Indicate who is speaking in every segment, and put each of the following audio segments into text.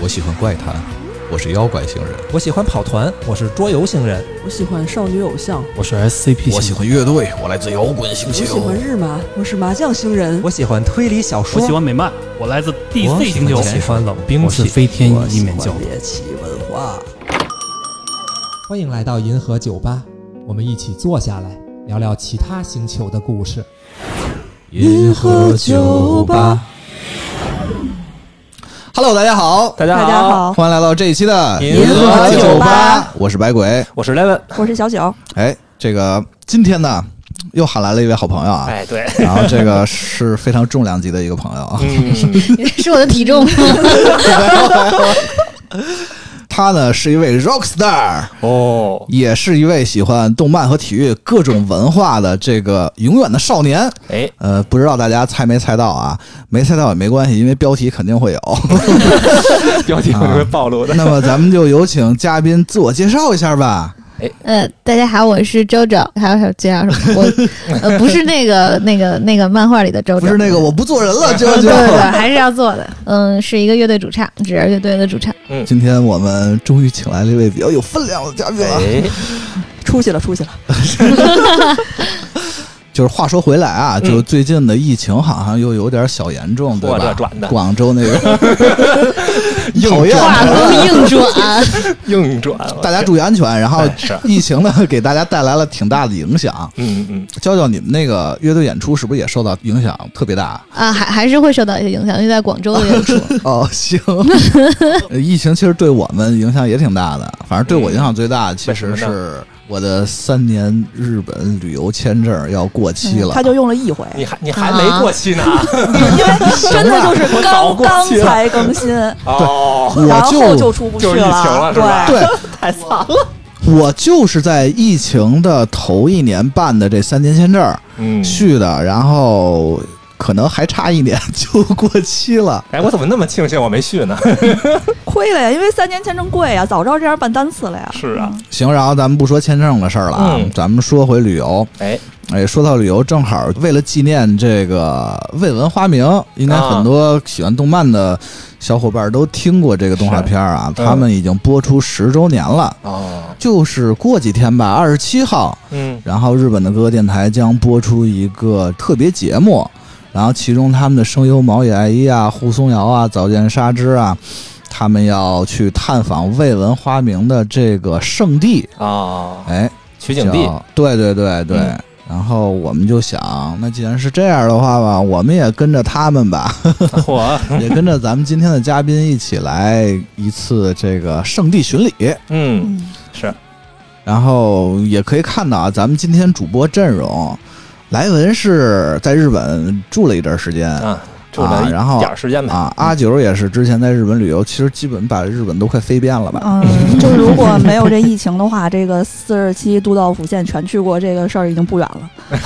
Speaker 1: 我喜欢怪谈，我是妖怪星人，
Speaker 2: 我喜欢跑团，我是桌游星人，
Speaker 3: 我喜欢少女偶像，
Speaker 4: 我是 SCP，
Speaker 1: 我喜欢乐队，我来自摇滚星
Speaker 3: 我
Speaker 5: 哎
Speaker 1: 球
Speaker 3: 喜，欢日麻，我是麻将星人，
Speaker 2: 我喜欢推理小说，
Speaker 5: 我喜欢美漫，我来自 DC 星球
Speaker 2: 我。喜 欢冷兵
Speaker 4: 我是
Speaker 2: 器。
Speaker 4: 飞天
Speaker 3: 我
Speaker 4: 一
Speaker 3: 喜
Speaker 4: 面教
Speaker 3: 欢。猎奇文化。
Speaker 2: 欢迎来到银河酒吧，我们一起坐下来聊聊其他星球的故事。
Speaker 3: 银河酒吧。
Speaker 1: Hello，大家好，
Speaker 2: 大家
Speaker 3: 大家，好，
Speaker 1: 欢迎来到这一期的
Speaker 2: 银河
Speaker 3: 酒吧
Speaker 1: 吧，我是白鬼。
Speaker 2: 我是 Levin。
Speaker 3: 我是小九。
Speaker 1: 哎，这个今天呢，又喊来了一位好朋友啊，
Speaker 5: 哎，对，
Speaker 1: 然后这个是非常重量级的一个朋友啊，
Speaker 6: 是我的体重。
Speaker 1: 他呢是一位 rock star，
Speaker 5: 哦，
Speaker 1: 也是一位喜欢动漫和体育各种文化的这个永远的少年。
Speaker 5: 哎，
Speaker 1: 呃，不知道大家猜没猜到啊？没猜到也没关系，因为标题肯定会有。
Speaker 2: 标题
Speaker 1: 会不会
Speaker 2: 暴露的。
Speaker 1: 那么咱们就有请嘉宾自我介绍一下吧。
Speaker 6: 呃，大家好，我是周周，还有介绍 什么？我呃不是那个那个那个漫画里的周周，
Speaker 1: 不是那个，我不做人了，就
Speaker 6: 对
Speaker 1: 就
Speaker 6: 对。 对，还是要做的。嗯，是一个乐队主唱，纸人乐队的主唱。
Speaker 5: 嗯
Speaker 1: 今天我们终于请来了一位比较有分量的嘉宾啊了。
Speaker 5: 哎，
Speaker 3: 出去了，出去了。
Speaker 1: 就是话说回来啊，
Speaker 5: 嗯
Speaker 1: 就最近的疫情好像又有点小严重，对
Speaker 5: 嚯
Speaker 1: 吧
Speaker 5: 这？转的
Speaker 1: 广州那 个讨厌
Speaker 6: 话锋硬啊 转，
Speaker 5: 硬转，
Speaker 1: 大家注意安全。然后
Speaker 5: 哎 是
Speaker 1: 疫情呢，给大家带来了挺大的影响。
Speaker 5: 嗯嗯，
Speaker 1: 娇娇，你们那个乐队演出是不是也受到影响特别大？
Speaker 6: 啊，还还是会受到一些影响，因为在广州的演出。
Speaker 1: 哦， 行。呃疫情其实对我们影响也挺大的，反正对我影响最大的其实
Speaker 5: 嗯为什么
Speaker 1: 是我的三年日本旅游签证要过期了。
Speaker 3: 他就用了一回，
Speaker 5: 你还 你还没
Speaker 6: 啊
Speaker 5: 过期呢，
Speaker 3: 因为真的就是
Speaker 5: 啊我早
Speaker 3: 刚
Speaker 5: 过
Speaker 3: 刚
Speaker 5: 期了
Speaker 3: 才更新，
Speaker 5: 哦，
Speaker 1: 我
Speaker 3: 然后
Speaker 1: 就
Speaker 3: 出不去
Speaker 5: 就疫情了是吧？
Speaker 3: 对，
Speaker 1: 对
Speaker 5: 太惨了，
Speaker 1: 我就是在疫情的头一年办的这三年签证
Speaker 5: 嗯
Speaker 1: 续的，然后可能还差一年 就过期了。
Speaker 5: 哎，我怎么那么庆幸我没续呢？
Speaker 3: 亏了呀，因为三年签证贵呀，早知道这样办单次 了呀。
Speaker 5: 是啊，
Speaker 1: 行，然后咱们不说签证的事儿了啊，
Speaker 5: 嗯
Speaker 1: 咱们说回旅游。
Speaker 5: 哎，
Speaker 1: 哎，说到旅游，正好为了纪念这个魏文花名，应
Speaker 5: 啊
Speaker 1: 该很多喜欢动漫的小伙伴都听过这个动画片儿啊，
Speaker 5: 是嗯
Speaker 1: 他们已经播出十周年了。
Speaker 5: 哦，
Speaker 1: 就是过几天吧，二十七号，
Speaker 5: 嗯，
Speaker 1: 然后日本的各个电台将播出一个特别节目，然后其中他们的声优毛野爱一啊、户松遥啊、早见纱织啊，他们要去探访魏文花名的这个圣地，
Speaker 5: 哦，
Speaker 1: 哎，
Speaker 5: 取景地，
Speaker 1: 叫对对对对。
Speaker 5: 嗯
Speaker 1: 然后我们就想，那既然是这样的话吧，我们也跟着他们吧，
Speaker 5: 嚯，
Speaker 1: 也跟着咱们今天的嘉宾一起来一次这个圣地巡礼。
Speaker 5: 嗯，
Speaker 6: 嗯，
Speaker 5: 是，
Speaker 1: 然后也可以看到啊，咱们今天主播阵容，莱文是在日本住了一段时间啊
Speaker 5: 啊，住了
Speaker 1: 啊然后
Speaker 5: 一点儿时间呗，
Speaker 1: 阿九也是之前在日本旅游，其实基本把日本都快飞遍了吧。
Speaker 3: 嗯，就如果没有这疫情的话，这个四十七都道府县全去过，这个事儿已经不远了。
Speaker 1: 不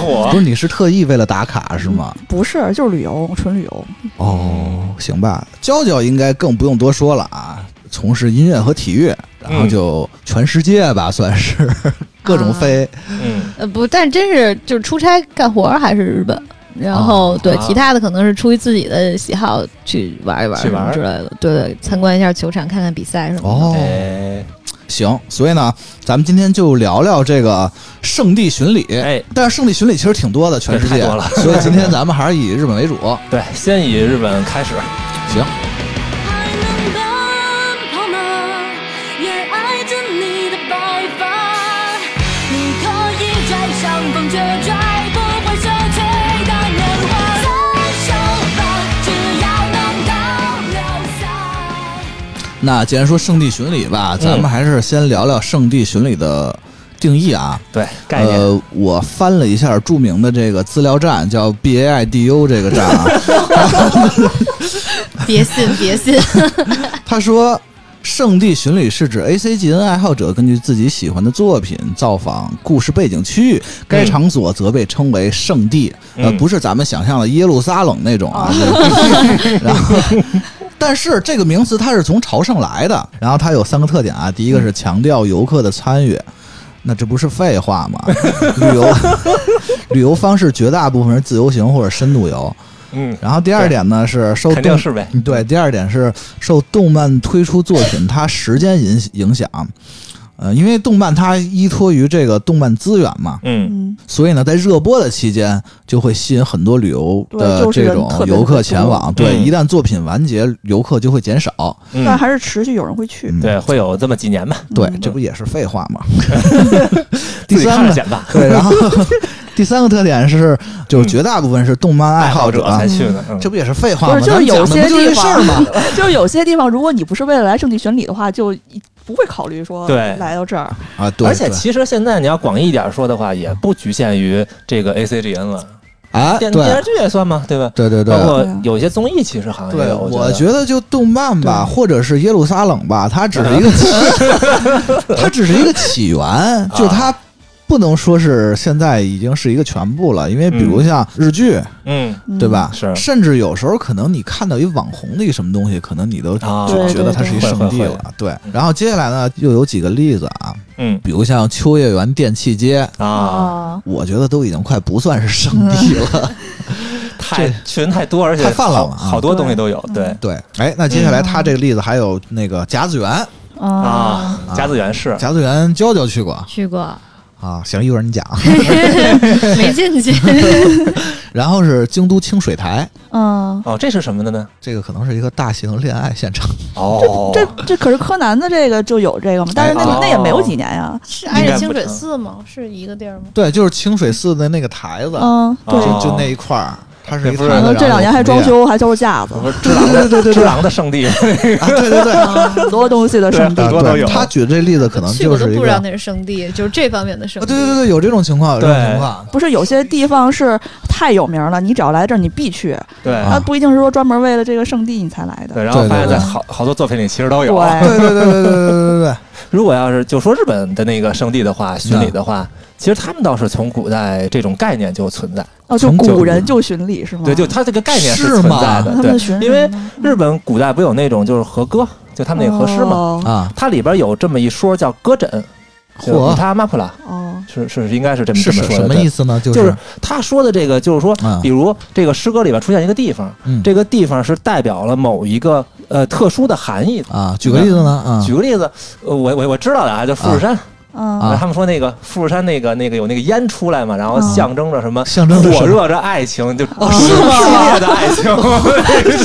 Speaker 5: 嚯，
Speaker 1: 是，你是特意为了打卡是吗？
Speaker 3: 不是，就是旅游，纯旅游。
Speaker 1: 哦，行吧，娇娇应该更不用多说了啊，从事音乐和体育，然后
Speaker 5: 嗯
Speaker 1: 就全世界吧，算是 各种飞。
Speaker 5: 嗯，
Speaker 6: 呃，不，但真是就是出差干活儿还是日本。然后对
Speaker 5: 啊
Speaker 6: 其他的可能是出于自己的喜好去玩一玩
Speaker 5: 去
Speaker 6: 什
Speaker 5: 玩
Speaker 6: 么
Speaker 5: 儿
Speaker 6: 之类的，对对，参观一下球场，看看比赛
Speaker 4: 啊
Speaker 6: 什么的。
Speaker 1: 哦，
Speaker 5: 哎，
Speaker 1: 行，所以呢，咱们今天就聊聊这个圣地巡礼。
Speaker 5: 哎，
Speaker 1: 但是圣地巡礼其实挺多的，全世界
Speaker 5: 对太多了
Speaker 1: 所以今天咱们还是以日本为主。
Speaker 5: 对，先以日本开始，
Speaker 1: 行，
Speaker 7: 还能奔跑吗？也爱着你的白发，你可以追上风，却追不回逝去的年华。分手吧，只要能够留下。
Speaker 1: 那既然说圣地巡礼
Speaker 5: 嗯
Speaker 1: 吧，咱们还是先聊聊圣地巡礼的定义啊。
Speaker 5: 对，概念，
Speaker 1: 呃，我翻了一下著名的这个资料站，叫 B A I D U 这个站 啊，
Speaker 6: 别信，别 信。
Speaker 1: 他说。圣地巡礼是指 A C G N 爱好者根据自己喜欢的作品造访故事背景区域，该场所则被称为圣地，呃，
Speaker 5: 嗯
Speaker 1: 不是咱们想象的耶路撒冷那种啊。
Speaker 5: 哦
Speaker 1: 然后，但是这个名词它是从朝圣来的，然后它有三个特点啊，第一个是强调游客的参与，那这不是废 话吗？旅游旅游方式绝大部分是自由行或者深度游。
Speaker 5: 嗯，
Speaker 1: 然后第二点呢是受
Speaker 5: 肯定
Speaker 1: 动
Speaker 5: 是呗。
Speaker 1: 对，第二点是受动漫推出作品它时间影影响，呃，因为动漫它依托于这个动漫资源嘛，
Speaker 5: 嗯，
Speaker 3: 嗯，
Speaker 1: 所以呢，在热播的期间就会吸引很多旅游的
Speaker 3: 对就是
Speaker 1: 这
Speaker 3: 人
Speaker 1: 种
Speaker 3: 特别
Speaker 1: 游客
Speaker 3: 特别
Speaker 1: 前
Speaker 3: 多
Speaker 1: 往。对，
Speaker 5: 嗯
Speaker 1: 一旦作品完结，游客就会减少。
Speaker 5: 嗯
Speaker 3: 但还是持续有人会去。
Speaker 1: 嗯
Speaker 5: 对，会有这么几年吧。
Speaker 1: 对
Speaker 3: 嗯，
Speaker 1: 这不也是废话 吗？第
Speaker 5: 自己看
Speaker 1: 三
Speaker 5: 着
Speaker 1: 个
Speaker 5: 剪吧。
Speaker 1: 对，然后 第三个特点是，就是绝大部分是动漫爱好者，啊
Speaker 5: 才去的，嗯
Speaker 1: 这不也是废话吗？
Speaker 3: 不是就
Speaker 1: 咱
Speaker 3: 是
Speaker 1: 们
Speaker 3: 有
Speaker 1: 讲的不
Speaker 3: 些
Speaker 1: 就是
Speaker 3: 地
Speaker 1: 这事儿
Speaker 3: 方
Speaker 1: 吗？
Speaker 3: 就是有些地方，如果你不是为了来圣地巡礼的话，就不会考虑说
Speaker 5: 对
Speaker 3: 来到这儿。
Speaker 1: 啊，对，
Speaker 5: 而且
Speaker 1: 对
Speaker 5: 其实现在你要广义一点说的话，也不局限于这个 A C G N 了，
Speaker 1: 啊，对
Speaker 5: 电电视剧也算吗？对吧？
Speaker 1: 对对对
Speaker 5: 包。括有些综艺，其实好像也
Speaker 1: 对，
Speaker 5: 有。
Speaker 1: 我觉
Speaker 5: 觉
Speaker 1: 得就动漫吧，或者是耶路撒冷吧，它只是一个起， 它只是一个起
Speaker 5: 啊
Speaker 1: 源，就它不能说是现在已经是一个全部了，因为比如像日剧，
Speaker 5: 嗯，
Speaker 3: 嗯
Speaker 1: 对？吧？
Speaker 5: 是
Speaker 1: 甚至有时候可能你看到一网红的一什么东西，可能你都
Speaker 5: 啊，
Speaker 3: 对
Speaker 1: 觉得它是一圣地
Speaker 5: 会会会
Speaker 1: 了。对，然后接下来呢，又有几个例子啊，
Speaker 5: 嗯
Speaker 1: 比如像秋叶原电器街。
Speaker 4: 哦
Speaker 5: 啊，
Speaker 3: 啊，
Speaker 1: 我觉得都已经快不算是圣地
Speaker 3: 嗯
Speaker 1: 了。
Speaker 5: 太群太多，而且
Speaker 1: 太泛滥了啊
Speaker 5: 好好多东西都有。对
Speaker 1: 对，哎，那接下来他这个例子还有那个甲子园，
Speaker 3: 嗯
Speaker 5: 啊，
Speaker 1: 啊
Speaker 5: 甲子园是
Speaker 1: 甲子园娇娇去过
Speaker 6: 去过，
Speaker 1: 啊，行，一会儿你讲。
Speaker 6: 没进去。
Speaker 1: 然后是京都清水台，
Speaker 3: 嗯，
Speaker 5: 哦，这是什么的呢？
Speaker 1: 这个可能是一个大型恋爱现场。
Speaker 5: 哦，
Speaker 3: 这这可是柯南的这个就有这个嘛，但是那
Speaker 5: 哎
Speaker 3: 个那也没有几
Speaker 5: 哦
Speaker 3: 年呀。
Speaker 6: 是挨着清水寺吗？是一个地儿吗？
Speaker 1: 对，就是清水寺的那个台子，
Speaker 3: 嗯，对。
Speaker 5: 哦
Speaker 1: 就就那一块儿，它是一
Speaker 5: 也不
Speaker 1: 台子。
Speaker 5: 是
Speaker 3: 可能
Speaker 1: 然后
Speaker 3: 这两年还装
Speaker 1: 有
Speaker 3: 修，还收拾架子，
Speaker 5: 不是只狼的， 对对只狼的 圣地。
Speaker 1: 啊，对对对，
Speaker 3: 很多东西的圣地
Speaker 5: 很。多都有
Speaker 1: 对啊他举这例子可能
Speaker 6: 去我
Speaker 1: 就
Speaker 6: 都
Speaker 1: 是一
Speaker 6: 不
Speaker 1: 个，
Speaker 6: 知道
Speaker 1: 啊，
Speaker 6: 那是圣地，就是这方面的圣
Speaker 1: 对
Speaker 6: 地。
Speaker 1: 对对，对有这种情况，有这种情况。
Speaker 3: 不是有些地方是太有名了，你只要来这儿，你必去。
Speaker 5: 对
Speaker 1: 啊
Speaker 3: 它不一定是说专门为了这个圣地你才来的。
Speaker 5: 对，然后
Speaker 1: 对对
Speaker 5: 发现
Speaker 1: 对
Speaker 5: 在好好多作品里其实都有。
Speaker 1: 对
Speaker 3: 对
Speaker 1: 对哦对对对对对对
Speaker 5: 如果要是就说日本的那个圣地的话，巡礼的话，
Speaker 1: 嗯
Speaker 5: 其实他们倒是从古代这种概念就存在，
Speaker 3: 哦，就
Speaker 1: 从
Speaker 3: 古
Speaker 1: 九
Speaker 3: 人就巡礼是吗？
Speaker 5: 对，就它这个概念
Speaker 1: 是
Speaker 5: 存
Speaker 1: 吗
Speaker 5: 在的，
Speaker 3: 他们
Speaker 5: 对，
Speaker 3: 巡
Speaker 5: 因为日本古代不有那种就是和歌，就
Speaker 3: 他
Speaker 5: 他们那个和诗嘛，
Speaker 3: 嗯哦
Speaker 1: 对，啊，
Speaker 5: 它里边有这么一说叫歌枕，
Speaker 1: 嚯
Speaker 5: 他马普拉
Speaker 3: 哦，
Speaker 5: 是是应该是这么
Speaker 1: 是
Speaker 5: 这么
Speaker 1: 什
Speaker 5: 说
Speaker 1: 什
Speaker 5: 的，
Speaker 1: 么
Speaker 5: 对
Speaker 1: 意思呢？就
Speaker 5: 就是是他说的这个，就是说
Speaker 1: 嗯，
Speaker 5: 比如这个诗歌里边出现一个地方，
Speaker 1: 嗯
Speaker 5: 这个地方是代表了某一个呃特殊的含义的。
Speaker 1: 啊，举个例子呢啊，
Speaker 5: 举个例子，呃我我我知道的啊，就富士山，
Speaker 3: 嗯
Speaker 1: 啊啊
Speaker 5: 他们说那个富士山那个那个有那个烟出来嘛，然后象征着什么？
Speaker 1: 象征着什
Speaker 5: 火
Speaker 1: 么
Speaker 5: 热着爱情，就
Speaker 1: 哦
Speaker 5: 激
Speaker 1: 是吗
Speaker 5: 烈的爱情，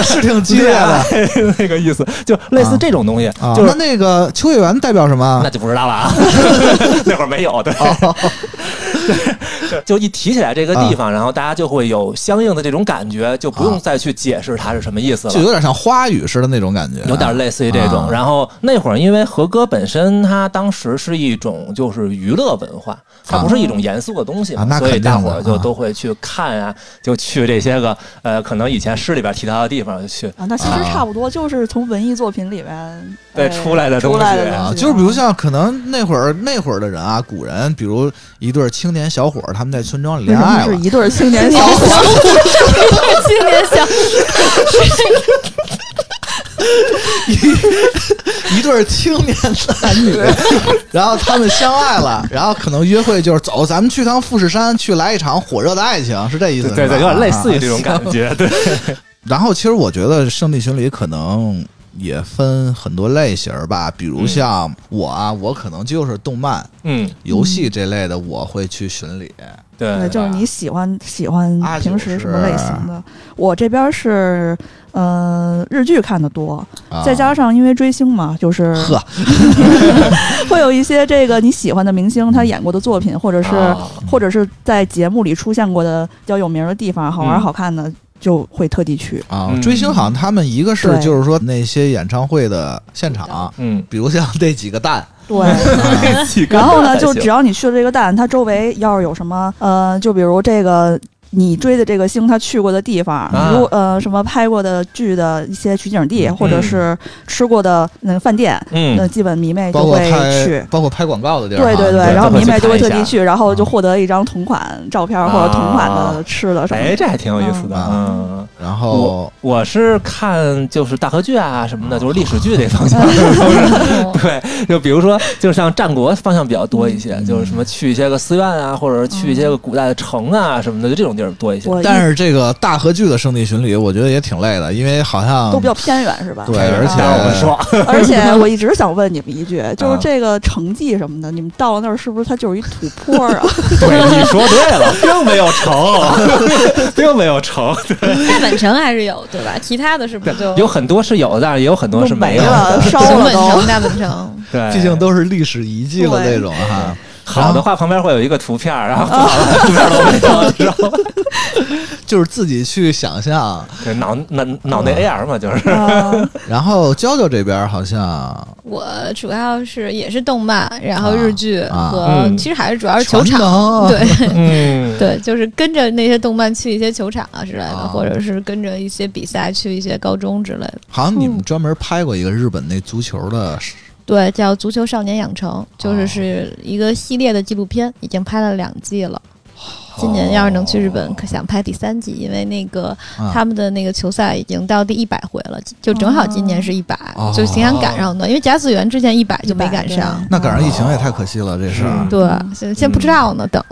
Speaker 1: 是挺 激
Speaker 5: 激
Speaker 1: 烈
Speaker 5: 烈
Speaker 1: 的
Speaker 5: 的 那个意思，就类似这种东西，
Speaker 1: 啊。
Speaker 5: 啊就
Speaker 1: 那
Speaker 5: 是。
Speaker 1: 那个秋叶原代表什么
Speaker 5: 那？就不知道了啊， 那会儿没有，对，
Speaker 1: 哦
Speaker 5: 就一提起来这个地方，然后大家就会有相应的这种感觉，就不
Speaker 1: 啊
Speaker 5: 用再去解释它是什么意思了
Speaker 1: 就。有点像花语似的那种感觉，
Speaker 5: 有点类似于这种。
Speaker 1: 啊
Speaker 5: 然后那会儿，因为和歌本身它当时是一种就是娱乐文化，它
Speaker 1: 啊
Speaker 5: 不是一种严肃的东西嘛
Speaker 1: 啊那
Speaker 5: 所
Speaker 1: 肯
Speaker 5: 以
Speaker 1: 定的
Speaker 5: 大伙儿就
Speaker 1: 啊
Speaker 5: 都会去看啊，就去这些个呃，可能以前诗里边提到的地方就去。
Speaker 3: 啊，那其实差不多，就是从文艺作品里面
Speaker 5: 对
Speaker 3: 呃
Speaker 5: 出来的东
Speaker 3: 出
Speaker 5: 西
Speaker 3: 来的
Speaker 1: 啊，
Speaker 3: 东西
Speaker 1: 就是比如像可能那会儿那会儿的人啊，古人，比如一对儿青年小伙儿，他们在村庄里
Speaker 3: 为
Speaker 1: 恋
Speaker 3: 什么
Speaker 1: 爱
Speaker 3: 是
Speaker 1: 了，
Speaker 3: 一对儿青年小 伙？
Speaker 6: 青年小
Speaker 1: 一对儿青年男女，然后他们相爱了，然后可能约会就是走，咱们去趟富士山，去来一场火热的爱情，是这意思
Speaker 5: 对
Speaker 1: 是吧？
Speaker 5: 对对，有点类似于
Speaker 1: 啊
Speaker 5: 这种感 觉。对，
Speaker 1: 然后其实我觉得圣地巡礼可能也分很多类型儿吧，比如像我啊，我可能就是动漫、
Speaker 5: 嗯，
Speaker 1: 游戏这类的，我会去巡礼。
Speaker 5: 对
Speaker 3: 对，，就是你喜欢喜欢
Speaker 1: 阿九
Speaker 3: 平时什么
Speaker 1: 啊是
Speaker 3: 类型的？我这边是，呃，日剧看的多，
Speaker 1: 啊、
Speaker 3: 再加上因为追星嘛，就是
Speaker 1: 呵，
Speaker 3: 会有一些这个你喜欢的明星
Speaker 1: 嗯
Speaker 3: 他演过的作品，或者是、
Speaker 5: 啊
Speaker 3: 或者是在节目里出现过的比较有名的地方，好玩
Speaker 5: 嗯
Speaker 3: 好看的就会特地去。
Speaker 1: 啊，
Speaker 5: 嗯
Speaker 1: 追星好像他们一个是
Speaker 3: 对
Speaker 1: 就是说那些演唱会的现场
Speaker 6: 嗯，
Speaker 5: 嗯，
Speaker 1: 比如像那几个蛋，
Speaker 3: 对，
Speaker 1: 啊
Speaker 3: 然后呢，就只
Speaker 5: 要
Speaker 3: 要你去了这个蛋，它周围要是有什么，呃，就比如这个。你追的这个星，他去过的地方，
Speaker 5: 啊
Speaker 3: 如果呃什么拍过的剧的一些取景地，或者是吃过的那个饭店，那
Speaker 5: 嗯，
Speaker 3: 基本迷 妹就
Speaker 1: 包括
Speaker 3: 会
Speaker 1: 拍啊
Speaker 3: 去。
Speaker 1: 包括拍广告的地儿哈，啊
Speaker 3: 对对对，
Speaker 5: 对
Speaker 3: 然后
Speaker 5: 都会
Speaker 3: 迷妹
Speaker 5: 去
Speaker 3: 就会
Speaker 5: 看一
Speaker 3: 特地
Speaker 5: 下
Speaker 3: 去，然后就获得一张同款照片或者同款的
Speaker 5: 啊
Speaker 3: 吃的什么
Speaker 5: 哎，
Speaker 3: 的。
Speaker 5: 这还挺有意思的。
Speaker 1: 嗯
Speaker 5: 嗯，嗯
Speaker 1: 然后
Speaker 5: 我是看就是大河剧啊什么的，就是历史剧这方向。 对，就比如说，就是像战
Speaker 1: 嗯
Speaker 5: 国方向比较多一些，就是什么去一些个寺院啊，或者去一些个古代的城啊什么的，就这种地儿多一 些。
Speaker 3: 我
Speaker 1: 但是这个大合剧的圣地巡礼，我觉得也挺累的，因为好像
Speaker 3: 都比较啊偏远是吧？
Speaker 1: 对而 且
Speaker 5: 让我们说，
Speaker 3: 而且我一直想问你们一 句，就
Speaker 5: 啊
Speaker 3: 是这个成绩什么的，你们到了那儿是不是它就是一土坡啊？
Speaker 5: 对，你说对了，并没有成，并没有成，
Speaker 4: 大本城还是有对吧？其他的是不是就
Speaker 5: 有很多是有的，但是也有很多是
Speaker 3: 都没
Speaker 5: 有
Speaker 3: 了，
Speaker 4: 啊
Speaker 5: 的。
Speaker 3: 烧
Speaker 6: 熊
Speaker 3: 了
Speaker 6: 本
Speaker 3: 都
Speaker 6: 城、。大本城，
Speaker 5: 对，
Speaker 1: 毕竟都是历史遗迹了
Speaker 3: 对
Speaker 1: 那种啊哈。
Speaker 5: 好的话旁边会有一个图片儿，然后不好的图片都没有，你知道吗？
Speaker 1: 就是自己去想象。
Speaker 5: 对，脑脑脑内 AR 嘛，就是
Speaker 3: 嗯
Speaker 1: 然后娇娇这边好像
Speaker 4: 我主要是也是动漫，然后日剧
Speaker 1: 啊啊
Speaker 4: 和、
Speaker 5: 嗯
Speaker 4: 其实还是主要是球
Speaker 1: 全
Speaker 4: 场，
Speaker 1: 能
Speaker 4: 对
Speaker 5: 嗯，
Speaker 4: 对，就是跟着那些动漫去一些球场啊之类的，
Speaker 1: 啊
Speaker 4: 或者是跟着一些比赛去一些高中之类的。
Speaker 1: 好像你
Speaker 3: 嗯
Speaker 1: 们专门拍过一个日本那足球的，
Speaker 4: 对，叫《足球少年养成》，就
Speaker 1: 哦
Speaker 4: 是是一个系列的纪录片，已经拍了两季了。今年要是能去日本，可想拍第三季，因为那个
Speaker 1: 啊
Speaker 4: 他们的那个球赛已经到第一百回了，就正好今年是一百、
Speaker 1: 哦
Speaker 4: 就挺想赶上的，因为贾子园之前一百就没赶上。
Speaker 1: 那赶上疫情也太可惜了，这事儿。
Speaker 3: 嗯
Speaker 4: 对，现现不知道呢，等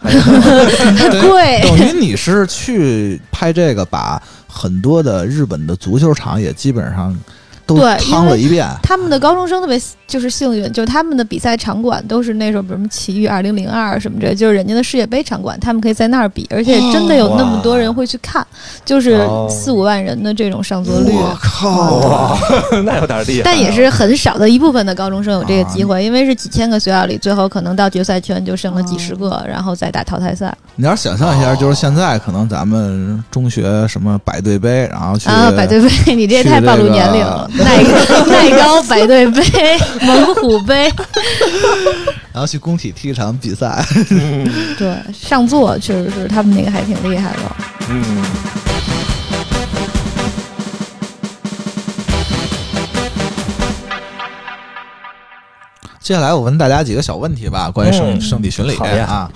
Speaker 1: 哎 等于你是去拍这个，把很多的日本的足球场也基本上都
Speaker 4: 对
Speaker 1: 趟了一遍。
Speaker 4: 他们的高中生特别就是幸运，就是他们的比赛场馆都是那种比如什么奇遇二零零二什么之类，就是人家的世界杯场馆，他们可以在那儿比，而且真的有那么多人会去看，就是
Speaker 5: 哦
Speaker 4: 四五万人的这种上座率。
Speaker 1: 我靠！
Speaker 5: 那有点厉害，啊
Speaker 4: 但也是很少的一部分的高中生有这个机会，因为是几千个学校里，最后可能到决赛圈就剩了几十个，然后再打淘汰赛。
Speaker 1: 你要是想象一下，就是现在可能咱们中学什么百对杯，然后去
Speaker 4: 啊，百对杯， 你这也
Speaker 1: 去
Speaker 4: 太暴
Speaker 1: 这
Speaker 4: 露
Speaker 1: 个
Speaker 4: 年龄了。耐耐高百对杯、猛虎杯，
Speaker 1: 然后去工体踢一场比赛。
Speaker 5: 嗯
Speaker 4: 对，上座确实是他们那个还挺厉害的。
Speaker 5: 嗯。
Speaker 1: 接下来我问大家几个小问题吧，关于圣、
Speaker 5: 嗯
Speaker 1: 圣地巡礼
Speaker 5: 好呀
Speaker 1: 啊。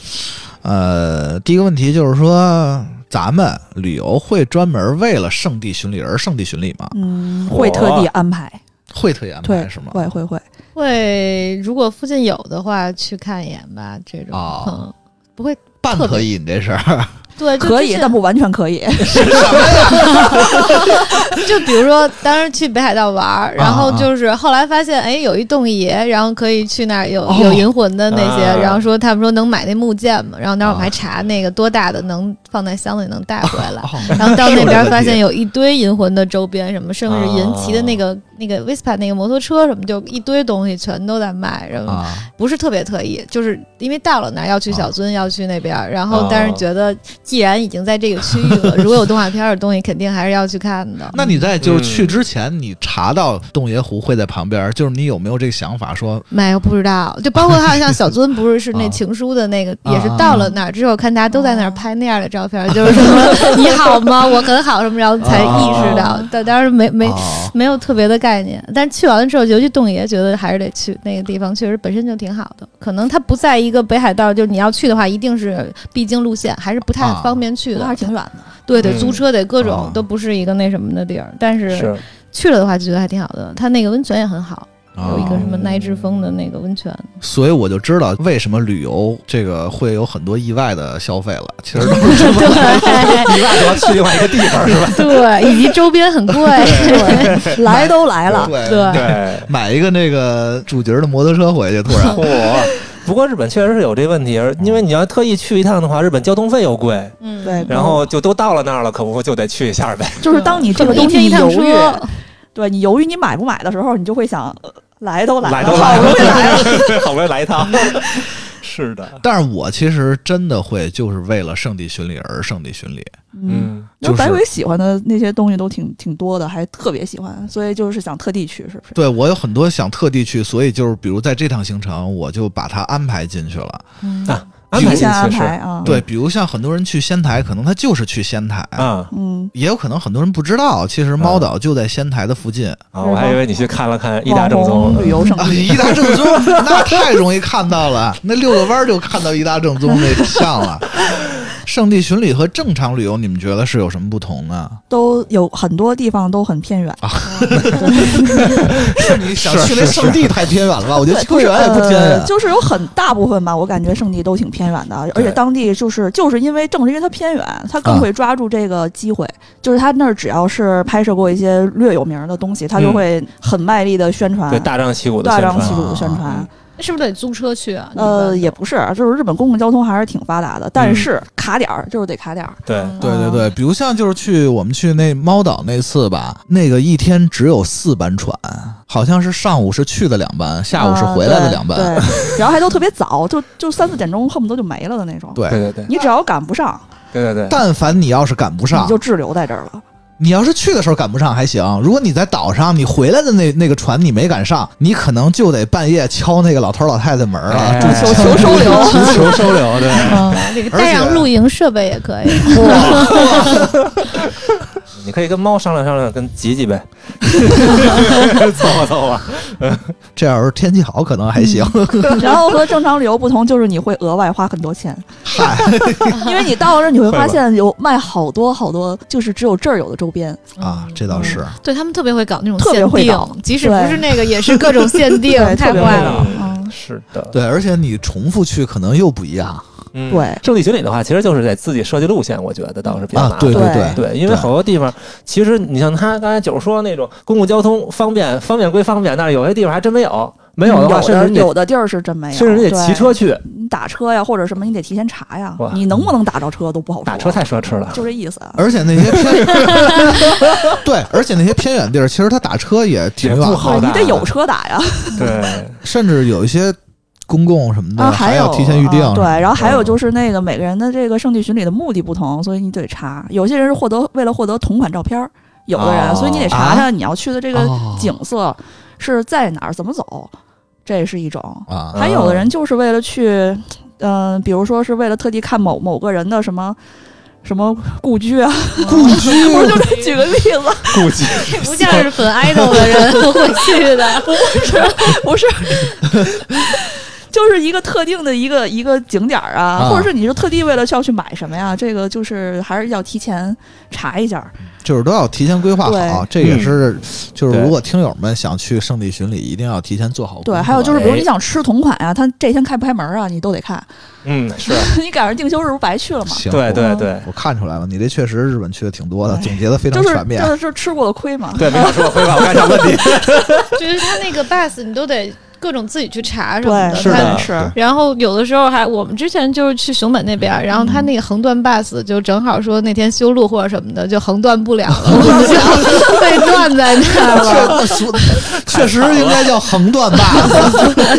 Speaker 1: 呃，第一个问题就是说，咱们旅游会专门为了圣地巡礼而圣地巡礼吗？
Speaker 3: 嗯，会特地安排，
Speaker 1: 会特意安
Speaker 3: 对
Speaker 1: 排是，吗？
Speaker 3: 会会会，
Speaker 4: 会，如果附近有的话，去看一眼吧。这种，
Speaker 1: 哦
Speaker 4: 嗯，不会，
Speaker 1: 半
Speaker 4: 特别
Speaker 1: 可以，你这事儿
Speaker 4: 对，就
Speaker 3: 可
Speaker 4: 之
Speaker 3: 以，
Speaker 4: 前
Speaker 3: 但不完全可以。
Speaker 4: 就比如说，当时去北海道玩儿，然后就是后来发现，哎，有一洞爷，然后可以去那儿有
Speaker 1: 哦
Speaker 4: 有银魂的那些，
Speaker 5: 啊
Speaker 4: 然后说他们说能买那木剑嘛，然后那会儿我们
Speaker 1: 啊
Speaker 4: 还查那个多大的能放在箱子里能带回来。
Speaker 1: 哦
Speaker 4: 然后到那边
Speaker 1: 是
Speaker 4: 发
Speaker 1: 的
Speaker 4: 现有一堆银魂的周边，什么甚至银骑的那个、那个 Vespa 那个摩托车什么，就一堆东西全都在卖，然后
Speaker 1: 啊，
Speaker 4: 不是特别特意，就是因为到了那儿要去小樽，要去那边儿，然
Speaker 5: 哦
Speaker 4: 后但是觉得既然已经在这个区域 了，如果有动画片儿的东西，肯定还是要去看的。
Speaker 1: 那你在就是
Speaker 5: 嗯
Speaker 1: 去之前，你查到洞爷湖会在旁边，就是你有没有这个想法说
Speaker 4: 没有不知道，就包括还有像小樽，不是是那情书的那个，
Speaker 1: 啊
Speaker 4: 也是到了那儿之后，看大家都在那儿拍那样的照片，就是什么 你好吗，我很好什么，然后才
Speaker 1: 啊
Speaker 4: 意识到，但当时没没
Speaker 1: 哦
Speaker 4: 没有特别的概念。但去完了之后，尤其洞爷，觉得还是得去那个地方，确实本身就挺好的。可能它不在一个北海道，就是你要去的话，一定是必经路线，还是不太
Speaker 1: 啊
Speaker 4: 方便去的。
Speaker 3: 还是挺远的，
Speaker 4: 对，得
Speaker 5: 嗯
Speaker 4: 租车，得各种
Speaker 1: 啊，
Speaker 4: 都不是一个那什么的地儿。但是
Speaker 5: 是
Speaker 4: 去了的话，就觉得还挺好的。它那个温泉也很好，有一
Speaker 1: 啊
Speaker 4: 个什么耐治风的那个 温泉。
Speaker 1: 所以我就知道为什么旅游这个会有很多意外的消费了。其 实都是这么
Speaker 5: 一万多去另外一个地方是吧？
Speaker 4: 对，以及周边很贵，
Speaker 3: 来都来了，
Speaker 1: 对
Speaker 4: 对，
Speaker 5: 对，
Speaker 1: 买一个那个主角的摩托车回去，突 然
Speaker 5: 嚯！不过日本确实是有这问题，而因为你要特意去一趟的话，日本交通费又贵，
Speaker 4: 嗯
Speaker 3: 对
Speaker 5: 然后就都到了那儿了，可不就得去 一下呗。
Speaker 3: 就是当你这个
Speaker 4: 一
Speaker 3: 东西
Speaker 4: 天
Speaker 3: 你
Speaker 4: 一趟
Speaker 3: 犹
Speaker 4: 车
Speaker 3: 豫，，对你犹豫你买不买的时候，你就会想，呃来都
Speaker 5: 来
Speaker 3: 了，
Speaker 5: 都
Speaker 3: 好
Speaker 5: 来
Speaker 3: 不容易来了，
Speaker 5: 了， 好不容易来一趟。 是的，
Speaker 1: 但是我其实真的会就是为了圣地巡礼而圣地巡礼，
Speaker 3: 嗯。，
Speaker 1: 就
Speaker 3: 那
Speaker 1: 是
Speaker 3: 白鬼喜欢的那些东西都挺挺多的，还特别喜欢，所以就是想特地去，是不是？
Speaker 1: 对我有很多想特地去，所以就是比如在这趟行程，我就把它安排进去了。
Speaker 5: 啊，安排
Speaker 3: 提前安
Speaker 5: 进去是
Speaker 3: 排啊，
Speaker 4: 嗯
Speaker 1: 对，比如像很多人去仙台，可能他就是去仙台，
Speaker 5: 啊
Speaker 3: 嗯，
Speaker 1: 也有可能很多人不知道，其实猫岛就在仙台的附近。
Speaker 5: 啊！我还以为你去看了看一大正
Speaker 3: 网
Speaker 5: 宗
Speaker 3: 红旅游胜
Speaker 1: 啊，
Speaker 3: 地，
Speaker 1: 一大正 宗那太容易看到了，那遛个弯儿就看到一大正宗那像了。圣地巡礼和正常旅游，你们觉得是有什么不同呢？
Speaker 3: 都有很多地方都很偏远，
Speaker 1: 是你想去那
Speaker 5: 是是
Speaker 1: 圣地太偏远了吧？我觉得秋园也不偏
Speaker 3: 呃，
Speaker 1: 远。嗯
Speaker 3: 就是有很大部分吧，我感觉圣地都挺偏远的，而且当地就是就是因为正是因为它偏远，它
Speaker 1: 啊
Speaker 3: 更会抓住这个机会，就是它那儿只要是拍摄过一些略有名的东西，它就
Speaker 5: 嗯
Speaker 3: 会很卖力的宣传，
Speaker 5: 对大张旗鼓的
Speaker 3: 啊大
Speaker 5: 宣
Speaker 3: 张
Speaker 5: 传
Speaker 3: 旗鼓的宣传。
Speaker 4: 是不是得租车去啊？
Speaker 3: 呃，也不是，就是日本公共交通还是挺发达的，
Speaker 1: 嗯
Speaker 3: 但是卡点儿就是得卡点儿。
Speaker 5: 对，
Speaker 1: 对对对，比如像就是去我们去那猫岛那次吧，那个一天只有四班船，好像是上午是去的两班，下午是回来的两班。
Speaker 3: 嗯对，对然后还都特别早，就就三四点钟恨不得就没了的那种。
Speaker 1: 对
Speaker 5: 对对对
Speaker 3: 你只要赶不上，
Speaker 5: 对对对，
Speaker 1: 但凡你要是赶不上，
Speaker 3: 你就滞留在这儿 了。
Speaker 1: 你要是去的时候赶不上还行，如果你在岛上，你回来的那那个船你没赶上，你可能就得半夜敲那个老头老太太门儿了。
Speaker 5: 哎
Speaker 3: 求求收留，
Speaker 5: 求求收留，对，
Speaker 4: 嗯那个
Speaker 1: 而
Speaker 4: 带上
Speaker 1: 且
Speaker 4: 露营设备也可以。
Speaker 5: 你可以跟猫商量商量，跟吉吉 呗，凑合凑合。
Speaker 1: 这要是天气好，可能还行。
Speaker 3: 然后和正常旅游不同，就是你会额外花很多钱，
Speaker 1: 嗨，
Speaker 3: 因为你到了这儿你会发
Speaker 5: 会吧
Speaker 3: 现有卖好多好多，就是只有这儿有的周边。
Speaker 1: 啊，这倒是。
Speaker 4: 对他们特别会搞那种
Speaker 3: 特别
Speaker 4: 限
Speaker 3: 会
Speaker 4: 定
Speaker 3: 搞，
Speaker 4: 即使
Speaker 3: 对
Speaker 4: 不是那个，也是各种限定
Speaker 3: 对，
Speaker 4: 太
Speaker 3: 特别
Speaker 4: 坏
Speaker 3: 会
Speaker 4: 了。
Speaker 5: 嗯，是的，
Speaker 1: 对，而且你重复去可能又不一样
Speaker 5: 嗯
Speaker 3: 对
Speaker 5: 圣地巡礼的话，其实就是得自己设计路线，我觉得倒是比较
Speaker 1: 啊
Speaker 5: 麻！
Speaker 1: 对对
Speaker 5: 烦。
Speaker 3: 对
Speaker 5: 对，因为好多地方，其实你像他刚才九说那种公共交通方便，方便归方便，但是有些地方还真没有，没哎有的话，甚至你
Speaker 3: 嗯有
Speaker 5: 得
Speaker 3: 的地儿是真没有，
Speaker 5: 甚至你得
Speaker 3: 对
Speaker 5: 骑车去，
Speaker 3: 你打车呀，或者什么，你得提前查呀
Speaker 5: 哇。
Speaker 3: 你能不能打着车都不好说。
Speaker 5: 打车太奢侈了。
Speaker 3: 就这意思啊。
Speaker 1: 而且那些偏 对，而且那些偏远地儿，其实他打车也挺
Speaker 5: 也
Speaker 1: 远
Speaker 5: 不
Speaker 1: 的，
Speaker 5: 好打，啊
Speaker 3: 你得有车打呀
Speaker 5: 对，
Speaker 1: 甚至有一些公共什么的、
Speaker 3: 啊，
Speaker 1: 还
Speaker 3: 有
Speaker 1: 要提前预定什
Speaker 3: 啊
Speaker 1: 么
Speaker 3: 对，
Speaker 1: 的。
Speaker 3: 然后还有就是那个每个人的这个圣地巡礼的目的不同，所以你得查。有些人是获得为了获得同款照片儿，有的人，
Speaker 5: 哦
Speaker 3: 所以你得查查你要去的这个
Speaker 1: 啊哦
Speaker 3: 景色是在哪儿，怎么走，这是一种。
Speaker 1: 啊，
Speaker 3: 还有的人就是为了去，嗯、比如说是为了特地看某某个人的什么。什么故居啊？
Speaker 1: 故居
Speaker 3: 不是，就这举个例子，
Speaker 5: 顾忌
Speaker 6: 不像是粉 idol 的 人会去的。
Speaker 3: 不是，就是一个特定的一个一个景点儿啊，
Speaker 1: 啊
Speaker 3: 或者是你是特地为了要去买什么呀？这个就是还是要提前查一下儿。
Speaker 1: 就是都要提前规划好
Speaker 3: 对，
Speaker 1: 这也是就是
Speaker 5: 嗯对
Speaker 1: 如果听友们想去圣地巡礼，一定要提前做好功
Speaker 3: 对，
Speaker 1: 课
Speaker 3: 还有就是，比如你
Speaker 5: 哎
Speaker 3: 想吃同款啊，他这天开不开门啊，你都得看。
Speaker 5: 嗯，是
Speaker 3: 你赶上定休日不白去了吗？
Speaker 1: 行，
Speaker 5: 对对
Speaker 1: 我
Speaker 5: 对
Speaker 1: 我看出来了，你这确实日本去的挺多的，
Speaker 3: 哎
Speaker 1: 总结的非常
Speaker 3: 就是
Speaker 1: 全面
Speaker 3: 就。是就是吃过的亏嘛。
Speaker 5: 对，没少说回吧，我该想 问题。
Speaker 4: 就是他那个 bus，你都得各种自己去查什么
Speaker 3: 对，
Speaker 4: 的。
Speaker 5: 是的
Speaker 4: 它
Speaker 3: 是。
Speaker 4: 然后有的时候还，我们之前就是去熊本那边，
Speaker 3: 嗯
Speaker 4: 然后他那个横断 bus 就正好说那天修路或者什么的，就横 断不了了，我就被断在那儿了。
Speaker 1: 确实应该叫横断吧。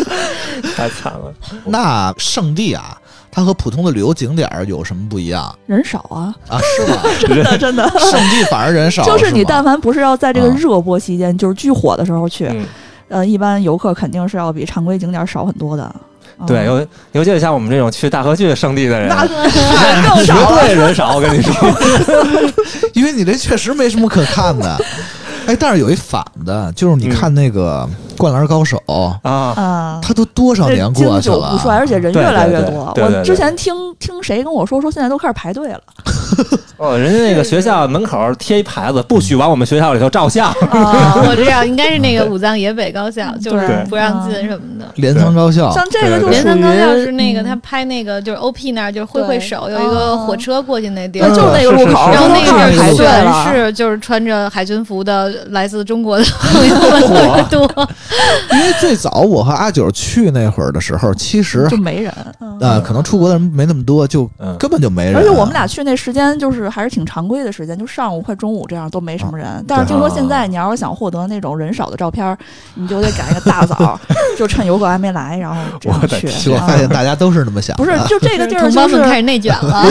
Speaker 5: 太惨了，
Speaker 1: 那圣地啊，它和普通的旅游景点儿有什么不一样
Speaker 3: 人少啊，
Speaker 1: 啊？是 吗？
Speaker 3: 真的真的。
Speaker 1: 圣地反而人少，
Speaker 3: 就是你
Speaker 1: 吗
Speaker 3: 但凡不是要在这个
Speaker 1: 啊
Speaker 3: 热播期间，就是巨火的时候去，
Speaker 5: 嗯，
Speaker 3: 呃，一般游客肯定是要比常规景点儿少很多的。嗯
Speaker 5: 对，尤尤其是像我们这种去大河剧圣地的人，啊
Speaker 1: 那
Speaker 5: 绝对人少。我跟你说，
Speaker 1: 因为你这确实没什么可看的。哎，但是有一反的，就是
Speaker 5: 嗯
Speaker 1: 你看那个《灌篮高手》
Speaker 5: 啊，
Speaker 3: 啊，
Speaker 1: 他都多少
Speaker 3: 这
Speaker 1: 年
Speaker 3: 经
Speaker 1: 过去
Speaker 3: 久
Speaker 1: 了
Speaker 3: 不衰，而且人
Speaker 5: 对
Speaker 3: 越来
Speaker 5: 对
Speaker 3: 越
Speaker 5: 对
Speaker 3: 多。
Speaker 5: 对对
Speaker 3: 我
Speaker 5: 对
Speaker 3: 之前听听谁跟我说，说现在都开始排队了。
Speaker 5: 哦，人家那个学校门口贴一牌子，不许往我们学校里头照相。
Speaker 3: 啊，
Speaker 4: 我知道，应该是那个武藏野北高校，就是
Speaker 5: 对
Speaker 4: 不让
Speaker 3: 嗯
Speaker 4: 进什么的。
Speaker 1: 镰仓高校
Speaker 3: 像这个就
Speaker 5: 对
Speaker 3: 属
Speaker 4: 镰仓高校
Speaker 3: 于
Speaker 4: 是那个
Speaker 5: 嗯
Speaker 4: 他拍那个就是 OP 那儿，就是挥挥手，
Speaker 3: 对
Speaker 4: 有一个火车过去那地儿
Speaker 3: 对，，就是那个路口，
Speaker 5: 是是是
Speaker 4: 然后那
Speaker 3: 都开
Speaker 4: 个
Speaker 3: 始
Speaker 4: 地
Speaker 3: 排
Speaker 4: 儿
Speaker 3: 队了
Speaker 4: 全。是就是穿着海军服的来自中国的朋友们特别多，
Speaker 1: 因为最早我和阿九去那会儿的时候，其实
Speaker 3: 就没人，
Speaker 1: 呃，可能出国的人没那么多，就
Speaker 5: 嗯
Speaker 1: 根本就没人。
Speaker 3: 而且我们俩去那时间就是还是挺常规的时间，就上午快中午这样都没什么
Speaker 5: 啊
Speaker 3: 人。但是听说现在你要是想获得那种人少的照片儿，你就得赶一个大早，就趁游客还没来，然后这样去。
Speaker 1: 结果
Speaker 3: 啊
Speaker 1: 发现大家都是那么想的，
Speaker 3: 不是，就这个地儿
Speaker 4: 同
Speaker 3: 就
Speaker 4: 胞
Speaker 3: 是
Speaker 4: 们开始内卷了。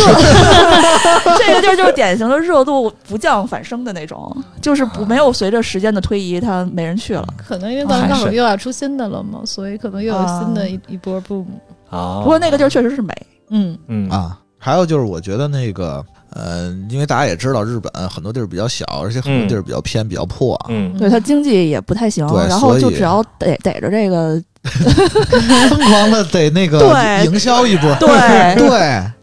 Speaker 3: 这个地儿就是典型的热度不降反升的那种，就是不没有随着时间的推移，它没人去了。
Speaker 4: 可能因为《灌篮
Speaker 5: 还
Speaker 4: 高手
Speaker 5: 是》
Speaker 4: 又要出新的了嘛，所以可能又有新的一、一波 boom。
Speaker 1: 哦
Speaker 5: 啊，
Speaker 3: 不过那个地儿确实是美，
Speaker 4: 嗯，
Speaker 5: 嗯
Speaker 1: 啊。还有就是，我觉得那个呃，因为大家也知道，日本很多地儿比较小，而且很多地儿比较偏、比较破。
Speaker 5: 嗯，
Speaker 3: 对它经济也不太行
Speaker 1: 对，
Speaker 3: 然后
Speaker 1: 所
Speaker 3: 就
Speaker 1: 以
Speaker 3: 只要逮逮着这个，
Speaker 1: 疯狂的得那个
Speaker 3: 对
Speaker 1: 营销一波，
Speaker 3: 对
Speaker 1: 对，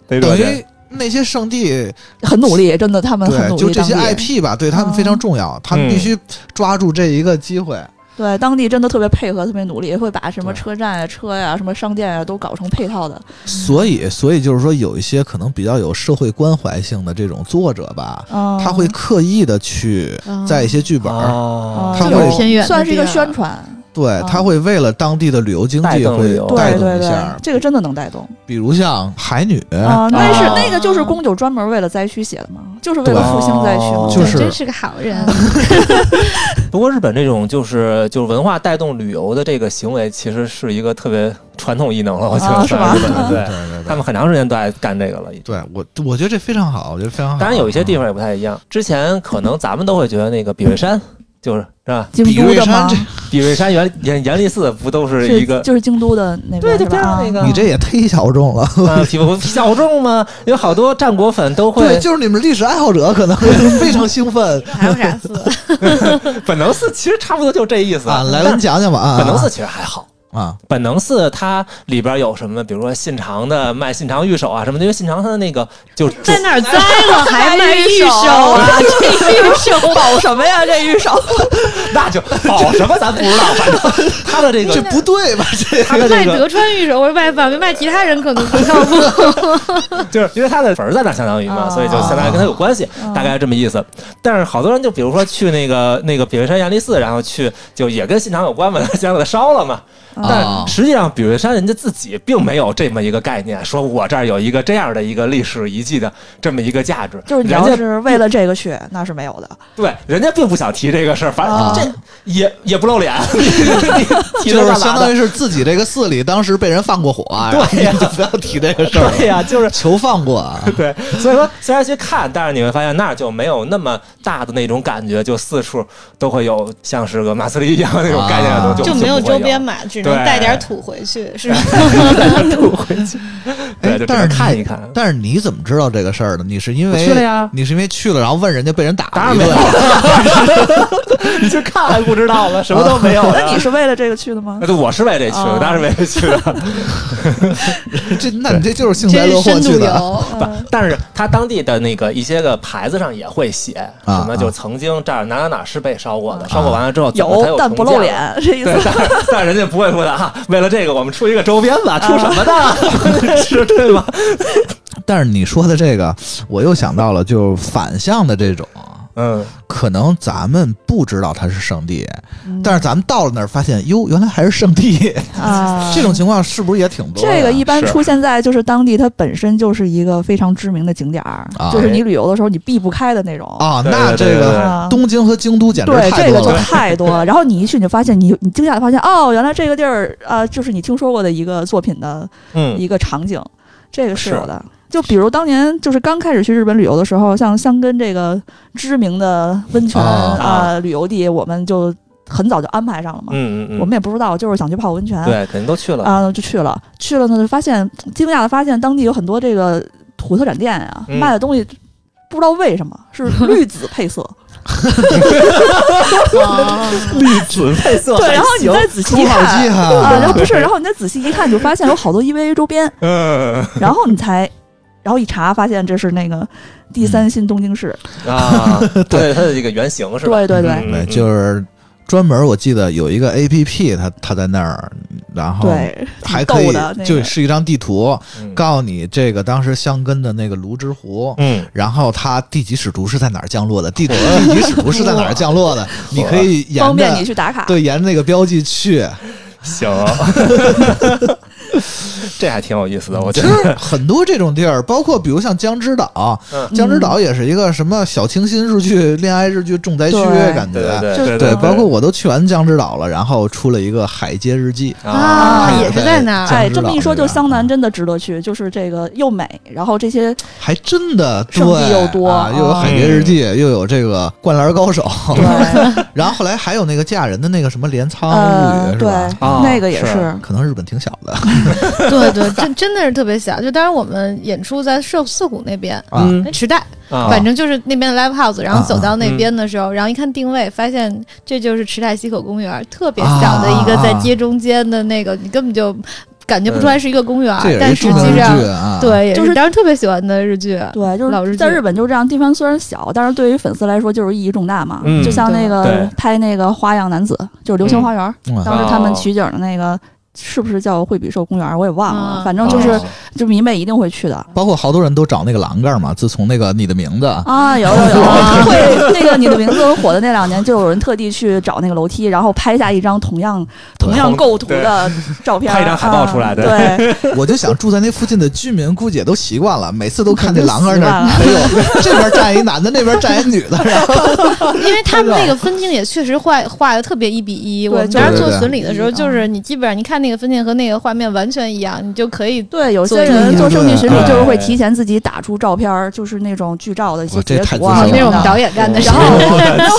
Speaker 5: 得
Speaker 1: 等
Speaker 5: 热点
Speaker 1: 于那些圣地，
Speaker 3: 很努力，真的，他们很
Speaker 1: 对，
Speaker 3: 努力。
Speaker 1: 就这些
Speaker 3: 当地嗯
Speaker 1: IP 吧，对他们非常重要，他们必须抓住这一个机会。
Speaker 3: 对当地真的特别配合，特别努力，会把什么
Speaker 1: 对
Speaker 3: 车站呀、车呀、什么商店呀都搞成配套的。
Speaker 1: 所以，所以就是说，有一些可能比较有社会关怀性的这种作者吧，
Speaker 3: 嗯，
Speaker 1: 他会刻意的去
Speaker 4: 嗯
Speaker 1: 在一些剧本儿，
Speaker 5: 哦
Speaker 3: 嗯，
Speaker 1: 他
Speaker 3: 这种
Speaker 1: 会
Speaker 4: 偏远的
Speaker 3: 算是一个
Speaker 4: 地儿
Speaker 3: 宣传，
Speaker 1: 对
Speaker 3: 嗯
Speaker 1: 他会为了当地的旅游经
Speaker 5: 带
Speaker 1: 济
Speaker 5: 动旅
Speaker 1: 会
Speaker 5: 游
Speaker 1: 哦带
Speaker 3: 对
Speaker 1: 动
Speaker 3: 对
Speaker 1: 一
Speaker 3: 对
Speaker 1: 下，，哎
Speaker 3: 这个真的能带动
Speaker 1: 比如像海女，
Speaker 3: 啊！那是
Speaker 5: 哦
Speaker 3: 那个就是宫九专门为了灾区写的嘛，就是为了
Speaker 5: 对
Speaker 3: 复兴灾区嘛，
Speaker 1: 哦就
Speaker 4: 对
Speaker 1: 是
Speaker 4: 真是个好人。
Speaker 5: 不过日本这种就是就是文化带动旅游的这个行为，其实是一个特别传统异能了，我觉
Speaker 3: 啊
Speaker 5: 得
Speaker 3: 是
Speaker 5: 在
Speaker 3: 吗
Speaker 5: 日本
Speaker 1: 对
Speaker 5: 对，
Speaker 1: 对
Speaker 5: 他
Speaker 1: 对
Speaker 5: 们很长时间都爱干这个了，已经。
Speaker 1: 对，我我觉得这非常好，我觉得非常好。
Speaker 5: 当然有一些地
Speaker 1: 方，
Speaker 5: 方也不太一样。之前可能咱们都会觉得那个比瑞山就是是吧？
Speaker 3: 京
Speaker 1: 比
Speaker 3: 都
Speaker 1: 瑞
Speaker 3: 的
Speaker 1: 山
Speaker 3: 嘛
Speaker 1: 这，
Speaker 5: 比瑞山原严严立寺不都是一
Speaker 3: 是
Speaker 5: 个？
Speaker 3: 就是京都的那边
Speaker 5: 对，就是
Speaker 3: 吧？
Speaker 5: 像那
Speaker 3: 啊
Speaker 5: 个
Speaker 1: 你这也忒小众 了。
Speaker 5: 啊，皮肤小众吗？有好多战国粉都
Speaker 1: 对，
Speaker 5: 会。
Speaker 1: 就是你们历史爱好者可能 会非常兴奋
Speaker 4: 还有啥 寺？
Speaker 5: 本能寺其实差不多就这意思
Speaker 1: 啊！来，我你讲讲吧啊！
Speaker 5: 但本能寺其实还好。
Speaker 1: 啊，
Speaker 5: 本能寺它里边有什么，比如说信长的卖信长御守啊什么的，因为信长他的那 个就是
Speaker 6: 在哪儿栽 了还卖玉手啊？这玉手
Speaker 3: 保什么呀？这玉手
Speaker 5: 那就保什么咱不知道，反正 他的这个
Speaker 1: 这不对吧？这
Speaker 5: 他的
Speaker 6: 卖
Speaker 5: 这个
Speaker 6: 德川玉手，或者卖反卖其他人可能不靠谱。
Speaker 5: 就是因为他的粉儿在那儿相当于嘛，
Speaker 3: 啊
Speaker 5: 所以就相当于跟他有关系，
Speaker 2: 嗯
Speaker 5: 大概是这么意思。但是好多人就比如说去那个那个比瑞山严立寺，然后去就也跟信长有关嘛， 想给他烧了嘛。
Speaker 1: 啊
Speaker 5: 但实际上，比瑞山人家自己并没有这么一个概念，说我这儿有一个这样的一个历史遗迹的这么一个价值，
Speaker 3: 就是你
Speaker 5: 人
Speaker 3: 要
Speaker 5: 家
Speaker 3: 是为了这个去，那是没有 的。
Speaker 5: 对人家并不想提这个事儿，反正
Speaker 3: 啊
Speaker 5: 这也也不露脸，你你提
Speaker 1: 就
Speaker 5: 它
Speaker 1: 是
Speaker 5: 干
Speaker 1: 相当
Speaker 5: 嘛呢？
Speaker 1: 于是自己这个寺里当时被人放过火，啊
Speaker 5: 对
Speaker 1: 然
Speaker 5: 呀
Speaker 1: 后你就不要提这个事儿，
Speaker 5: 对呀、就是
Speaker 1: 求放过啊！
Speaker 5: 对， 所以说虽然去看，但是你会发现那儿就没有那么大的那种感觉，就四处都会有像是个马斯里一样那种概念的东西，
Speaker 6: 就没有
Speaker 5: 有
Speaker 6: 周边嘛，只能
Speaker 5: 对
Speaker 6: 带点土回去，是吧？
Speaker 5: 土回去。对，
Speaker 1: 哎
Speaker 5: 就只
Speaker 1: 但
Speaker 5: 能
Speaker 1: 是
Speaker 5: 看
Speaker 1: 你
Speaker 5: 一看。
Speaker 1: 但是你怎么知道这个事儿的？你是因
Speaker 5: 我
Speaker 1: 为
Speaker 5: 去了呀
Speaker 1: 你是因为去了，然后问人家被人打了
Speaker 5: 当然
Speaker 1: 一
Speaker 5: 没
Speaker 1: 顿
Speaker 5: 有，你去看还不知道 吗？什么都没有
Speaker 3: 那你
Speaker 5: 的。
Speaker 3: 是为了这个去的吗？
Speaker 5: 那啊我是为这去的，
Speaker 3: 哦
Speaker 5: 当然是为这去的。
Speaker 1: 这那你这就是幸灾
Speaker 6: 真
Speaker 1: 乐
Speaker 6: 是
Speaker 1: 祸
Speaker 6: 深度
Speaker 1: 去的。
Speaker 6: 游。
Speaker 5: 不， 但是他当地的那个一些个牌子上也会写，
Speaker 1: 啊
Speaker 5: 什么就
Speaker 1: 啊
Speaker 5: 曾经这儿哪哪哪是被烧过的，烧过完了之后怎么才
Speaker 3: 有，但不
Speaker 5: 重
Speaker 3: 露
Speaker 5: 建啊
Speaker 3: 脸，这意思
Speaker 5: 对，。但是但是人家不会说的啊，为了这个我们出一个周边吧，出什么
Speaker 3: 啊
Speaker 5: 的， 是对吧？
Speaker 1: 但是你说的这个，我又想到了，就是反向的这种。
Speaker 5: 嗯，
Speaker 1: 可能咱们不知道它是圣地，
Speaker 3: 嗯
Speaker 1: 但是咱们到了那儿发现，哟，原来还是圣地。
Speaker 3: 啊，
Speaker 1: 这种情况是不是也挺多的呀？
Speaker 3: 这个一般
Speaker 5: 是
Speaker 3: 出现在就是当地，它本身就是一个非常知名的景点儿
Speaker 1: 啊，
Speaker 3: 就是你旅游的时候你避不开的那种。
Speaker 1: 啊，
Speaker 5: 对
Speaker 1: 那
Speaker 5: 对
Speaker 1: 这
Speaker 5: 哎对对
Speaker 1: 个
Speaker 5: 对
Speaker 3: 啊
Speaker 1: 东京和京都简直
Speaker 3: 对，
Speaker 1: 太
Speaker 3: 这
Speaker 1: 多
Speaker 3: 个就
Speaker 1: 了。
Speaker 3: 太多了。然后你一去，你就发现你你惊讶的发现，哦，原来这个地儿啊、呃就是你听说过的一个作品的
Speaker 5: 嗯，
Speaker 3: 一个场景，这个是
Speaker 5: 是
Speaker 3: 有的。就比如当年就是刚开始去日本旅游的时候，像香根这个知名的温泉
Speaker 1: 啊
Speaker 3: 啊、旅游地，我们就很早就安排上了嘛。
Speaker 5: 嗯嗯嗯，
Speaker 3: 我们也不知道，就是想去泡温泉，
Speaker 5: 对肯定都去了，
Speaker 3: 啊、就去了。去了呢，就发现惊讶的发现当地有很多这个土特产店啊，
Speaker 5: 嗯
Speaker 3: 卖的东西不知道为什么是绿紫配色，
Speaker 5: 绿紫配色
Speaker 3: 对，然后你再仔细
Speaker 1: 出
Speaker 3: 一
Speaker 1: 好
Speaker 3: 看
Speaker 1: 记哈
Speaker 3: 啊，然后 不是，然后你再仔细一看，就发现有好多 EVA 周边，
Speaker 5: 嗯
Speaker 3: 然后你才，然后一查发现这是那个第三新东京市，
Speaker 5: 啊，对它的这个原型嗯是吧？
Speaker 3: 对对对
Speaker 5: 嗯
Speaker 1: 对，就是专门我记得有一个 A P P，它它在那儿，然后
Speaker 3: 对，
Speaker 1: 还
Speaker 3: 挺
Speaker 1: 可以
Speaker 3: 逗的，那
Speaker 1: 就
Speaker 3: 个。
Speaker 1: 是一张地图，
Speaker 5: 嗯
Speaker 1: 告诉你这个当时香根的那个芦之湖。
Speaker 5: 嗯，
Speaker 1: 然后它地级使图是在哪儿降落的？地 地级使图是在哪儿降落的？你可以沿着
Speaker 3: 方便你去打卡，
Speaker 1: 对沿着那个标记去。
Speaker 5: 行， 这还挺有意思的，我
Speaker 1: 其
Speaker 5: 觉得。
Speaker 1: 实很多这种地儿，包括比如像江之岛，
Speaker 5: 嗯
Speaker 1: 江之岛也是一个什么小清新日剧、恋爱日剧重灾区
Speaker 3: 对
Speaker 1: 感觉。
Speaker 5: 对对
Speaker 3: 就是
Speaker 5: 对
Speaker 1: 对，
Speaker 5: 对，
Speaker 1: 包括我都去完江之岛了，然后出了一个《海街日记》
Speaker 5: 啊，
Speaker 1: 它
Speaker 6: 也是在那儿
Speaker 1: 江
Speaker 3: 哎，
Speaker 1: 之
Speaker 3: 这么
Speaker 1: 岛
Speaker 3: 一说，
Speaker 1: 那边
Speaker 3: 就湘南真的值得去，就是这个又美，然后这些
Speaker 5: 哦
Speaker 1: 还真的对
Speaker 3: 圣地又多
Speaker 1: 啊，又有《海街日记》，又有这个《灌篮高手》，
Speaker 5: 哦
Speaker 3: 对，
Speaker 1: 然后后来还有那个嫁人的那个什么镰仓物
Speaker 3: 呃，
Speaker 1: 语，是
Speaker 3: 对
Speaker 1: 吧？，
Speaker 5: 啊
Speaker 3: 那个也
Speaker 5: 是
Speaker 3: 是，
Speaker 1: 可能日本挺小的
Speaker 6: 对对，真真的是特别小。就当时我们演出在涩涩谷那边，
Speaker 1: 啊，
Speaker 5: 嗯
Speaker 6: 那池袋，
Speaker 5: 啊
Speaker 6: 反正就是那边的 live house。然
Speaker 1: 啊
Speaker 6: 后
Speaker 1: 啊
Speaker 6: 走到那边的时候，然后一看定位，发现这就是池袋西口公园，特别小的
Speaker 1: 啊嗯
Speaker 6: 一个在街中间的那个，你根本就。感觉不出来是一个公
Speaker 4: 啊
Speaker 6: 园儿
Speaker 1: 啊这，也
Speaker 6: 但
Speaker 1: 是
Speaker 6: 实
Speaker 1: 日
Speaker 6: 际
Speaker 1: 本
Speaker 6: 上
Speaker 1: 剧啊，，
Speaker 6: 对，也
Speaker 3: 就是
Speaker 6: 当时特别喜欢的日剧。
Speaker 3: 对，就
Speaker 6: 老日
Speaker 3: 是
Speaker 6: 剧
Speaker 3: 在日本就这样，地方虽然小，但是对于粉丝来说就是意义重大嘛。
Speaker 5: 嗯
Speaker 3: 就像那
Speaker 5: 对
Speaker 3: 个拍那个《花样男子》，就是《流星花园》
Speaker 1: 嗯
Speaker 3: 当时他
Speaker 5: 哦
Speaker 3: 们取景的那个是不是叫惠比寿公园？我也忘了，
Speaker 6: 嗯
Speaker 3: 反正就是、
Speaker 5: 哦
Speaker 3: 就迷妹一定会去的。
Speaker 1: 包括好多人都找那个栏杆嘛，自从那个你的名字啊，
Speaker 3: 啊，有有有，会那个你的名字火的那两年，就有人特地去找那个楼梯，然后拍下一张同样同样构图的照片，
Speaker 5: 拍一张海报
Speaker 3: 啊
Speaker 5: 出来的
Speaker 3: 对，
Speaker 1: 我就想住在那附近的居民估计也都习惯了，每次都看那栏杆那
Speaker 3: 都
Speaker 1: 儿， 哎呦，这边站一男的，那边站一女的，然后
Speaker 6: 因为他们那个分镜也确实画画的特别一比一。我们
Speaker 3: 就
Speaker 6: 当时
Speaker 1: 是
Speaker 6: 做
Speaker 1: 对
Speaker 6: 损理的时候，
Speaker 3: 嗯
Speaker 6: 就是你基本上你看那个分镜和那个画面完全一样，你就可以
Speaker 3: 对，有
Speaker 6: 做
Speaker 3: 些
Speaker 6: 一
Speaker 3: 人
Speaker 1: 个
Speaker 3: 做
Speaker 1: 对
Speaker 3: 生命实力
Speaker 5: 对
Speaker 3: 就是会提前自己打出照片儿，就是那种剧照的一些
Speaker 1: 哇这
Speaker 3: 截
Speaker 1: 太
Speaker 3: 图
Speaker 1: 自
Speaker 3: 啊
Speaker 6: 哦，
Speaker 1: 信
Speaker 3: 什
Speaker 6: 那是
Speaker 1: 了
Speaker 6: 我
Speaker 3: 么
Speaker 6: 们
Speaker 3: 的。
Speaker 6: 导演干的事
Speaker 3: 然
Speaker 6: 儿。
Speaker 3: 后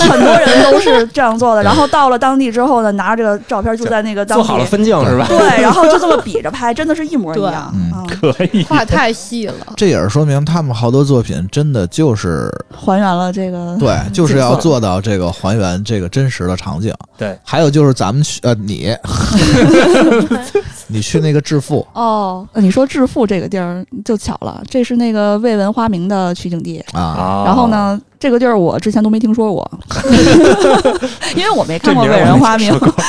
Speaker 3: 有很多人都是这样做的，然后到了当地之后呢，拿着这个照片就在那个当
Speaker 5: 做好了
Speaker 3: 地，
Speaker 5: 分镜是吧？
Speaker 3: 对，然后就这么比着拍，真的是一模一样
Speaker 1: 对嗯，
Speaker 3: 嗯
Speaker 5: 可以，
Speaker 6: 画太细了，
Speaker 1: 这也是说明他们好多作品真的就是
Speaker 3: 还原了这 个
Speaker 1: 对，就是要
Speaker 3: 景色
Speaker 1: 做到这个还原这个真实的场景。
Speaker 5: 对，
Speaker 1: 还有就是咱们去呃你， 你去那个致富，
Speaker 3: 哦，你说致富这个地儿就巧了，这是那个未闻花名的取景地。
Speaker 1: 啊，
Speaker 5: 啊
Speaker 3: 然后？呢，这个地儿我之前都没听说过， 因为我没看过
Speaker 5: 这
Speaker 3: 未
Speaker 5: 名
Speaker 3: 闻
Speaker 5: 儿我没
Speaker 3: 花名
Speaker 5: 听说。嗯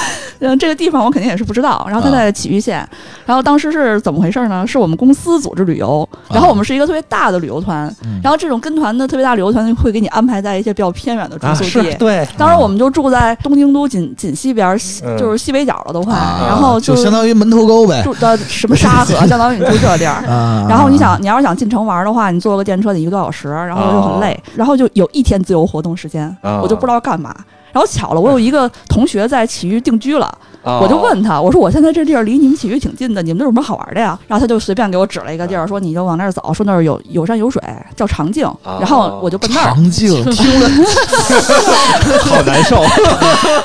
Speaker 3: 嗯，这个地方我肯定也是不知道。然后它在杞玉县，然后当时是怎么回事呢？是我们公司组织旅游，
Speaker 5: 啊
Speaker 3: 然后我们是一个特别大的旅游团，
Speaker 1: 嗯
Speaker 3: 然后这种跟团的特别大旅游团会给你安排在一些比较偏远的住
Speaker 5: 啊，
Speaker 3: 宿地。
Speaker 5: 是 对，
Speaker 3: 当时我们就住在东京都仅仅西边儿，西
Speaker 5: 嗯
Speaker 3: 就是西北角了都快，
Speaker 1: 啊
Speaker 3: 然后
Speaker 1: 就
Speaker 3: 就
Speaker 1: 相当于门头沟呗
Speaker 3: 住的什 么沙河，相当于你住这地儿。
Speaker 1: 啊。
Speaker 3: 然后你想，你要是想进城玩的话，你坐个电车得一个多小时，然后又
Speaker 1: 哦
Speaker 3: 很累，然后就有一天自由活动时间，
Speaker 5: 哦
Speaker 3: 我就不知道干嘛。然后巧了，我有一个同学在启玉定居了，
Speaker 1: 哦
Speaker 5: 啊
Speaker 3: 我就问他，我说我现在这地儿离你们启玉挺近的，你们那儿有什么好玩的呀？然后他就随便给我指了一个
Speaker 1: 嗯
Speaker 3: 地儿，说你就往那儿走，说那儿有有山有水，叫长镜。然后我就奔那儿，
Speaker 1: 哦长镜听了 好难受，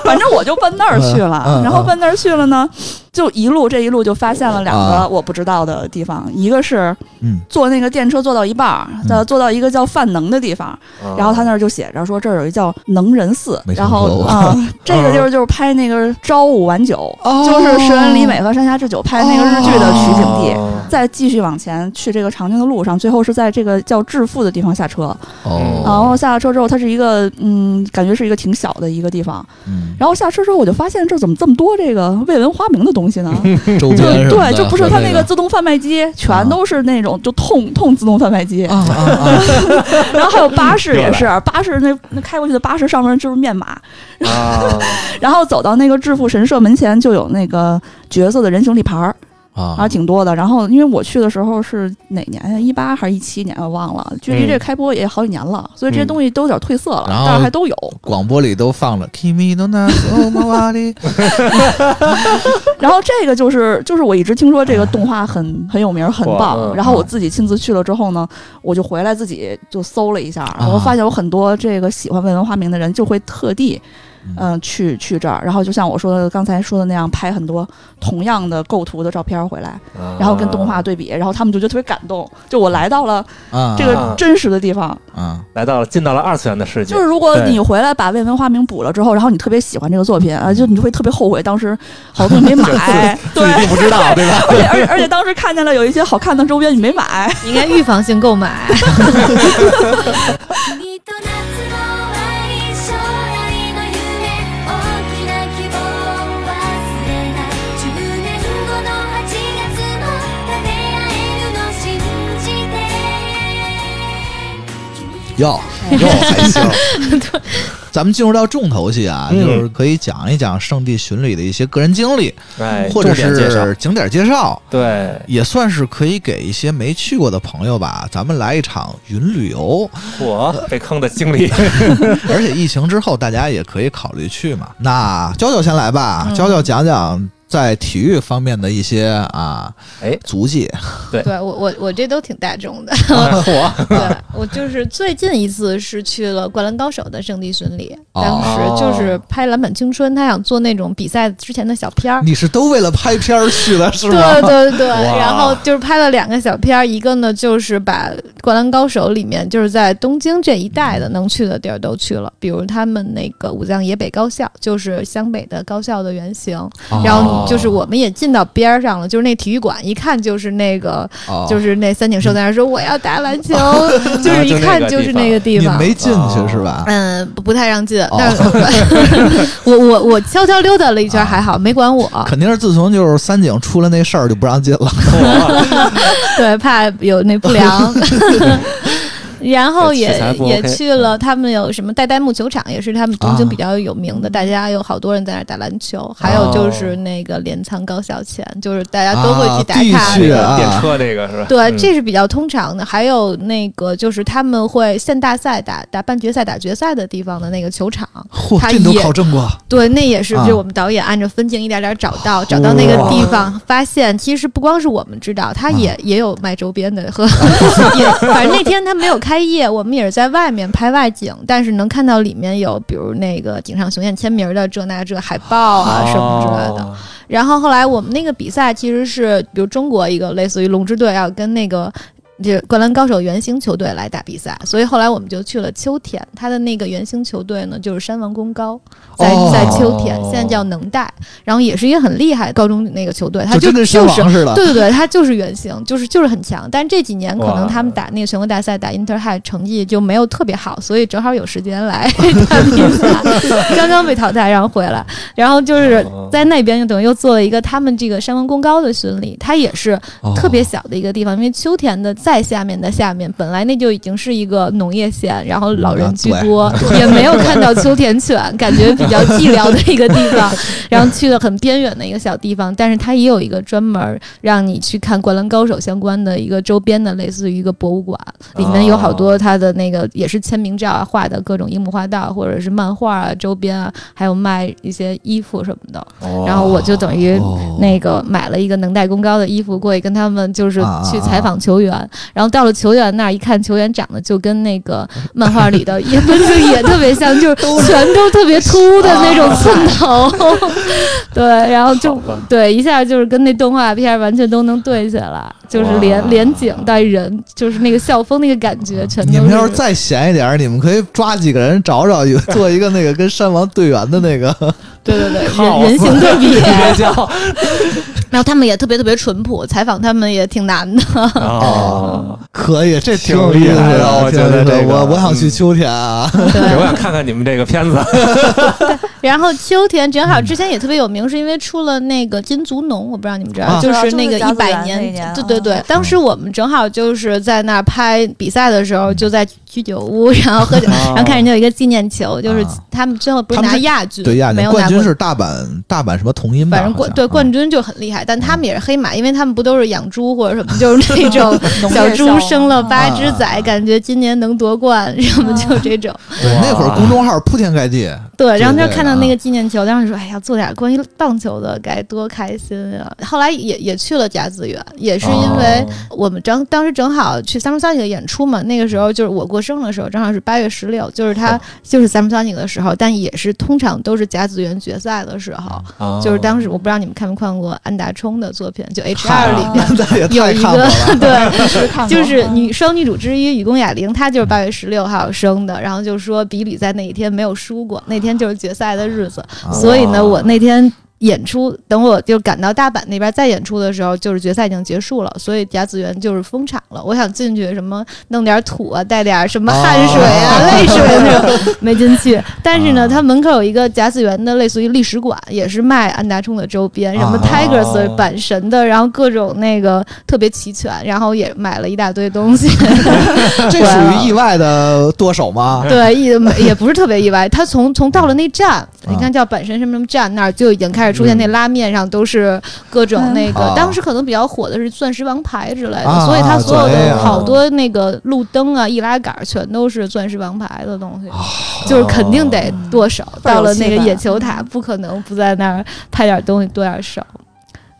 Speaker 3: 反正我就奔那儿去了。
Speaker 1: 嗯嗯
Speaker 3: 然后奔那儿去了呢，就一路这一路就发现了两
Speaker 1: 啊
Speaker 3: 个我不知道的地方，一个是
Speaker 1: 嗯，
Speaker 3: 坐那个电车坐到一半儿，
Speaker 1: 嗯
Speaker 3: 到坐到一个叫范能的地方，
Speaker 5: 哦，
Speaker 3: 然后他那儿就写着说这儿有一叫能仁寺
Speaker 1: 没，听
Speaker 3: 然
Speaker 1: 说
Speaker 3: 后
Speaker 1: 过
Speaker 3: 啊、 这个地儿就是拍那个朝五晚九，
Speaker 1: 哦
Speaker 3: 就是石原里美和山下智久拍那个日剧的取景地。
Speaker 5: 哦
Speaker 3: 再继续往前去这个长镜的路上，最后是在这个叫致富的地方下车。然
Speaker 1: 哦，
Speaker 3: 后下了车之后，它是一个嗯，感觉是一个挺小的一个地方。
Speaker 1: 嗯，
Speaker 3: 然后下车之后，我就发现这儿怎么这么多这个未闻花名的东西呢？
Speaker 1: 周
Speaker 3: 就
Speaker 1: 边什么
Speaker 3: 对，
Speaker 1: 的
Speaker 3: 就不是它
Speaker 1: 和那
Speaker 3: 那个自动贩卖机，全都是那种就痛痛自动贩卖机。
Speaker 1: 啊 啊啊，
Speaker 3: 然后还有巴士也是，巴士那那开过去的巴士上面就是面马，
Speaker 5: 啊，
Speaker 3: 然后走到那个致富神社门前就有那个角色的人形立牌儿，
Speaker 1: 啊
Speaker 3: 还挺多的。然后因为我去的时候是哪年呀？一八还是一七年？我忘了，距离这开播也好几年了，所以这些东西都有点褪色了，
Speaker 1: 嗯然后
Speaker 3: 但是还都有。
Speaker 1: 广播里都放了 Kimi no na so m a r i
Speaker 3: 然后这个就是就是我一直听说这个动画很很有名，很
Speaker 5: 哇
Speaker 3: 棒
Speaker 5: 嗯。
Speaker 3: 然后我自己亲自去了之后呢，我就回来自己就搜了一下，我
Speaker 5: 啊
Speaker 3: 发现有很多这个喜欢未闻花名的人就会特地。嗯，去去这儿，然后就像我说的刚才说的那样，拍很多同样的构图的照片回来，
Speaker 5: 啊
Speaker 3: 然后跟动画对比，然后他们就觉得特别感动。就我来到了
Speaker 1: 啊，
Speaker 3: 这个真实的地方，
Speaker 1: 啊，
Speaker 5: 来到了进到了二次元的世界，
Speaker 3: 就是如果
Speaker 5: 对
Speaker 3: 你回来把未闻花名补了之后，然后你特别喜欢这个作品啊，就你就会特别后悔当时好多东西没买，
Speaker 5: 自
Speaker 3: 对，
Speaker 5: 己并不知道，对吧？
Speaker 3: 而且而且而且当时看见了有一些好看的周边你没买，
Speaker 6: 你应该预防性购买。
Speaker 7: 君と夏の愛将来の夢大きな希望を忘れない10年後の8月も食べ合えるの信 じて
Speaker 1: 哟哟还行。咱们进入到重头戏啊，
Speaker 5: 嗯
Speaker 1: 就是可以讲一讲圣地巡礼的一些个人经历，
Speaker 5: 哎，
Speaker 1: 或者
Speaker 5: 重点介绍
Speaker 1: 是景点介绍，
Speaker 5: 对，
Speaker 1: 也算是可以给一些没去过的朋友吧。咱们来一场云旅 游，
Speaker 5: 我被坑的经历，
Speaker 1: 而且疫情之后大家也可以考虑去嘛。那娇娇先来
Speaker 4: 嗯
Speaker 1: 吧，娇娇讲讲在体育方面的一些啊
Speaker 5: 哎
Speaker 1: 足迹。
Speaker 5: 哎
Speaker 6: 对我我我这都挺大众的。
Speaker 5: 我
Speaker 6: 对
Speaker 4: 我就是最近一次是去了《灌篮高手》的圣地巡礼，
Speaker 1: 哦
Speaker 4: 当时就是拍《篮板青春》，他想做那种比赛之前的小片儿。
Speaker 1: 你是都为了拍片儿去的是
Speaker 4: 对
Speaker 1: 吗？
Speaker 4: 对对，
Speaker 1: 哇
Speaker 4: 然后就是拍了两个小片儿，一个呢就是把《灌篮高手》里面就是在东京这一带的能去的地儿都去了，比如他们那个武藏野北高校，就是湘北的高校的原型。
Speaker 5: 哦
Speaker 4: 然
Speaker 1: 哦
Speaker 4: 后你就是我们也进到边儿上了，就是那体育馆，一看就是那个
Speaker 1: 哦
Speaker 4: 就是那三井寿在那儿说我要打篮球，
Speaker 5: 哦
Speaker 4: 就是一看就是那个地
Speaker 1: 你
Speaker 4: 方。
Speaker 1: 没进去啊是吧？
Speaker 4: 嗯，不不太让进
Speaker 1: 哦，
Speaker 4: 但是 我我我悄悄溜达了一圈，还
Speaker 5: 啊
Speaker 4: 好没管我，
Speaker 1: 肯定是自从就是三井出了那事儿就不让进了。
Speaker 4: 对，怕有那不 良。然后也
Speaker 5: 器材不
Speaker 4: 也
Speaker 5: OK 嗯
Speaker 4: 去了，他们有什么代代木球场，也是他们东京比较有名的，大家有好多人在那儿打篮球，还有
Speaker 5: 哦
Speaker 4: 就是那个镰仓高校前，就是大家都会去打
Speaker 1: 啊
Speaker 4: 卡
Speaker 1: 地区
Speaker 4: 的。
Speaker 1: 啊
Speaker 5: 电车那个是吧？
Speaker 4: 对，
Speaker 5: 嗯
Speaker 4: 这是比较通常的。还有那个就是他们会县大赛打打半决赛、打决赛的地方的那个球场，
Speaker 1: 嚯，
Speaker 4: 他
Speaker 1: 这你都
Speaker 4: 也
Speaker 1: 考证过？
Speaker 4: 对，那也是
Speaker 1: 啊
Speaker 4: 就我们导演按照分镜一点点找到，找到那个地方，发现其实不光是我们知道，他也、
Speaker 5: 啊
Speaker 4: 也有卖周边的和 也，反正那天他没有开业，我们也是在外面拍外景，但是能看到里面有比如那个井上雄彦签名的这那这海报啊什么之类的。
Speaker 5: 哦
Speaker 4: 然后后来我们那个比赛其实是，比如中国一个类似于龙之队要跟那个。这灌篮高手原型球队来打比赛，所以后来我们就去了秋田。他的那个原型球队呢，就是山王工高，在、
Speaker 1: 哦
Speaker 4: 在秋田，现在叫能代，然后也是一个很厉害的高中那个球队，他
Speaker 1: 真
Speaker 4: 就
Speaker 1: 跟山
Speaker 4: 是
Speaker 1: 王似的。
Speaker 4: 对对对，他就是原型，就是就是很强。但这几年可能
Speaker 5: 哇
Speaker 4: 他们打那个全国大赛、打 Inter High 成绩就没有特别好，所以正好有时间来 打比赛，刚刚被淘汰，然后回来，然后就是
Speaker 5: 哦
Speaker 4: 在那边就等于又做了一个他们这个山王公高的巡礼，它也是
Speaker 2: 哦
Speaker 5: 哦
Speaker 4: 特别小的一个地方，因为秋田的再下面的下面，本来那就已经是一个农业县，然后老人居多，也没有看到秋田犬，感觉比较寂寥的一个地方。然后去了很边远的一个小地方，但是它也有一个专门让你去看《灌篮高手》相关的一个周边的，类似于一个博物馆，里面有好多它的那个也是签名照啊画的各种樱木花道或者是漫画啊周边啊，还有卖一些衣服什么的。然
Speaker 1: 哦
Speaker 4: 后我就等于那个买了一个能代公高的衣服过去跟他们就是
Speaker 1: 啊啊
Speaker 4: 去
Speaker 1: 啊
Speaker 4: 采访球员，然后到了球员那儿一看，球员长得就跟那个漫画里的也不是也特别像，就是全都特别突兀的那种寸头， 对，然后就
Speaker 5: 好吧
Speaker 4: 对一下就是跟那动画片完全都能对起来，就是
Speaker 5: 哇
Speaker 4: 连连景带人，就是那个校风那个感觉全都
Speaker 1: 你
Speaker 4: 是。
Speaker 1: 们要是再闲一点儿，你们可以抓几个人找找，有做一个那个跟山王队员的 那个。
Speaker 4: 对对对，
Speaker 5: 靠
Speaker 4: 人人形对比，
Speaker 5: 别叫
Speaker 4: 然后他们也特别特别淳朴，采访他们也挺难的。
Speaker 5: 哦，
Speaker 1: 可以，这
Speaker 5: 挺
Speaker 1: 有
Speaker 5: 厉
Speaker 1: 意思
Speaker 5: 害的我
Speaker 1: 挺有
Speaker 5: 觉得
Speaker 1: 意思的
Speaker 5: 这个
Speaker 1: 我我想去
Speaker 5: 嗯
Speaker 1: 秋天啊。
Speaker 4: 对
Speaker 5: 我想看看你们这 个片子。
Speaker 4: 然后秋田正好之前也特别有名，是因为出了那个金足农，我不知道你们知道，
Speaker 1: 啊
Speaker 4: 就是那
Speaker 3: 就是甲子
Speaker 4: 个一
Speaker 3: 园
Speaker 4: 百
Speaker 3: 那一
Speaker 4: 年，
Speaker 3: 年啊
Speaker 4: 对对对。当时我们正好就是在那儿拍比赛的时候，就在居酒屋， 然后喝酒，
Speaker 5: 啊
Speaker 4: 然后看人家有一个纪念球，就是
Speaker 1: 哦啊
Speaker 4: 他们最后不是
Speaker 1: 他们
Speaker 4: 拿
Speaker 1: 是
Speaker 4: 亚军，
Speaker 1: 对亚
Speaker 4: 没
Speaker 1: 军
Speaker 4: 有
Speaker 1: 冠
Speaker 4: 拿
Speaker 1: 军
Speaker 4: 过。
Speaker 1: 是大阪大阪什么同音吧？
Speaker 4: 反正
Speaker 1: 好
Speaker 4: 冠
Speaker 1: 像啊嗯
Speaker 4: 对冠军就很厉害，但他们也是黑马，因为他们不都是养猪或者什么，就是 那种
Speaker 3: 农业
Speaker 4: 小猪
Speaker 3: 校
Speaker 4: 生了八
Speaker 1: 啊
Speaker 4: 只仔，感觉今年能夺冠，
Speaker 3: 啊
Speaker 4: 什么就这种。
Speaker 1: 对嗯那会儿
Speaker 5: 哇
Speaker 1: 公众号铺天盖地，
Speaker 4: 对，然后
Speaker 1: 对
Speaker 4: 就
Speaker 1: 对
Speaker 4: 看到
Speaker 1: 啊
Speaker 4: 那个纪念球，当时说：“哎呀，做点关于棒球的该多开心啊！”后来也也去了甲子园，也是因为
Speaker 1: 哦
Speaker 4: 我们正当时正好去 Summer Sonic 演出嘛，那个时候就是我过生日的时候，正好是八月十六，就是
Speaker 1: 哦
Speaker 4: 他就是 Summer Sonic 的时候，但也是通常都是甲子园决赛的时候，
Speaker 5: 哦
Speaker 4: 就是当时我不知道你们看没看过安达充的作品，就 H
Speaker 1: 嗨
Speaker 4: 二里面
Speaker 1: 那也
Speaker 4: 有
Speaker 1: 太
Speaker 4: 一
Speaker 1: 看过
Speaker 4: 个
Speaker 1: 了。
Speaker 4: 对。
Speaker 3: 是看过嗯
Speaker 4: 就是女双女主之一雨宫雅玲，她就是八月十六号生的，然后就说比比在那一天没有输过，那天就是决赛的日子，
Speaker 1: 啊
Speaker 4: 所以呢，我那天。演出，等我就赶到大阪那边再演出的时候，就是决赛已经结束了，所以甲子园就是封场了。我想进去什么弄点土啊，带点什么汗水啊、
Speaker 1: 哦
Speaker 4: 泪水那种，没进去。但是
Speaker 1: 啊
Speaker 4: 呢，它门口有一个甲子园的类似于历史馆，也是卖安达充的周边，什么
Speaker 1: 啊
Speaker 4: Tigers 的阪神的，然后各种那个特别齐全，然后也买了一大堆东西。
Speaker 1: 这属于意外的剁手吗？
Speaker 4: 对，也没也不是特别意外。他从从到了那站，
Speaker 1: 啊
Speaker 4: 你看叫阪神什么什么站那儿，就已经开始出现那拉面上都是各种那个
Speaker 1: 嗯，
Speaker 4: 当时可能比较火的是钻石王牌之类的，
Speaker 1: 啊
Speaker 4: 所以他所有
Speaker 1: 啊对
Speaker 4: 的
Speaker 1: 啊
Speaker 4: 好多那个路灯啊、易拉杆儿全都是钻石王牌的东
Speaker 1: 啊
Speaker 4: 西，就是肯定
Speaker 1: 哦
Speaker 4: 得剁手。
Speaker 3: 倍儿有
Speaker 4: 到了
Speaker 3: 气
Speaker 4: 那个
Speaker 3: 氛
Speaker 4: 野
Speaker 1: 嗯
Speaker 4: 球塔，不可能不在那儿拍点东西剁点手。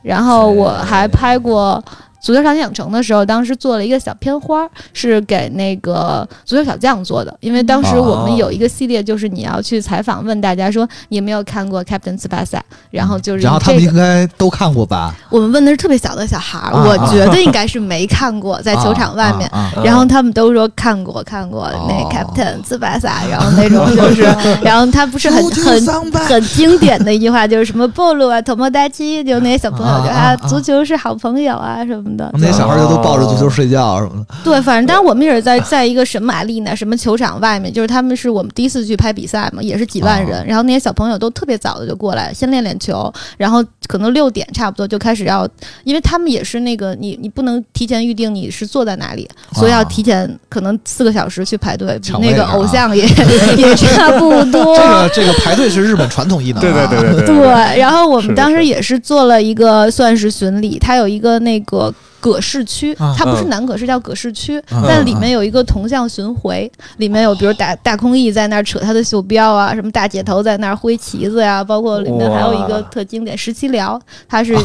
Speaker 4: 然后我还拍过
Speaker 8: 足球少年养成的时候，当时做了一个小片花儿，是给那个足球小将做的。因为当时我们有一
Speaker 1: 哦
Speaker 8: 个系列，就是你要去采访，问大家说你有没有看过 Captain Tsubasa，然后就是
Speaker 1: 然后他们
Speaker 8: 这
Speaker 1: 应
Speaker 8: 个。
Speaker 1: 该都看过吧？
Speaker 4: 我们问的是特别小的小孩儿，
Speaker 1: 啊
Speaker 4: 我
Speaker 1: 啊
Speaker 4: 觉得应该是没看过，在球场外面。
Speaker 1: 啊啊啊
Speaker 4: 然后他们都说看过看过那
Speaker 1: 哦
Speaker 4: Captain 自白撒，然后那种就是，然后他不是很
Speaker 1: 足球
Speaker 4: 很
Speaker 1: 桑巴
Speaker 4: 很经典的一句话就是什么暴露啊、头毛大七，就那些小朋友
Speaker 1: 啊
Speaker 4: 就
Speaker 1: 啊
Speaker 4: 啊，
Speaker 1: 啊
Speaker 4: 足球是好朋友啊什么的。
Speaker 1: 那些小孩儿就都抱着足球睡觉什么的，
Speaker 4: 对，反正当然我们也是在在一个神马丽呢，什么球场外面，就是他们是我们第一次去拍比赛嘛，也是几万
Speaker 1: 啊
Speaker 4: 人，然后那些小朋友都特别早的就过来，先练练球，然后可能六点差不多就开始要，因为他们也是那个你你不能提前预定你是坐在哪里，所以要提前可能四个小时去排队，比
Speaker 1: 啊抢
Speaker 4: 那
Speaker 1: 位
Speaker 4: 个
Speaker 1: 啊
Speaker 4: 偶像也 也差不多。
Speaker 1: 这个这个排队是日本传统艺能啊，
Speaker 5: 对对对对
Speaker 4: 对，然后我
Speaker 5: 是
Speaker 4: 们
Speaker 5: 的
Speaker 4: 当
Speaker 5: 是
Speaker 4: 时
Speaker 5: 的
Speaker 4: 也是做了一个算是巡礼，它有一个那个葛饰区，
Speaker 1: 啊
Speaker 4: 它不是
Speaker 5: 嗯
Speaker 4: 南葛饰，叫葛饰区，
Speaker 1: 嗯
Speaker 4: 但里面有一个铜像巡回，里面有比如大大空翼在那儿扯他的袖标啊，什么大姐头在那儿挥旗子呀、啊包括里面还有一个
Speaker 5: 哇
Speaker 4: 特经典十七聊，他是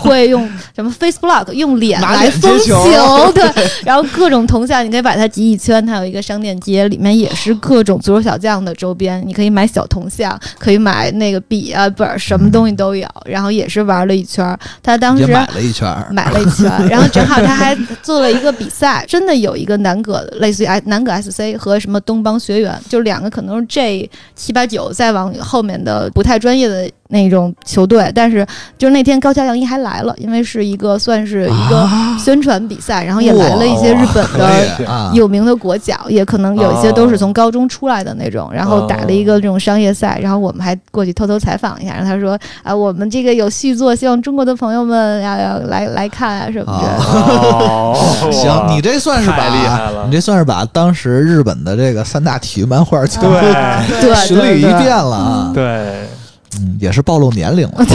Speaker 4: 会用什么 face block 用脸
Speaker 1: 拿
Speaker 4: 来
Speaker 1: 脸
Speaker 4: 封
Speaker 1: 接球
Speaker 4: 球，对，然后各种铜像，你可以把它集一圈。它有一个商店街，里面也是各种足球小将的周边，你可以买小铜像，可以买那个笔啊、本儿，什么东西都有。然后也是玩了一圈儿，他当
Speaker 1: 也
Speaker 4: 时
Speaker 1: 买了一圈儿，
Speaker 4: 买了一 圈儿，然后正好他还做了一个比赛，真的有一个南葛类似于哎南葛 SC 和什么东邦学园，就两个可能是 J 七八九再往后面的不太专业的那种球队，但是就是那天高桥洋一还来了，因为是一个算是一个
Speaker 1: 啊
Speaker 4: 宣传比赛，然后也来了一些日本
Speaker 1: 可
Speaker 4: 的
Speaker 1: 以啊，
Speaker 4: 有名的国脚，也可能有一些都是从高中出来的那种，然后打了一个这种商业赛，然后我们还过去偷偷采访一下，然后他说啊，我们这个有续作，希望中国的朋友们啊要要来来看啊什么的。
Speaker 1: 啊
Speaker 5: 哦
Speaker 1: 行，你这算是把
Speaker 5: 太厉害了
Speaker 1: 你这算是把当时日本的这个三大体育漫画全部
Speaker 5: 对
Speaker 4: 对对
Speaker 1: 巡
Speaker 4: 对
Speaker 1: 礼一遍了啊，
Speaker 5: 对，
Speaker 1: 嗯也是暴露年龄 了。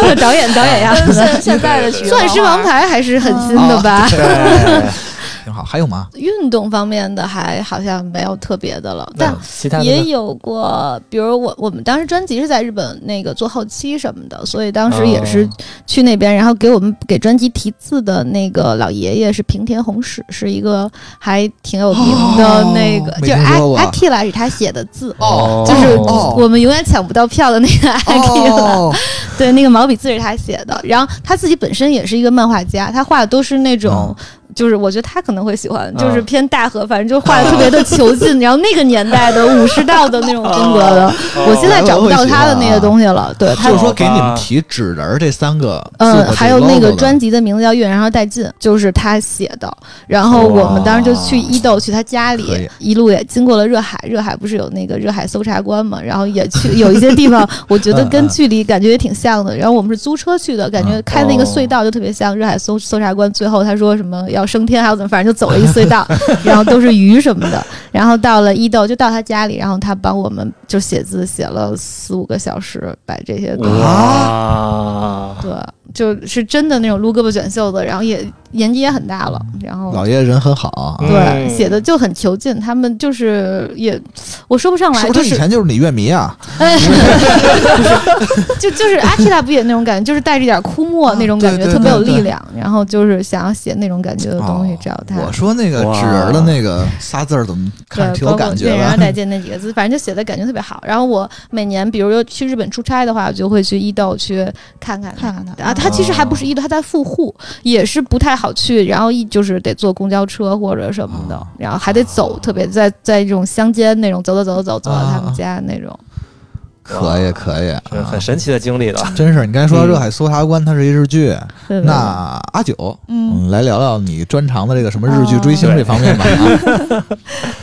Speaker 4: 对导演导演呀，
Speaker 3: 跟现嗯现在的
Speaker 5: 对
Speaker 4: 钻石王
Speaker 3: 牌，
Speaker 4: 牌还是很新的吧？
Speaker 5: 对，
Speaker 1: 哦挺好，还有吗？
Speaker 4: 哦运动方面的还好像没有特别的了，但
Speaker 5: 那其他的
Speaker 4: 也
Speaker 5: 呢
Speaker 4: 有过，比如我我们当时专辑是在日本那个做后期什么的，所以当时也是
Speaker 5: 哦
Speaker 4: 去那边，然后给我们给专辑题字的那个老爷爷是平田宏史，是一个还挺有名的
Speaker 1: 哦
Speaker 4: 那个，
Speaker 1: 没
Speaker 4: 就是
Speaker 1: 听
Speaker 4: 阿
Speaker 1: 说过
Speaker 4: 阿 K 拉是他写的字。
Speaker 1: 哦
Speaker 4: 就是
Speaker 1: 哦
Speaker 4: 我们永远抢不到票的那个 阿 K 拉，
Speaker 1: 哦，
Speaker 4: 对，那个毛笔字是他写的。然后他自己本身也是一个漫画家，他画的都是那种，就是我觉得他可能会喜欢，就是
Speaker 5: 嗯
Speaker 4: 偏大河，反正就画的特别的囚禁，然后那个年代的武士道的那种风格的。我现在找不到他的那个东西了，对
Speaker 1: 就
Speaker 4: 他
Speaker 1: 是。说给你们提纸人儿这三个字
Speaker 4: 嗯
Speaker 1: 的，这
Speaker 4: 还有那
Speaker 1: logo
Speaker 4: 个
Speaker 1: 的
Speaker 4: 专辑的名字叫《月然后带进》，就是他写的。然后我们当时就去伊豆，去他家
Speaker 1: 可
Speaker 4: 里
Speaker 1: 以，
Speaker 4: 一路也经过了热海。热海不是有那个热海搜查官嘛？然后也去有一些地 方，我觉得
Speaker 1: 嗯
Speaker 4: 跟距离感觉也挺像的。然后我们是租车去的，感觉开
Speaker 1: 哦
Speaker 4: 那个隧道就特别像热海搜搜查官。最后他说什么要升天，还有怎么，反正就走了一隧 道，然后都是鱼什么的。然后到了伊豆，就到他家里，然后他帮我们就写字，写了四五个小时，把这些东西
Speaker 1: 啊
Speaker 5: 哇，
Speaker 4: 对，就是真的那种撸胳膊卷袖子，然后也年纪也很大了，然后
Speaker 1: 嗯老爷人很好啊，
Speaker 5: 嗯
Speaker 4: 对写的就很囚禁，他们就是也我说不上
Speaker 1: 是
Speaker 4: 来，
Speaker 1: 不
Speaker 4: 就是
Speaker 1: 他以
Speaker 4: 是
Speaker 1: 前就是你乐迷啊？
Speaker 4: 哎， 就就是阿提拉不也那种感觉，就是带着点枯墨那种感觉，
Speaker 1: 啊对对
Speaker 4: 特别有
Speaker 1: 对
Speaker 4: 力
Speaker 1: 对
Speaker 4: 量，然后就是想要写那种感觉的东西
Speaker 1: 哦，
Speaker 4: 找他。
Speaker 1: 我说那个
Speaker 5: 哇
Speaker 1: 纸人的那个仨字儿怎 么看着
Speaker 4: 对，
Speaker 1: 挺
Speaker 4: 包
Speaker 1: 有
Speaker 4: 括
Speaker 1: 感
Speaker 4: 对
Speaker 1: 觉
Speaker 3: 啊
Speaker 4: 然后
Speaker 1: 的？
Speaker 4: 再见那几个字，反正就写的感觉特别好。然后我每年，比如说去日本出差的话，我就会去伊豆去看看
Speaker 3: 看看他
Speaker 4: 啊，他其实还
Speaker 1: 哦
Speaker 4: 不是伊豆，他在富户，也是不太好去，然后一就是得坐公交车或者什么的
Speaker 1: 哦，
Speaker 4: 然后还得走，特别在在这种乡间那种走走走走走到他们
Speaker 1: 啊
Speaker 4: 家那种。
Speaker 1: 可以可以，
Speaker 5: 是
Speaker 1: 啊
Speaker 5: 很神奇的经历的，
Speaker 1: 真是你刚才说到
Speaker 5: 嗯
Speaker 1: 《热海搜查官》，它是一日剧，
Speaker 4: 对对
Speaker 1: 那阿九，
Speaker 3: 嗯，
Speaker 1: 嗯，来聊聊你专长的这个什么日剧追星
Speaker 5: 哦
Speaker 1: 这方面吧。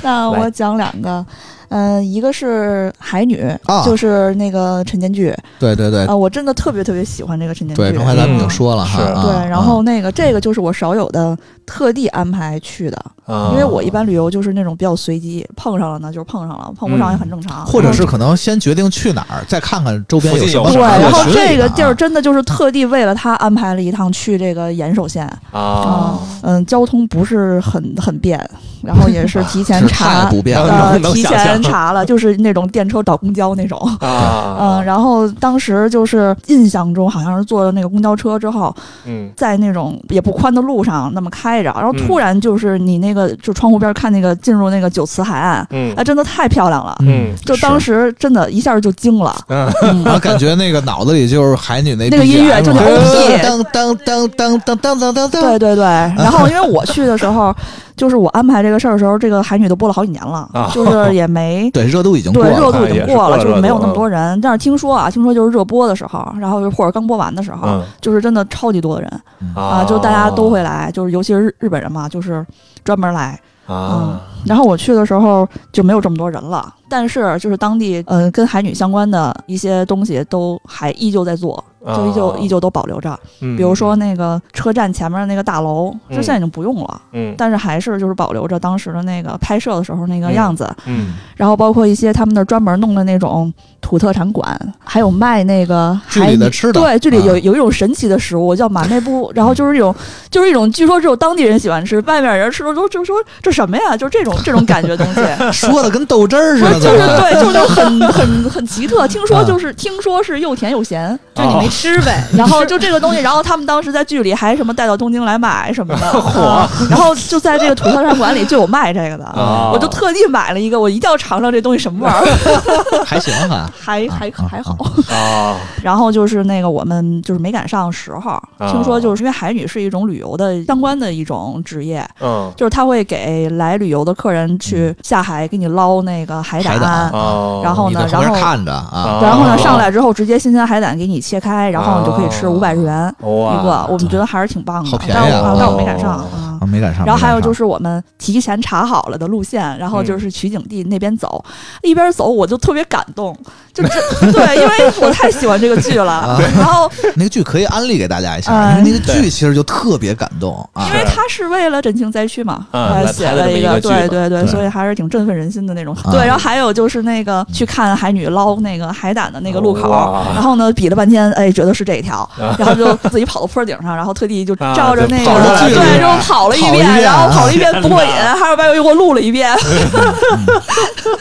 Speaker 3: 那
Speaker 5: 来
Speaker 3: 我讲两个，嗯、一个是海女，
Speaker 1: 啊
Speaker 3: 就是那个陈建剧
Speaker 1: 对对对
Speaker 3: 啊，我真的特别特别喜欢这个陈建剧。
Speaker 1: 对，刚才咱们已经
Speaker 3: 嗯
Speaker 1: 说了哈，
Speaker 5: 是
Speaker 1: 啊
Speaker 3: 对，然后那个这个就是我少有的特地安排去的，
Speaker 5: 啊
Speaker 3: 因为我一般旅游就是那种比较随机，碰上了呢就是碰上了，碰不上也很正常。嗯
Speaker 1: 或者是可能先决定去哪儿，再看看周边
Speaker 5: 附
Speaker 1: 有
Speaker 5: 近
Speaker 1: 什
Speaker 5: 有
Speaker 1: 么
Speaker 5: 什
Speaker 3: 对，
Speaker 5: 么
Speaker 1: 可
Speaker 3: 然后
Speaker 1: 去的
Speaker 3: 这个地儿
Speaker 1: 啊
Speaker 3: 真的就是特地为了他安排了一趟去这个岩手县，
Speaker 5: 啊，
Speaker 3: 嗯，交通不是很很便，然后也是 提前
Speaker 1: 是
Speaker 3: 查
Speaker 1: 太，不便了。
Speaker 3: 呃，
Speaker 5: 能能
Speaker 3: 提
Speaker 5: 想象
Speaker 3: 前查了，就是那种电车倒公交那种。
Speaker 5: 啊，
Speaker 3: 嗯，然后当时就是印象中好像是坐了那个公交车之后，
Speaker 5: 嗯
Speaker 3: 在那种也不宽的路上那么开着，然后
Speaker 5: 嗯
Speaker 3: 突然就是你那个就窗户边看那个进入那个九池海岸，
Speaker 5: 嗯
Speaker 3: 哎，真的太漂亮了，
Speaker 5: 嗯
Speaker 3: 就当时真的一下就惊了，
Speaker 5: 嗯，
Speaker 1: 然后感觉那个脑子里就是海女那
Speaker 3: 那个
Speaker 1: BGM
Speaker 3: 音乐就那
Speaker 1: 嘛
Speaker 3: OP
Speaker 1: 当当当当当当当当当
Speaker 3: 对，对对，然后因为我去的时候，就是我安排这个事儿的时候，这个海女都播了好几年了
Speaker 5: 啊，
Speaker 3: 就是也没
Speaker 1: 对热度已经过
Speaker 3: 对，
Speaker 1: 了，
Speaker 3: 热度
Speaker 5: 啊
Speaker 3: 已
Speaker 5: 也
Speaker 3: 经
Speaker 5: 是
Speaker 3: 过
Speaker 5: 过
Speaker 3: 了，
Speaker 5: 了
Speaker 3: 就是
Speaker 5: 热
Speaker 3: 没有
Speaker 5: 度
Speaker 3: 那么
Speaker 5: 嗯
Speaker 3: 多人。但是听说啊，听说就是热播的时候，然后又或者刚播完的时候，
Speaker 5: 嗯
Speaker 3: 就是真的超级多的人啊，
Speaker 5: 啊
Speaker 3: 就大家都会来，就是尤其是日日本人嘛，就是专门来。嗯
Speaker 5: 啊，，
Speaker 3: 然后我去的时候就没有这么多人了，但是就是当地嗯、呃跟海女相关的一些东西都还依旧在做，就
Speaker 1: 哦
Speaker 3: 依旧、依旧都保留着。
Speaker 5: 啊嗯，
Speaker 3: 比如说那个车站前面那个大楼，这现在已经不用了，
Speaker 5: 嗯
Speaker 3: 但是还是就是保留着当时的那个拍摄的时候那个样子。
Speaker 5: 嗯
Speaker 3: 然后包括一些他们那儿专门弄的那种土特产馆，还有卖那个
Speaker 1: 剧
Speaker 3: 海
Speaker 1: 里的
Speaker 3: 女
Speaker 1: 吃的
Speaker 3: 对，剧里有
Speaker 1: 啊
Speaker 3: 有一种神奇的食物叫马内布，然后就是一种就是一种据说只有当地人喜欢吃，外面人吃了都就说这什么呀，就是这种这种感觉的东西。
Speaker 1: 啊说的跟豆汁儿似
Speaker 3: 不是，
Speaker 1: 的，
Speaker 3: 就是
Speaker 1: 怎么
Speaker 3: 对，就是很很很奇特。听说就是、听说是又甜又咸，
Speaker 5: 就你没
Speaker 3: 吃呗。然后就这个东西，然后他们当时在剧里还什么带到东京来买什么的，啊然后就在这个土特产馆里就有卖这个的，
Speaker 5: 啊
Speaker 3: 我就特地买了一个，我一定要尝尝这东西什么味儿，
Speaker 1: 还行 哈。
Speaker 3: 还还
Speaker 1: 啊
Speaker 3: 还好。
Speaker 5: 啊
Speaker 3: 然后就是那个我们就是没赶上时候，听说就是因为海女是一种旅游的相关的一种职业，
Speaker 5: 嗯
Speaker 3: 就是他会给来旅游的客人去下海给你捞那个海
Speaker 1: 海胆
Speaker 3: 胆。
Speaker 5: 哦，
Speaker 3: 然后
Speaker 1: 你
Speaker 3: 呢
Speaker 1: 在旁边
Speaker 3: 然后
Speaker 1: 看着啊，
Speaker 3: 然后
Speaker 5: 哦
Speaker 3: 呢，上来之后直接新鲜海胆给你切开，然后你就可以吃
Speaker 5: 哦
Speaker 3: 五百日元
Speaker 5: 哇
Speaker 3: 一个，我们觉得还是挺棒的。
Speaker 1: 好便宜
Speaker 3: 但
Speaker 1: 啊
Speaker 3: 是我但我没
Speaker 5: 哦
Speaker 3: 赶上啊。
Speaker 1: 啊没赶上。
Speaker 3: 然后还有
Speaker 1: 没赶上
Speaker 3: 就是我们提前查好了的路线，然后就
Speaker 5: 嗯
Speaker 3: 是取景地那边走，一边走我就特别感动，就这 对，因为我太喜欢这个剧了。然后
Speaker 1: 那个剧可以安利给大家一下，
Speaker 3: 嗯
Speaker 1: 因为那个剧其实就特别感动啊
Speaker 3: 因。为他是为了真情灾区嘛，
Speaker 5: 嗯
Speaker 3: 呃
Speaker 5: 来
Speaker 3: 写
Speaker 5: 拍的
Speaker 3: 了
Speaker 5: 这么
Speaker 3: 一
Speaker 5: 一个剧嗯
Speaker 3: 对对
Speaker 1: 对
Speaker 3: 对，所以还是挺振奋人心的那种
Speaker 1: 啊。
Speaker 3: 对，然后还有就是那个去看海女捞那个海胆的那个路口
Speaker 5: 嗯哇，嗯
Speaker 3: 然后呢比了半天，哎，觉得是这一条，然后就自己跑到坡顶上，然后特地就
Speaker 5: 啊
Speaker 3: 照着那个
Speaker 1: 跑着去
Speaker 3: 对，然后跑了一
Speaker 1: 跑一遍
Speaker 3: 遍，然后跑了一遍
Speaker 5: 天
Speaker 3: 不过瘾
Speaker 5: 哪，
Speaker 3: 还有把我又给我录了一 遍，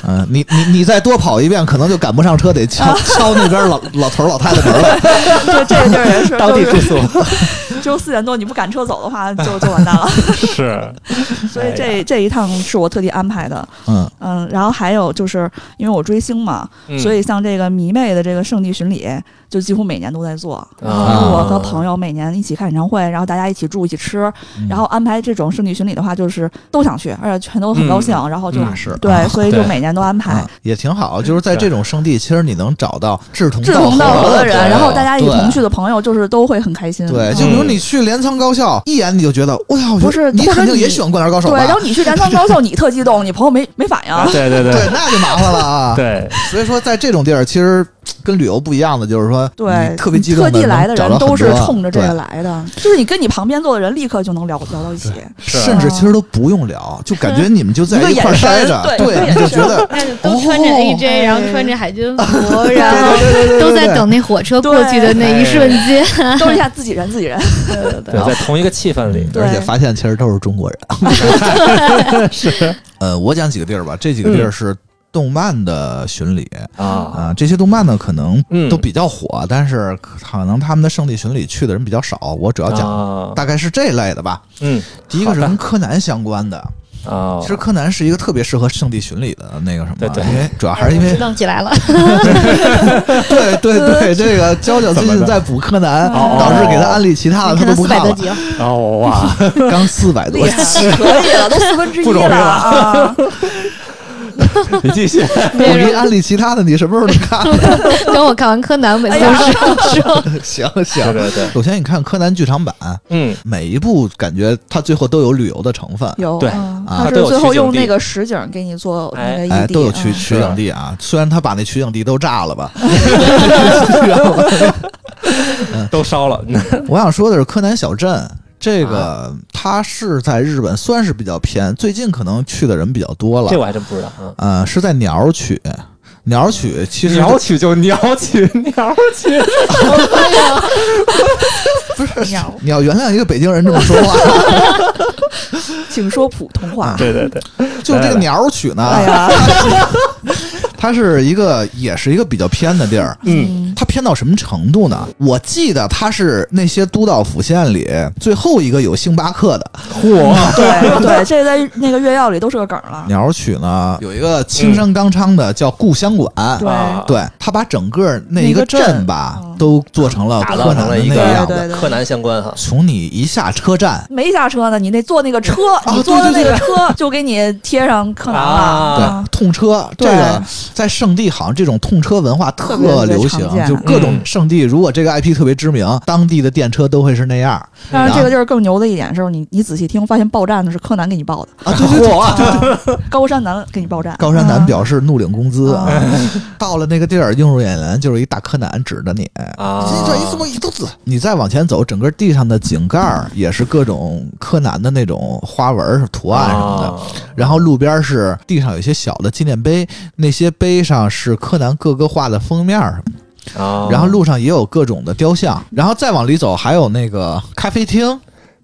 Speaker 1: 嗯，你你你再多跑一遍，可能就赶不上车，得
Speaker 3: 啊
Speaker 1: 敲敲那边老老头儿老太太门 了。
Speaker 3: 这这个地儿也是，
Speaker 5: 当地
Speaker 3: 就
Speaker 5: 住
Speaker 3: 是
Speaker 5: 宿
Speaker 3: 就四点多你不赶车走的话，就就完蛋了。
Speaker 5: 是，哎
Speaker 3: 所以这这一趟是我特地安排的，
Speaker 1: 嗯，
Speaker 3: 嗯，然后还有就是因为我追星嘛，
Speaker 5: 嗯
Speaker 3: 所以像这个迷妹的这个圣地巡礼，就几乎每年都在做。然
Speaker 5: 啊
Speaker 3: 后我和朋友每年一起看演唱会，然后大家一起住一起吃，
Speaker 1: 嗯
Speaker 3: 然后安排这种圣地巡礼的话，就是都想去，而且全都很高兴，然后就
Speaker 5: 嗯
Speaker 1: 是啊
Speaker 3: 对，所以就
Speaker 5: 对
Speaker 3: 每年都安排
Speaker 1: 啊。也挺好，就是在这种圣地，其实你能找到志同
Speaker 3: 志同道合的人，
Speaker 1: 对
Speaker 3: 然后大家一起
Speaker 1: 对
Speaker 3: 同去的朋友，就是都会很开心。
Speaker 1: 对，
Speaker 3: 嗯
Speaker 1: 就比如你去镰仓高校，一眼你就觉得，我操，我觉得
Speaker 3: 不是
Speaker 1: 你
Speaker 3: 或者
Speaker 1: 肯定
Speaker 3: 你
Speaker 1: 也喜欢灌篮高手
Speaker 3: 对，
Speaker 1: 吧？
Speaker 3: 然后你去南昌高校，你特激动，你朋友没没反应。
Speaker 5: 对对
Speaker 1: 啊 对，那就麻烦了啊。，
Speaker 5: 对，
Speaker 1: 所以说在这种地儿，其实跟旅游不一样的就是说，
Speaker 3: 对
Speaker 1: 你，特别激动
Speaker 3: 特
Speaker 1: 地
Speaker 3: 地来的
Speaker 1: 能找
Speaker 3: 人
Speaker 1: 到
Speaker 3: 都
Speaker 1: 很
Speaker 3: 是
Speaker 1: 多
Speaker 3: 冲着这个
Speaker 1: 对
Speaker 3: 来的，就是你跟你旁边坐的人立刻就能聊聊到一起。
Speaker 5: 是啊
Speaker 1: 甚至其实都不用聊，就感觉你们就在
Speaker 3: 一个
Speaker 1: 块儿
Speaker 3: 眼神
Speaker 1: 待着，
Speaker 3: 对一个
Speaker 1: 对，你
Speaker 3: 眼
Speaker 1: 就
Speaker 3: 神
Speaker 1: 觉得
Speaker 6: 但是都穿着
Speaker 4: 哎
Speaker 6: AJ，然后穿着海军服，然后
Speaker 1: 哦对对对对哎
Speaker 6: 都在
Speaker 1: 对
Speaker 6: 等那火车过去的那一瞬间。
Speaker 3: 都是一下自己人自己人。
Speaker 5: 对，在同一个气氛里，
Speaker 1: 而且发现其实都是中国人。 是，呃，我讲几个地儿吧，这几个地儿是动漫的巡礼
Speaker 5: 啊，
Speaker 1: 啊、这些动漫呢可能
Speaker 5: 嗯
Speaker 1: 都比较火，但是可能他们的圣地巡礼去的人比较少。我主要讲、
Speaker 5: 啊
Speaker 1: 大概是这类的吧。
Speaker 5: 嗯
Speaker 1: 第一个是
Speaker 5: 好的
Speaker 1: 跟柯南相关的，
Speaker 5: 啊，
Speaker 1: 其实柯南是一个特别适合圣地巡礼的那个什么，
Speaker 5: 对对
Speaker 1: 因为主要还是因为
Speaker 6: 知道起来了，
Speaker 1: 对对对，这个娇娇最近在补柯南，
Speaker 5: 哦
Speaker 1: 导致给他安利其他的他
Speaker 6: 看
Speaker 1: 都
Speaker 6: 到
Speaker 1: 不
Speaker 6: 四百
Speaker 1: 看
Speaker 6: 多
Speaker 1: 了，
Speaker 6: 集了，
Speaker 5: 哦哇，
Speaker 1: 刚四百多
Speaker 3: 厉
Speaker 1: 集
Speaker 3: 害，可以了，都四分之一
Speaker 5: 不容易
Speaker 3: 了
Speaker 5: 了
Speaker 3: 啊！
Speaker 5: 你继续，
Speaker 1: 我给你安利其他的，你什么时候能看？
Speaker 6: 等我看完柯南，每次
Speaker 4: 哎
Speaker 6: 都是说
Speaker 1: 行
Speaker 5: 对
Speaker 1: 行。
Speaker 5: 对对，
Speaker 1: 首先，你看柯南剧场版，
Speaker 5: 嗯，
Speaker 1: 每一部感觉它最后都有旅游的成分，
Speaker 3: 有
Speaker 5: 对
Speaker 3: 嗯
Speaker 1: 啊
Speaker 3: 他
Speaker 5: 都有
Speaker 3: 是最后
Speaker 5: 取景
Speaker 3: 用
Speaker 5: 地
Speaker 3: 那个实景给你做那个
Speaker 1: 哎，
Speaker 3: 异地，
Speaker 1: 都有取
Speaker 3: 嗯
Speaker 1: 取景地啊。虽然他把那取景地都炸了吧，
Speaker 5: 都烧了，嗯
Speaker 1: 我想说的是柯南小镇。这
Speaker 5: 啊
Speaker 1: 个它是在日本算是比较偏，最近可能去的人比较多了
Speaker 5: 这。我还真不知道。嗯，
Speaker 1: 呃，是在鸟取，鸟取其实
Speaker 5: 鸟取就鸟取，鸟取。
Speaker 3: 不是鸟，
Speaker 1: 你要原谅一个北京人这么说话，
Speaker 3: 请说普通话。
Speaker 5: 对对对，
Speaker 1: 就这个鸟取呢，
Speaker 3: 哎呀，
Speaker 1: 它是一个也是一个比较偏的地儿。
Speaker 5: 嗯，
Speaker 1: 它偏到什么程度呢？我记得它是那些都道府县里最后一个有星巴克的。
Speaker 5: 嚯，
Speaker 3: 对对，这在那个月曜里都是个梗了。
Speaker 1: 鸟取呢有一个青山刚昌的叫故乡馆，
Speaker 3: 对
Speaker 5: 啊
Speaker 1: 对，他把整个那
Speaker 3: 那
Speaker 1: 一
Speaker 3: 个
Speaker 1: 个
Speaker 3: 镇
Speaker 1: 镇吧
Speaker 3: 嗯
Speaker 1: 都做成了柯
Speaker 5: 打造
Speaker 1: 南
Speaker 5: 成
Speaker 1: 的
Speaker 5: 了一
Speaker 1: 那
Speaker 5: 个
Speaker 1: 样
Speaker 3: 对对
Speaker 1: 的。
Speaker 3: 对
Speaker 5: 柯南相关哈。
Speaker 1: 从你一下车站，
Speaker 3: 没下车呢，你那坐那个车，你坐的那个车就给你贴上柯南了。
Speaker 1: 对
Speaker 3: 啊，
Speaker 1: 痛车这
Speaker 3: 对
Speaker 1: 个在圣地好像这种痛车文化特
Speaker 3: 别特别
Speaker 1: 流
Speaker 3: 常
Speaker 1: 行
Speaker 3: 见，
Speaker 1: 就各种
Speaker 5: 嗯
Speaker 1: 圣地如果这个 IP 特别知名，当地的电车都会是那样
Speaker 3: 但是这个地儿更牛的一点是，你你仔细听，发现报站的是柯南给你报的，
Speaker 1: 啊。对对对，
Speaker 3: 啊 高山南给你报站。
Speaker 1: 高山南
Speaker 3: 啊
Speaker 1: 表示怒领工资
Speaker 3: 啊，
Speaker 1: 到了那个地儿，映入眼帘就是一大柯南指着你。
Speaker 5: 啊，
Speaker 1: 这这一什么一肚子？你再往前走，整个地上的井盖儿也是各种柯南的那种花纹儿图
Speaker 5: 啊
Speaker 1: 案啊什么的。然后路边是地上有一些小的纪念碑，那些碑上是柯南各个画的封面儿什么的。
Speaker 5: 的？啊，
Speaker 1: 然后路上也有各种的雕像，然后再往里走还有那个咖啡厅，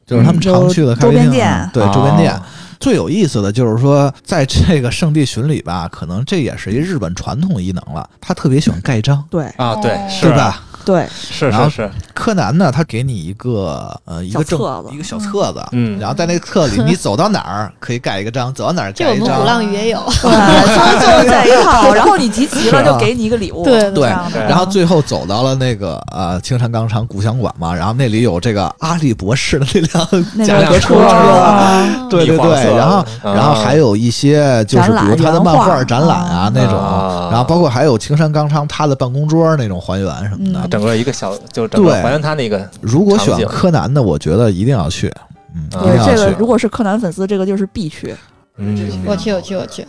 Speaker 1: 就是他们常去的咖啡厅，啊
Speaker 3: 嗯周边店
Speaker 1: 对周边店。
Speaker 5: 哦
Speaker 1: 最有意思的就是说，在这个圣地巡礼吧，可能这也是一日本传统异能了，他特别喜欢盖章，
Speaker 3: 对
Speaker 5: 啊，对，
Speaker 3: 哦
Speaker 5: 是
Speaker 1: 对吧？？
Speaker 3: 嗯对，
Speaker 5: 是
Speaker 1: 然后
Speaker 5: 是是，
Speaker 1: 柯南呢，他给你一个呃一个
Speaker 3: 小
Speaker 1: 证
Speaker 3: 册子
Speaker 1: 一个小册子，
Speaker 5: 嗯
Speaker 1: 然后在那个册里，你走到哪儿可以盖一个章，走到哪儿
Speaker 6: 这
Speaker 1: 盖
Speaker 6: 我
Speaker 1: 一
Speaker 6: 们鼓
Speaker 1: 章。
Speaker 6: 浪屿也有，
Speaker 3: 对， 就是就是这一套。然后你集齐了，就给你一个礼物。
Speaker 6: 对
Speaker 1: 啊
Speaker 6: 嗯
Speaker 1: 对
Speaker 3: 这样的
Speaker 1: 然后最后走到了那个呃青山刚昌故乡馆嘛，然后那里有这个阿笠博士的那
Speaker 3: 那
Speaker 1: 辆加
Speaker 3: 个
Speaker 1: 长
Speaker 3: 车
Speaker 1: 车，
Speaker 3: 啊
Speaker 1: 对对
Speaker 5: 米黄色
Speaker 1: 对，
Speaker 5: 的
Speaker 1: 然后
Speaker 5: 啊
Speaker 1: 然后还有一些就是比如他的漫画
Speaker 3: 展
Speaker 1: 展
Speaker 3: 览
Speaker 1: 览啊那
Speaker 5: 原画啊
Speaker 1: 种，然后包括还有青山刚昌他的办公桌那种还原什么的
Speaker 3: 嗯。
Speaker 5: 整个一个小，就整个
Speaker 1: 对嗯
Speaker 5: 还原他那个
Speaker 1: 如果选
Speaker 5: 场景
Speaker 1: 柯南的，我觉得一定要去，嗯，一定
Speaker 3: 对
Speaker 1: 要
Speaker 3: 这个，
Speaker 1: 去。
Speaker 3: 如果是柯南粉丝，这个地儿是必去。
Speaker 5: 嗯，
Speaker 6: 我去，我去，我去，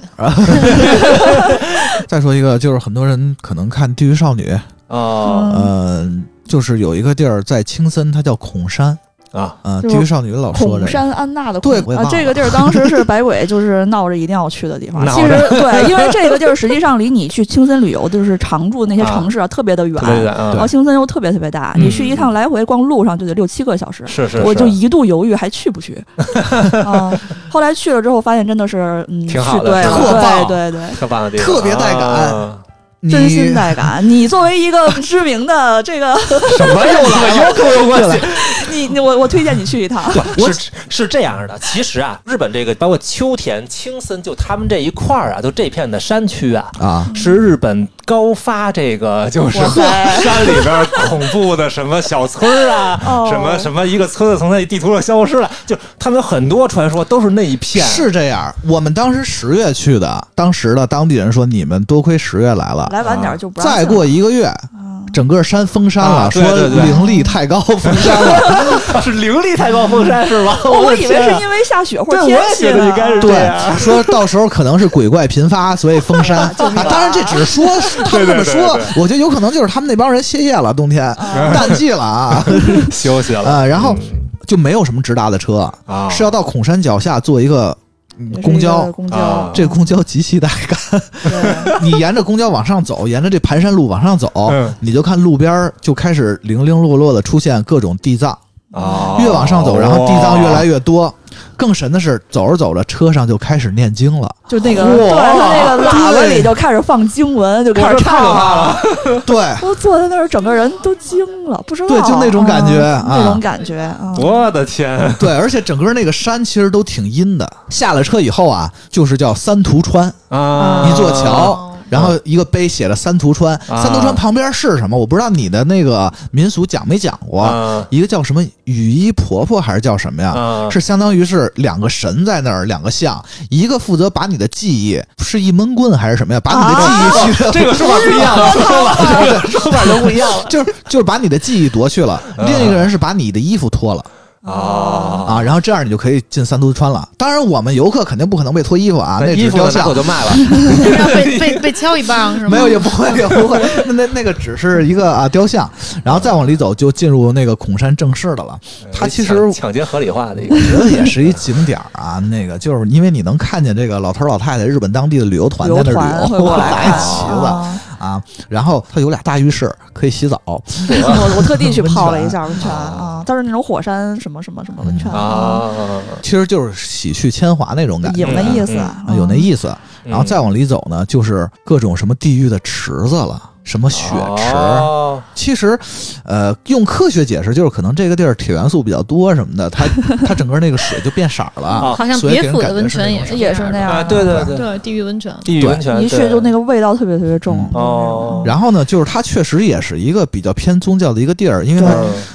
Speaker 1: 再说一个，就是很多人可能看《地狱少女》，
Speaker 5: 哦
Speaker 1: 嗯，就是有一个地儿在青森，它叫孔山，
Speaker 5: 啊，
Speaker 1: 嗯，《
Speaker 3: 就是
Speaker 1: 地狱少女》老说
Speaker 3: 孔
Speaker 1: 这个。
Speaker 3: 山安娜的
Speaker 1: 对我
Speaker 3: 孔
Speaker 1: 也
Speaker 3: 啊，
Speaker 1: 忘
Speaker 3: 这个地儿当时是百鬼就是闹着一定要去的 地方。
Speaker 5: 闹
Speaker 3: 其
Speaker 5: 着
Speaker 3: 实对，因为这个地儿实际上离你去青森旅游就是常住那些城市啊特别的远，
Speaker 5: 特别远
Speaker 3: 然
Speaker 5: 啊
Speaker 3: 后，青森又特别特别大，
Speaker 5: 嗯
Speaker 3: 你去一趟来回光路上就得六七个小时。
Speaker 5: 是是，
Speaker 3: 我
Speaker 5: 是
Speaker 3: 就一度犹豫还去不去， 啊，后来去了之后发现真的是，嗯，
Speaker 5: 挺好
Speaker 3: 是
Speaker 5: 的
Speaker 3: 对
Speaker 5: 特
Speaker 3: 了，
Speaker 1: 棒
Speaker 3: 对对对，
Speaker 5: 特棒的地方，
Speaker 1: 特别带感
Speaker 5: 啊
Speaker 1: 你
Speaker 3: 真心带感。你作为一个知名 的这个，
Speaker 5: 什么又来 了？又跟我有关系？
Speaker 3: 你你我我推荐你去一 趟。
Speaker 5: 不是是这样的，其实啊，日本这个包括秋田、青森，就他们这一块儿啊，就这片的山区啊，
Speaker 1: 啊，
Speaker 5: 是日本高发这个就是
Speaker 3: 哇塞，
Speaker 5: 山里边恐怖的什么小村儿啊
Speaker 3: 哦
Speaker 5: 什么什么一个村子从那地图上消失了，就他们很多传说都是那一片。
Speaker 1: 是这样。我们当时十月去的，当时的当地人说，你们多亏十月来了，
Speaker 3: 来晚点就不让嗯
Speaker 1: 再
Speaker 3: 去
Speaker 1: 过一个月，
Speaker 3: 了
Speaker 1: 整个山封山
Speaker 5: 啊
Speaker 1: 了，
Speaker 5: 对
Speaker 1: 说
Speaker 5: 对对
Speaker 1: 灵力太高封 山了。
Speaker 5: 是灵力太高封山是 吧？
Speaker 3: 我
Speaker 5: 的
Speaker 3: 以为
Speaker 5: 天
Speaker 3: 是
Speaker 5: 啊
Speaker 3: 因为下雪或
Speaker 5: 对
Speaker 3: 者
Speaker 5: 我
Speaker 3: 天
Speaker 5: 也
Speaker 3: 气
Speaker 5: 觉得
Speaker 3: 呢
Speaker 5: 应该是这样
Speaker 1: 对，说到时候可能是鬼怪频发，所以封山 啊。当然这只是 说他们这么
Speaker 5: 对对对
Speaker 1: 说
Speaker 5: 对，嗯
Speaker 1: 我觉得有可能就是他们那帮人歇业了，冬 天淡季了啊
Speaker 5: 休息了
Speaker 1: 啊，然后就没有什么直达的车，
Speaker 5: 嗯啊，
Speaker 1: 是要到孔山脚下坐一个嗯公交。
Speaker 3: 公
Speaker 5: 啊
Speaker 3: 交，
Speaker 1: 这公交极其带感，
Speaker 3: 对
Speaker 1: 你沿着公交往上走，沿着这盘山路往上走，
Speaker 5: 嗯
Speaker 1: 你就看路边儿就开始零零落落的出现各种地藏，
Speaker 5: 啊，
Speaker 1: 越往上走，然后地藏越来越多。更神的是，走着走着，车上就开始念经了。
Speaker 3: 就那个，
Speaker 5: 哇
Speaker 3: 对，他那个喇叭里就开始放经文，就开始唱了。
Speaker 1: 对，
Speaker 3: 我坐在那儿，整个人都惊了，不知道。
Speaker 1: 对就那种感觉
Speaker 3: 啊
Speaker 1: 啊
Speaker 3: 那种感觉啊。
Speaker 5: 我的天，
Speaker 1: 对，而且整个那个山其实都挺阴的。下了车以后啊，就是叫三途川，
Speaker 5: 啊
Speaker 1: 一座桥，然后一个碑写着三途川。
Speaker 5: 啊
Speaker 1: 三途川旁边是什么？我不知道你的那个民俗讲没讲过。
Speaker 5: 啊
Speaker 1: 一个叫什么雨衣婆婆还是叫什么呀？
Speaker 5: 啊
Speaker 1: 是相当于是两个神在那儿，两个像，一个负责把你的记忆，是一闷棍还是什么呀？把你的记忆去、
Speaker 5: 啊这个说法不一 样了，说法这个说法就不一样了。嗯
Speaker 1: 就是就是把你的记忆夺去了，另一个人是把你的衣服脱了。
Speaker 5: 啊
Speaker 1: 啊，然后这样你就可以进三途川了。当然，我们游客肯定不可能被脱衣服啊，
Speaker 5: 那
Speaker 1: 那只
Speaker 5: 衣
Speaker 1: 是
Speaker 5: 服
Speaker 1: 雕
Speaker 5: 呢拿
Speaker 1: 像
Speaker 5: 走，就 卖了，
Speaker 6: 然后被被被敲一棒是吗？
Speaker 1: 没有也不会也不会，那那那个只是一个啊雕像，然后再往里走就进入那个孔山正式的了。它其实
Speaker 5: 抢抢劫合理化的一 个
Speaker 1: 我觉得也是一景点儿啊，那个就是因为你能看见这个老头儿老太太日本当地的旅游团
Speaker 3: 旅游
Speaker 1: 在那儿
Speaker 3: 团
Speaker 1: 旅
Speaker 3: 会
Speaker 1: 游，
Speaker 3: 过来
Speaker 1: 太
Speaker 3: 看
Speaker 1: 齐了
Speaker 3: 啊
Speaker 1: 啊！然后它有俩大浴室可以洗澡，
Speaker 3: 我我特地去
Speaker 1: 啊温
Speaker 3: 泡了
Speaker 1: 泉
Speaker 3: 一下温泉啊，都是那种火山什么什么什么温
Speaker 1: 嗯
Speaker 3: 泉，
Speaker 5: 啊，
Speaker 1: 其实就是喜去千华那种感觉
Speaker 3: 有，那意思嗯
Speaker 5: 嗯
Speaker 3: 啊
Speaker 1: 啊，有那意思。然后再往里走呢，就是各种什么地狱的池子了，什么雪池。
Speaker 5: 哦
Speaker 1: 其实，呃，用科学解释就是可能这个地儿铁元素比较多什么的， 它它整个那个水就变色儿了。
Speaker 3: 哦
Speaker 5: 啊
Speaker 4: 好像
Speaker 1: 所以给
Speaker 4: 别
Speaker 1: 人
Speaker 4: 府
Speaker 1: 感
Speaker 4: 的
Speaker 1: 觉
Speaker 4: 温
Speaker 1: 是那
Speaker 4: 泉
Speaker 1: 种
Speaker 4: 也是
Speaker 3: 也
Speaker 4: 这
Speaker 3: 是
Speaker 4: 样
Speaker 3: 那
Speaker 4: 的
Speaker 3: 样
Speaker 5: 啊，
Speaker 3: 的
Speaker 5: 对对对，
Speaker 4: 对，地狱温泉。
Speaker 5: 地狱
Speaker 1: 对
Speaker 5: 温泉
Speaker 3: 一去就那
Speaker 5: 个
Speaker 3: 个味道特别特别重
Speaker 1: 嗯。
Speaker 5: 哦，
Speaker 1: 然后呢，就是它确实也是一个比较偏宗教的一个地儿，因为它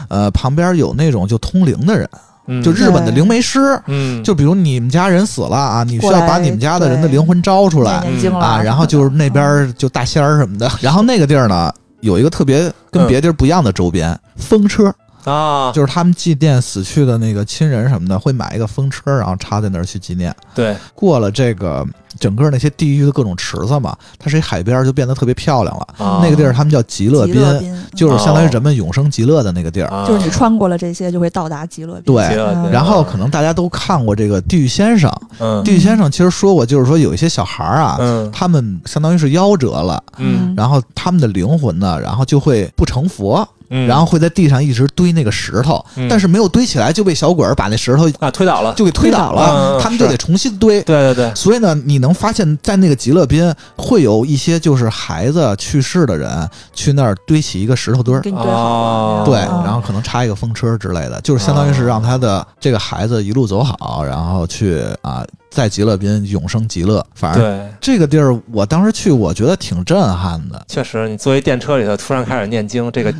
Speaker 1: 呃旁边有那种就通灵的人，
Speaker 5: 嗯
Speaker 1: 就日本的灵媒师，
Speaker 5: 嗯
Speaker 1: 就比如你们家人死了啊，你需
Speaker 3: 过
Speaker 1: 要把
Speaker 3: 来
Speaker 1: 你们家的
Speaker 3: 对
Speaker 1: 人的灵魂招出
Speaker 3: 念
Speaker 1: 来
Speaker 3: 念经了
Speaker 1: 啊，然后就是那边儿就大仙儿什么的。然后那个地儿呢，有一个特别跟别地儿不一样的周边，风车，
Speaker 5: 啊，
Speaker 1: 就是他们祭奠死去的那个亲人什么的，会买一个风车，然后插在那儿去纪念。
Speaker 5: 对，
Speaker 1: 过了这个整个那些地域的各种池子嘛，它是一海边，就变得特别漂亮了。
Speaker 5: 啊
Speaker 1: 那个地儿他们叫极乐
Speaker 3: 极
Speaker 1: 滨，
Speaker 3: 乐滨
Speaker 1: 就是相当于人们永生极乐的那个地儿。
Speaker 5: 啊
Speaker 3: 就是你穿过了这些，就会到达极乐滨。
Speaker 1: 对
Speaker 5: 极乐
Speaker 3: 嗯
Speaker 5: 对
Speaker 1: 然后可能大家都看过这个《地狱先生》，
Speaker 5: 嗯
Speaker 1: 《地狱先生》其实说过，就是说有一些小孩儿啊，
Speaker 5: 嗯
Speaker 1: 他们相当于是夭折了，
Speaker 5: 嗯
Speaker 1: 然后他们的灵魂呢，然后就会不成佛，
Speaker 5: 嗯，
Speaker 1: 然后会在地上一直堆那个石头，
Speaker 5: 嗯
Speaker 1: 但是没有堆起来就被小鬼儿把那石头
Speaker 5: 啊推倒了，
Speaker 1: 就给推倒
Speaker 5: 推倒了
Speaker 1: 了，
Speaker 5: 嗯
Speaker 1: 他们就是得重新堆。
Speaker 5: 对对对，
Speaker 1: 所以呢，你能发现，在那个极乐滨会有一些就是孩子去世的人去那儿堆起一个石头堆儿，
Speaker 3: 给你对好了。
Speaker 5: 哦
Speaker 1: 对，
Speaker 3: 嗯
Speaker 1: 然后可能插一个风车之类的，就是相当于
Speaker 5: 嗯
Speaker 1: 是让他的这个孩子一路走好，然后去啊，在极乐滨永生极乐。反正
Speaker 5: 对，
Speaker 1: 这个地儿，我当时去，我觉得挺震撼的。
Speaker 5: 确实，你坐一电车里头突然开始念经， 这个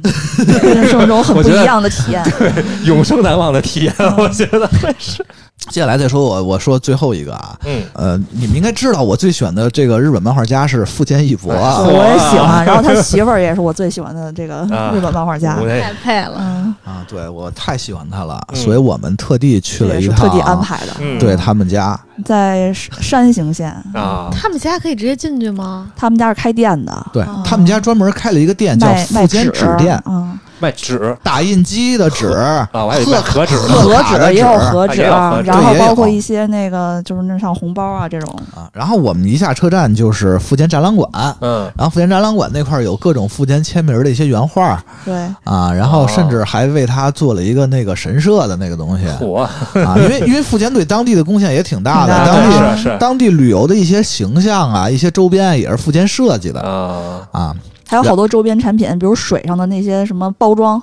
Speaker 3: 人生中很
Speaker 5: 我
Speaker 3: 不
Speaker 5: 觉得
Speaker 3: 一样的体验。嗯
Speaker 5: 永生难忘的体验， 我觉得会是，
Speaker 1: 接下来再说我我说最后一个啊，
Speaker 5: 嗯，
Speaker 1: 呃，你们应该知道我最喜欢的这个日本漫画家是富坚义博啊，
Speaker 5: 哎
Speaker 3: 我也喜欢，然后他媳妇儿也是我最喜欢的这个
Speaker 5: 啊
Speaker 3: 日本漫画家
Speaker 5: 我。
Speaker 4: 太
Speaker 5: 那
Speaker 4: 配了，
Speaker 3: 嗯，
Speaker 1: 啊，对我太喜欢他了，
Speaker 5: 嗯
Speaker 1: 所以我们特地去
Speaker 3: 这
Speaker 1: 了
Speaker 3: 也
Speaker 1: 一
Speaker 3: 是
Speaker 1: 趟，
Speaker 3: 特地安排哦的。
Speaker 5: 嗯
Speaker 1: 对他们家，
Speaker 3: 在山山形县，
Speaker 5: 啊，
Speaker 6: 他们家可以直接进去吗？
Speaker 3: 他们家是开店的，
Speaker 1: 对、
Speaker 6: 哦
Speaker 1: 他们家专门开了一个店叫
Speaker 3: 卖卖
Speaker 1: 富坚纸店，
Speaker 3: 嗯，
Speaker 5: 卖纸
Speaker 1: 打印机的纸啊
Speaker 5: 啊，我还以为卖和纸呢，
Speaker 1: 贺
Speaker 3: 和
Speaker 1: 卡的
Speaker 3: 纸也有
Speaker 1: 纸
Speaker 3: 和
Speaker 5: 啊
Speaker 3: 纸
Speaker 5: 也有和
Speaker 3: 啊，
Speaker 5: 纸
Speaker 3: 然
Speaker 1: 对
Speaker 3: 后
Speaker 1: 也有
Speaker 3: 包括一些那个就是那像红包啊这种，
Speaker 1: 啊。然后我们一下车站就是富坚展览馆，
Speaker 5: 嗯，
Speaker 1: 然后富坚展览馆那块儿有各种富坚签名的一些原画
Speaker 3: 对，
Speaker 1: 啊，然
Speaker 5: 哦
Speaker 1: 后甚至还为他做了一个那个神社的那个东西、
Speaker 5: 火，啊
Speaker 1: 啊，因为因为富坚对当地的贡献也挺大的，
Speaker 3: 挺大的
Speaker 1: 当地。
Speaker 5: 是是
Speaker 1: 当地旅游的一些形象啊，一些周边也是富坚设计的
Speaker 5: 啊，
Speaker 1: 啊，
Speaker 3: 还有好多周边产品，比如水上的那些什么包装，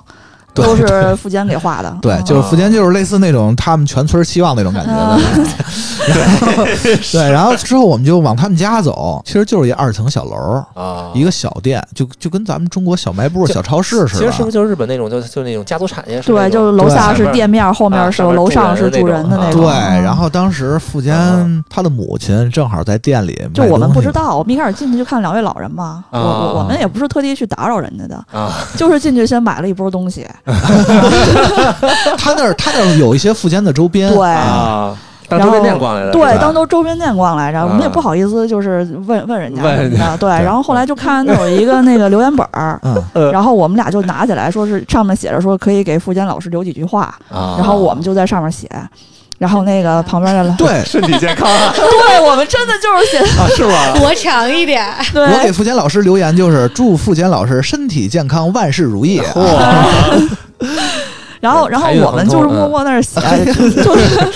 Speaker 1: 对
Speaker 3: 都是富坚给画的。
Speaker 1: 对，
Speaker 3: 嗯
Speaker 1: 就是福建就是类似那种他们全村希望那种感觉
Speaker 3: 哦
Speaker 1: 的。 对，然后之后我们就往他们家走，其实就是一二层小楼，
Speaker 5: 啊，
Speaker 1: 一个小店，就就跟咱们中国小卖部、
Speaker 5: 就
Speaker 1: 小超市似
Speaker 5: 其实是不
Speaker 1: 的
Speaker 5: 是。就是日本那种，就就那种家族产业？
Speaker 3: 对，就是楼下是店面，后
Speaker 5: 啊
Speaker 3: 面是
Speaker 5: 上面
Speaker 3: 楼
Speaker 5: 住
Speaker 3: 上是
Speaker 5: 人的
Speaker 3: 住
Speaker 5: 那
Speaker 3: 人
Speaker 5: 种
Speaker 3: 的那
Speaker 5: 啊
Speaker 3: 种。
Speaker 1: 对，
Speaker 3: 嗯
Speaker 1: 然后当时富坚他的母亲正好在店里卖
Speaker 3: 就
Speaker 1: 东西，
Speaker 3: 我们不知道，我们一开始进去就看两位老人嘛，我
Speaker 5: 啊
Speaker 3: 我我们也不是特地去打扰人家的，
Speaker 5: 啊，
Speaker 3: 就是进去先买了一波东西，
Speaker 1: 他那儿他那儿有一些富坚的周边，
Speaker 3: 对，
Speaker 1: 嗯
Speaker 5: 啊，当
Speaker 3: 然后
Speaker 5: 周边店逛来的，
Speaker 3: 对，
Speaker 5: 是吧
Speaker 3: 当周周边店逛来着，我们也
Speaker 5: 啊
Speaker 3: 不好意思，就是问问人家
Speaker 5: 问
Speaker 3: 什
Speaker 5: 人
Speaker 3: 么 的，对。
Speaker 1: 对。
Speaker 3: 然后后来就看那有一个那个留言本儿
Speaker 1: 嗯，
Speaker 5: 呃
Speaker 3: 然后我们俩就拿起来，说是上面写着说可以给富坚老师留几句话，
Speaker 5: 啊，
Speaker 3: 然后我们就在上面写，然后那个旁 边的，
Speaker 1: 对。
Speaker 5: 身体健康啊，
Speaker 3: 对我们真的就是写
Speaker 5: 是 吧？
Speaker 6: 活长一点，
Speaker 1: 我给
Speaker 3: 对，
Speaker 1: 富坚老师留言就是祝富坚老师身体健康，万事如意。啊
Speaker 5: 哇，
Speaker 3: 然后然后
Speaker 5: 财运
Speaker 3: 我们
Speaker 5: 亨
Speaker 3: 就是
Speaker 5: 通
Speaker 3: 默默那 儿写，就是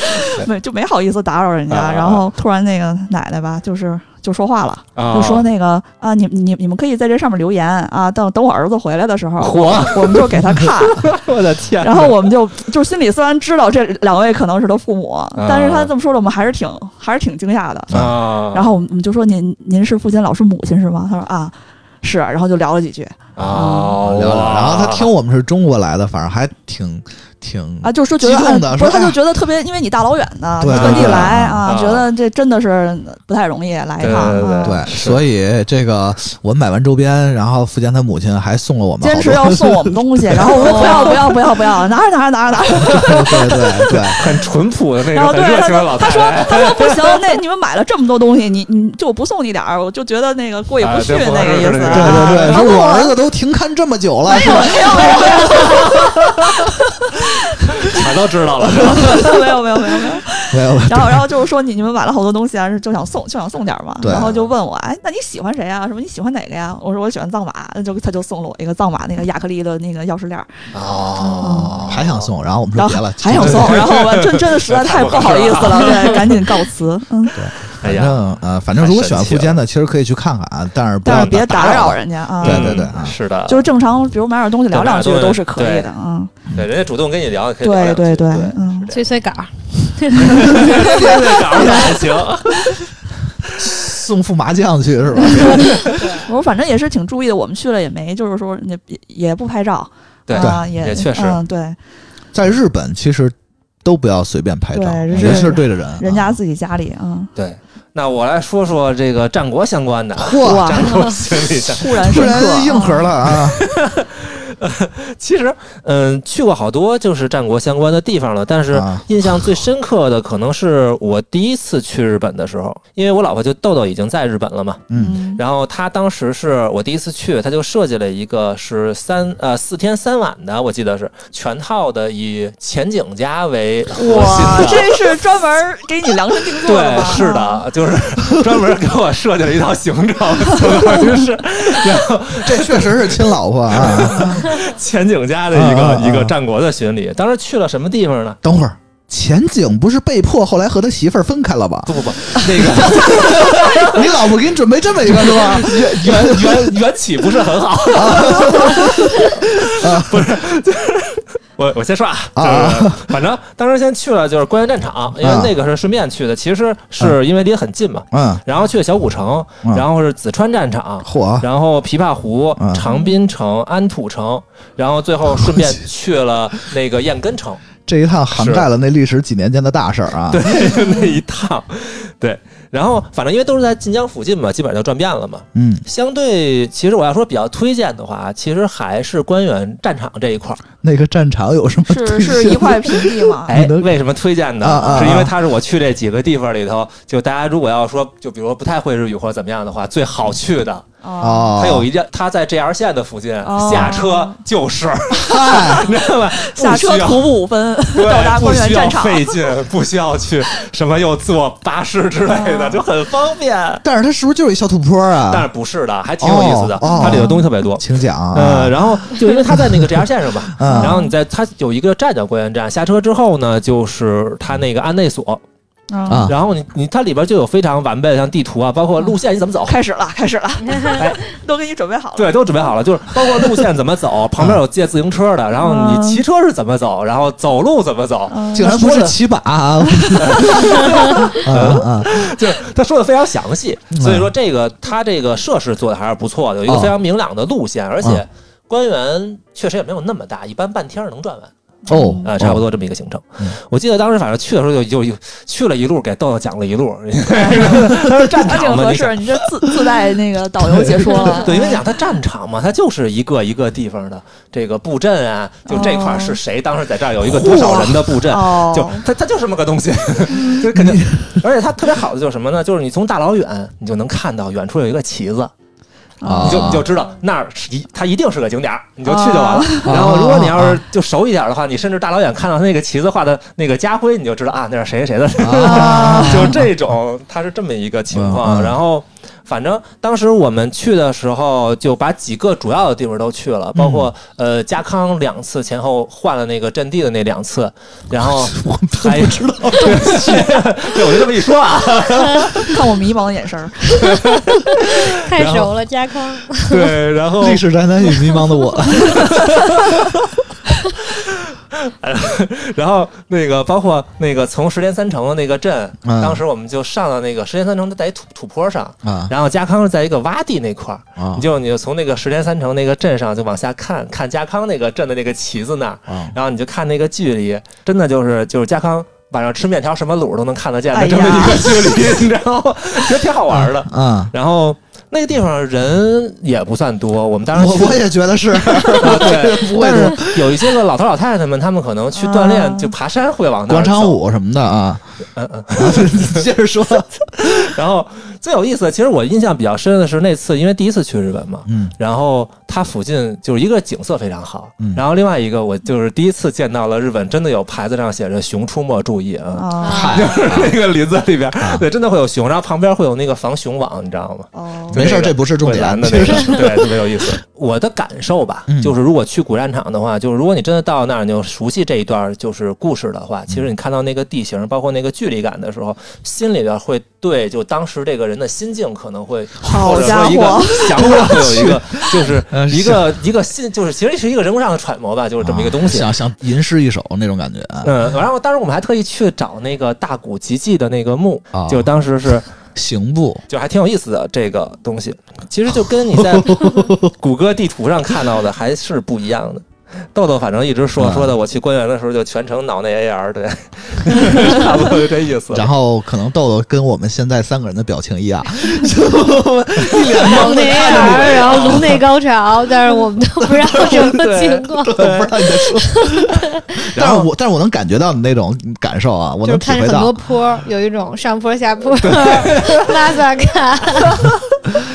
Speaker 3: 没就没好意思打扰人
Speaker 5: 啊啊
Speaker 3: 家，
Speaker 5: 啊
Speaker 3: 然后突然那个奶奶吧，就是就说话了。
Speaker 5: 啊
Speaker 3: 就说那个啊，你你你们可以在这上面留言啊，等等我儿子回来的时候，
Speaker 5: 火，
Speaker 3: 我们就给他看。
Speaker 5: 我的天
Speaker 3: 然后我们就就心里虽然知道这两位可能是他父母，但是他这么说了，我们还是挺还是挺惊讶的。
Speaker 5: 啊，
Speaker 3: 然后我们我们就说您您是父亲老师母亲是吗？他说啊是，然后就聊了几句，
Speaker 5: 哦，
Speaker 1: 聊聊。
Speaker 5: 哇
Speaker 1: 然后他听我们是中国来的，反正还挺挺
Speaker 3: 啊，就说觉
Speaker 1: 激动
Speaker 3: 得，
Speaker 1: 的
Speaker 3: 哎不
Speaker 1: 说
Speaker 3: 是，他
Speaker 1: 哎
Speaker 3: 就觉得特别，因为你大老远的，
Speaker 1: 对
Speaker 3: 你特地
Speaker 5: 对
Speaker 3: 来
Speaker 5: 啊
Speaker 3: 啊，觉得这真的是不太容易来一趟
Speaker 5: 对对对，
Speaker 3: 啊
Speaker 1: 对，所以这个我们买完周边，然后福建他母亲还送了我们好
Speaker 3: 坚
Speaker 1: 多，
Speaker 3: 持要送我们东西，然后我说不要不要不要不要，拿着拿着拿着拿着，
Speaker 1: 对对对，
Speaker 5: 很淳朴的那
Speaker 3: 然后
Speaker 5: 种，
Speaker 3: 哦对啊
Speaker 5: 很热
Speaker 3: 他
Speaker 5: 情的
Speaker 3: 说
Speaker 5: 老
Speaker 3: 他
Speaker 5: 太
Speaker 3: 说
Speaker 5: 太。
Speaker 3: 他说不行，那你们买了这么多东西，你你就不送你点儿，我就觉得那个过意
Speaker 5: 啊
Speaker 3: 不去
Speaker 5: 这不
Speaker 3: 那个
Speaker 5: 合
Speaker 3: 意
Speaker 5: 适
Speaker 3: 思
Speaker 5: 这
Speaker 3: 啊，
Speaker 5: 个
Speaker 1: 对对对，
Speaker 3: 然后
Speaker 1: 说我
Speaker 3: 我
Speaker 1: 儿子都停刊这么久了，
Speaker 3: 没有没有没有。
Speaker 5: 全都知 道了，是吧？
Speaker 3: 没有没有没有没有。
Speaker 1: 没有，
Speaker 3: 然后然后就是说你你们买了好多东西啊，是就想送就想送点儿嘛。
Speaker 1: 对
Speaker 3: 然后就问我，哎，那你喜欢谁啊？什么你喜欢哪个呀？我说我喜欢藏马，那就他就送了我一个藏马那个亚克力的那个钥匙链儿，
Speaker 5: 哦
Speaker 1: 还想送，然后我们说
Speaker 3: 然
Speaker 1: 别
Speaker 3: 后
Speaker 1: 了，
Speaker 3: 还想 送，然后我真真的实在太不好意思了，对，赶紧告辞。嗯，
Speaker 5: 哎
Speaker 1: 反
Speaker 5: 呀，
Speaker 1: 正呃，反正如果喜欢福建的，其实可以去看看啊，但是不
Speaker 3: 但
Speaker 1: 要
Speaker 3: 是别
Speaker 1: 打
Speaker 3: 打
Speaker 1: 扰
Speaker 3: 扰
Speaker 1: 人。
Speaker 3: 人家啊。
Speaker 1: 对
Speaker 5: 嗯
Speaker 1: 对对啊
Speaker 5: 是的，
Speaker 3: 就是正常，比如买点东西聊两句
Speaker 5: 对
Speaker 3: 都是可以的，嗯，
Speaker 5: 对人家主动跟你聊，可以聊
Speaker 3: 对
Speaker 5: 两句
Speaker 3: 对对，嗯，
Speaker 5: 对，
Speaker 6: 催催稿儿，
Speaker 5: 对对，搞搞还行，
Speaker 1: 送副麻将去 是吧？
Speaker 3: 我反正也是挺注意的，我们去了也没，就是说也也也不拍照，
Speaker 5: 对
Speaker 3: 啊，也
Speaker 5: 也确实啊
Speaker 3: 嗯，对，
Speaker 1: 在日本其实都不要随便拍照，
Speaker 3: 对
Speaker 1: 尤
Speaker 3: 是
Speaker 1: 其是对着人啊，
Speaker 3: 人家自己家里，嗯，
Speaker 5: 对。那我来说说这个战国相关的，
Speaker 3: 哇，
Speaker 5: 战国经历相
Speaker 3: 突然
Speaker 1: 不
Speaker 3: 深
Speaker 1: 然
Speaker 3: 刻，
Speaker 1: 硬核了啊！
Speaker 5: 其实，嗯，去过好多就是战国相关的地方了，但是
Speaker 1: 啊
Speaker 5: 印象最深刻的可能是我第一次去日本的时候，因为我老婆就豆豆已经在日本了嘛，
Speaker 1: 嗯，
Speaker 3: 嗯，
Speaker 5: 然后她当时是我第一次去，她就设计了一个是三呃四天三晚的，我记得是全套的以前景家为核
Speaker 3: 哇，
Speaker 5: 心的。
Speaker 3: 这是专门给你量身定做的
Speaker 5: 对，
Speaker 3: 吧？
Speaker 5: 是的，就是专门给我设计了一套行程， 相当于是
Speaker 1: 这确实是亲老婆啊！
Speaker 5: 前景家的一个、
Speaker 1: 啊啊啊
Speaker 5: 一个战国的巡礼。当时去了什么地方呢？
Speaker 1: 等会儿，前景不是被迫后来和他媳妇儿分开了吧？
Speaker 5: 不不 不，那个
Speaker 1: 你老婆给你准备这么一个是吧？
Speaker 5: 缘缘缘起不是很好，不是，就是我我先说啊，就是反正当时先去了就是关原战场，因为那个是顺便去的，其实是因为离得很近嘛。
Speaker 1: 嗯，
Speaker 5: 然后去了小古城，
Speaker 1: 嗯
Speaker 5: 然后是紫川战场，
Speaker 1: 嚯，
Speaker 5: 然后琵琶湖
Speaker 1: 嗯、
Speaker 5: 长滨城、安土城，然后最后顺便去了那个燕根城。
Speaker 1: 这一趟涵盖了那历史几年间的大事儿啊！
Speaker 5: 对，那一趟，对，然后反正因为都是在晋江附近嘛，基本上就转遍了嘛。
Speaker 1: 嗯，
Speaker 5: 相对，其实我要说比较推荐的话，其实还是官员战场这一块儿。
Speaker 1: 那个战场有什么推荐？
Speaker 3: 是是一块平地嘛？
Speaker 5: 哎
Speaker 1: 你能，
Speaker 5: 为什么推荐呢？
Speaker 1: 啊啊啊
Speaker 5: 是因为它是我去这几个地方里头，就大家如果要说，就比如说不太会日语或者怎么样的话，最好去的，
Speaker 3: 哦，
Speaker 1: 哦，
Speaker 5: 它有一家，它在 JR 线的附近，
Speaker 3: 哦
Speaker 5: 下车就是，
Speaker 1: 嗨
Speaker 5: 你知道吧？
Speaker 3: 下
Speaker 5: 不
Speaker 3: 车
Speaker 5: 需要
Speaker 3: 徒步五分
Speaker 5: 对
Speaker 3: 到达官员战场
Speaker 5: 不需要费劲，不需要去什么又坐巴士之类
Speaker 3: 哦
Speaker 5: 的，就很方便。
Speaker 1: 但是它是不是就是一小土坡啊？
Speaker 5: 但是不是的，还挺有意思的，
Speaker 1: 哦哦
Speaker 5: 它里头东西特别多。
Speaker 1: 请讲啊。
Speaker 5: 呃，然后就因为它在那个 JR 线上吧，
Speaker 1: 嗯
Speaker 5: 呃然后
Speaker 3: 啊
Speaker 5: 你在它有一个站叫官员站，下车之后呢，就是它那个安内所，
Speaker 3: 啊，
Speaker 1: 啊，
Speaker 5: 然后你你它里边就有非常完备的像地图啊，包括路线你怎么走，
Speaker 3: 开始了，开始了，
Speaker 5: 哎，
Speaker 3: 都给你准备好了。
Speaker 5: 对，都准备好了，就是包括路线怎么
Speaker 3: 啊
Speaker 5: 走，旁边有借自行车的，然后你骑车是怎么走，然后走路怎么走，
Speaker 3: 嗯，
Speaker 1: 竟然不是骑马 啊！
Speaker 5: 呃
Speaker 1: 啊啊！
Speaker 5: 就是他说的非常详细，
Speaker 1: 嗯
Speaker 5: 所以说这个他这个设施做的还是不错的，有一个非常明朗的路线，而且
Speaker 1: 哦嗯
Speaker 5: 官员确实也没有那么大，一般半天儿能转完。
Speaker 1: 哦，
Speaker 5: 啊，差不多这么一个行程
Speaker 1: 嗯。
Speaker 5: 我记得当时反正去的时候就就就去了一路，给豆豆讲了 一路， 他是战
Speaker 3: 那
Speaker 5: 场
Speaker 3: 挺
Speaker 5: 嘛，
Speaker 3: 合
Speaker 5: 你想
Speaker 3: 适，你啊这自自带那个导游解说了。嗯
Speaker 5: 对，因为讲他战场嘛，他就是一个一个地方的这个布阵啊，就这块儿是谁当时在这儿有一个多少人的布阵，
Speaker 3: 哦，嗯
Speaker 5: 就他他就这么个东西， 就是肯定。而且他特别好的就是什么呢？就是你从大老远你就能看到远处有一个旗子，
Speaker 1: 啊
Speaker 5: 你就你就知道那儿是一它一定是个景点儿，你就去就完了。然后如果你要是就熟一点的话，你甚至大老远看到那个旗子画的那个家徽，你就知道啊，那是谁谁谁的。
Speaker 1: 啊，
Speaker 5: 就这种，它是这么一个情
Speaker 1: 嗯
Speaker 5: 况。
Speaker 1: 嗯
Speaker 5: 然后，反正当时我们去的时候，就把几个主要的地方都去了，包括呃家康两次前后换了那个阵地的那两次，然后 我还知道， 对，我就这么一说啊，
Speaker 3: 看我迷茫的眼神儿，
Speaker 6: 太熟了，家康。
Speaker 5: 对，然后 哎
Speaker 1: 历史宅男与迷茫的我，
Speaker 5: 然后那个包括那个从石田三成的那个镇，
Speaker 1: 嗯
Speaker 5: 当时我们就上了那个石田三成，它在一土土坡上，
Speaker 1: 啊
Speaker 5: 然后家康是在一个洼地那块儿，
Speaker 1: 啊
Speaker 5: 你就你就从那个石田三成那个镇上就往下看，看家康那个镇的那个旗子那儿，
Speaker 1: 啊！
Speaker 5: 然后你就看那个距离，真的就是就是家康晚上吃面条什么卤都能看得见
Speaker 3: 哎
Speaker 5: 的
Speaker 3: 呀
Speaker 5: 这么一个距离， 你知道吗？觉得挺好玩的。
Speaker 1: 啊，
Speaker 5: 然后那个地方人也不算多，我们当时
Speaker 1: 嗯我
Speaker 5: 去
Speaker 1: 我也觉得是，
Speaker 5: 对，
Speaker 1: 不会
Speaker 5: 但
Speaker 1: 是
Speaker 5: 是有一些个老头老太太们，他们可能去锻
Speaker 3: 啊
Speaker 5: 炼，就爬山会往那儿
Speaker 1: 广场
Speaker 5: 走。
Speaker 1: 舞什么的啊。
Speaker 5: 嗯嗯。
Speaker 1: 接着说，
Speaker 5: 然后最有意思的，其实我印象比较深的是那次，因为第一次去日本嘛，
Speaker 1: 嗯
Speaker 5: 然后它附近就是一个景色非常好，
Speaker 1: 嗯
Speaker 5: 然后另外一个我就是第一次见到了日本真的有牌子上写着“熊出没，注意”啊。
Speaker 3: 啊
Speaker 5: 那个林子里边，
Speaker 1: 啊
Speaker 5: 对，真的会有熊，然后旁边会有那个防熊网，你知道吗？
Speaker 3: 哦，
Speaker 1: 没事儿，这不是重
Speaker 5: 会拦
Speaker 1: 点，
Speaker 5: 的那个，对，特别有意思。我的感受吧
Speaker 1: 嗯，
Speaker 5: 就是如果去古战场的话，就是如果你真的到那儿，你就熟悉这一段就是故事的
Speaker 1: 嗯
Speaker 5: 话，其实你看到那个地形，包括那个距离感的时候，心里边会对就当时这个人的心境可能会，
Speaker 3: 好
Speaker 5: 或者
Speaker 3: 家
Speaker 5: 说一个
Speaker 3: 伙
Speaker 5: 想法会有 一个，就是
Speaker 1: 嗯
Speaker 5: 一个一个心，就是其实是一个人物上的揣摩吧，就是这么一个东西。
Speaker 1: 想想吟诗一首那种感觉。
Speaker 5: 嗯，然后当时我们还特意去找那个大谷吉继的那个墓，
Speaker 1: 啊
Speaker 5: 就当时是
Speaker 1: 刑部
Speaker 5: 就还挺有意思的这个东西，其实就跟你在谷歌地图上看到的还是不一样的。豆豆反正一直说
Speaker 1: 嗯
Speaker 5: 说的，我去官员的时候就全程脑内 AR，对， 差不多就这意思。
Speaker 1: 然后可能豆豆跟我们现在三个人的表情 一样，就一脸懵的哎看着你，
Speaker 6: 啊
Speaker 1: 啊
Speaker 6: 然后颅内高潮，但是我们都不知道什么情况，
Speaker 1: 我不知道你在说。 但是我但是我能感觉到你那种感受啊，我
Speaker 6: 就
Speaker 1: 能
Speaker 6: 是
Speaker 1: 体
Speaker 6: 看
Speaker 1: 会
Speaker 6: 着很多
Speaker 1: 到。
Speaker 6: 坡，有一种上坡下坡，拉萨看，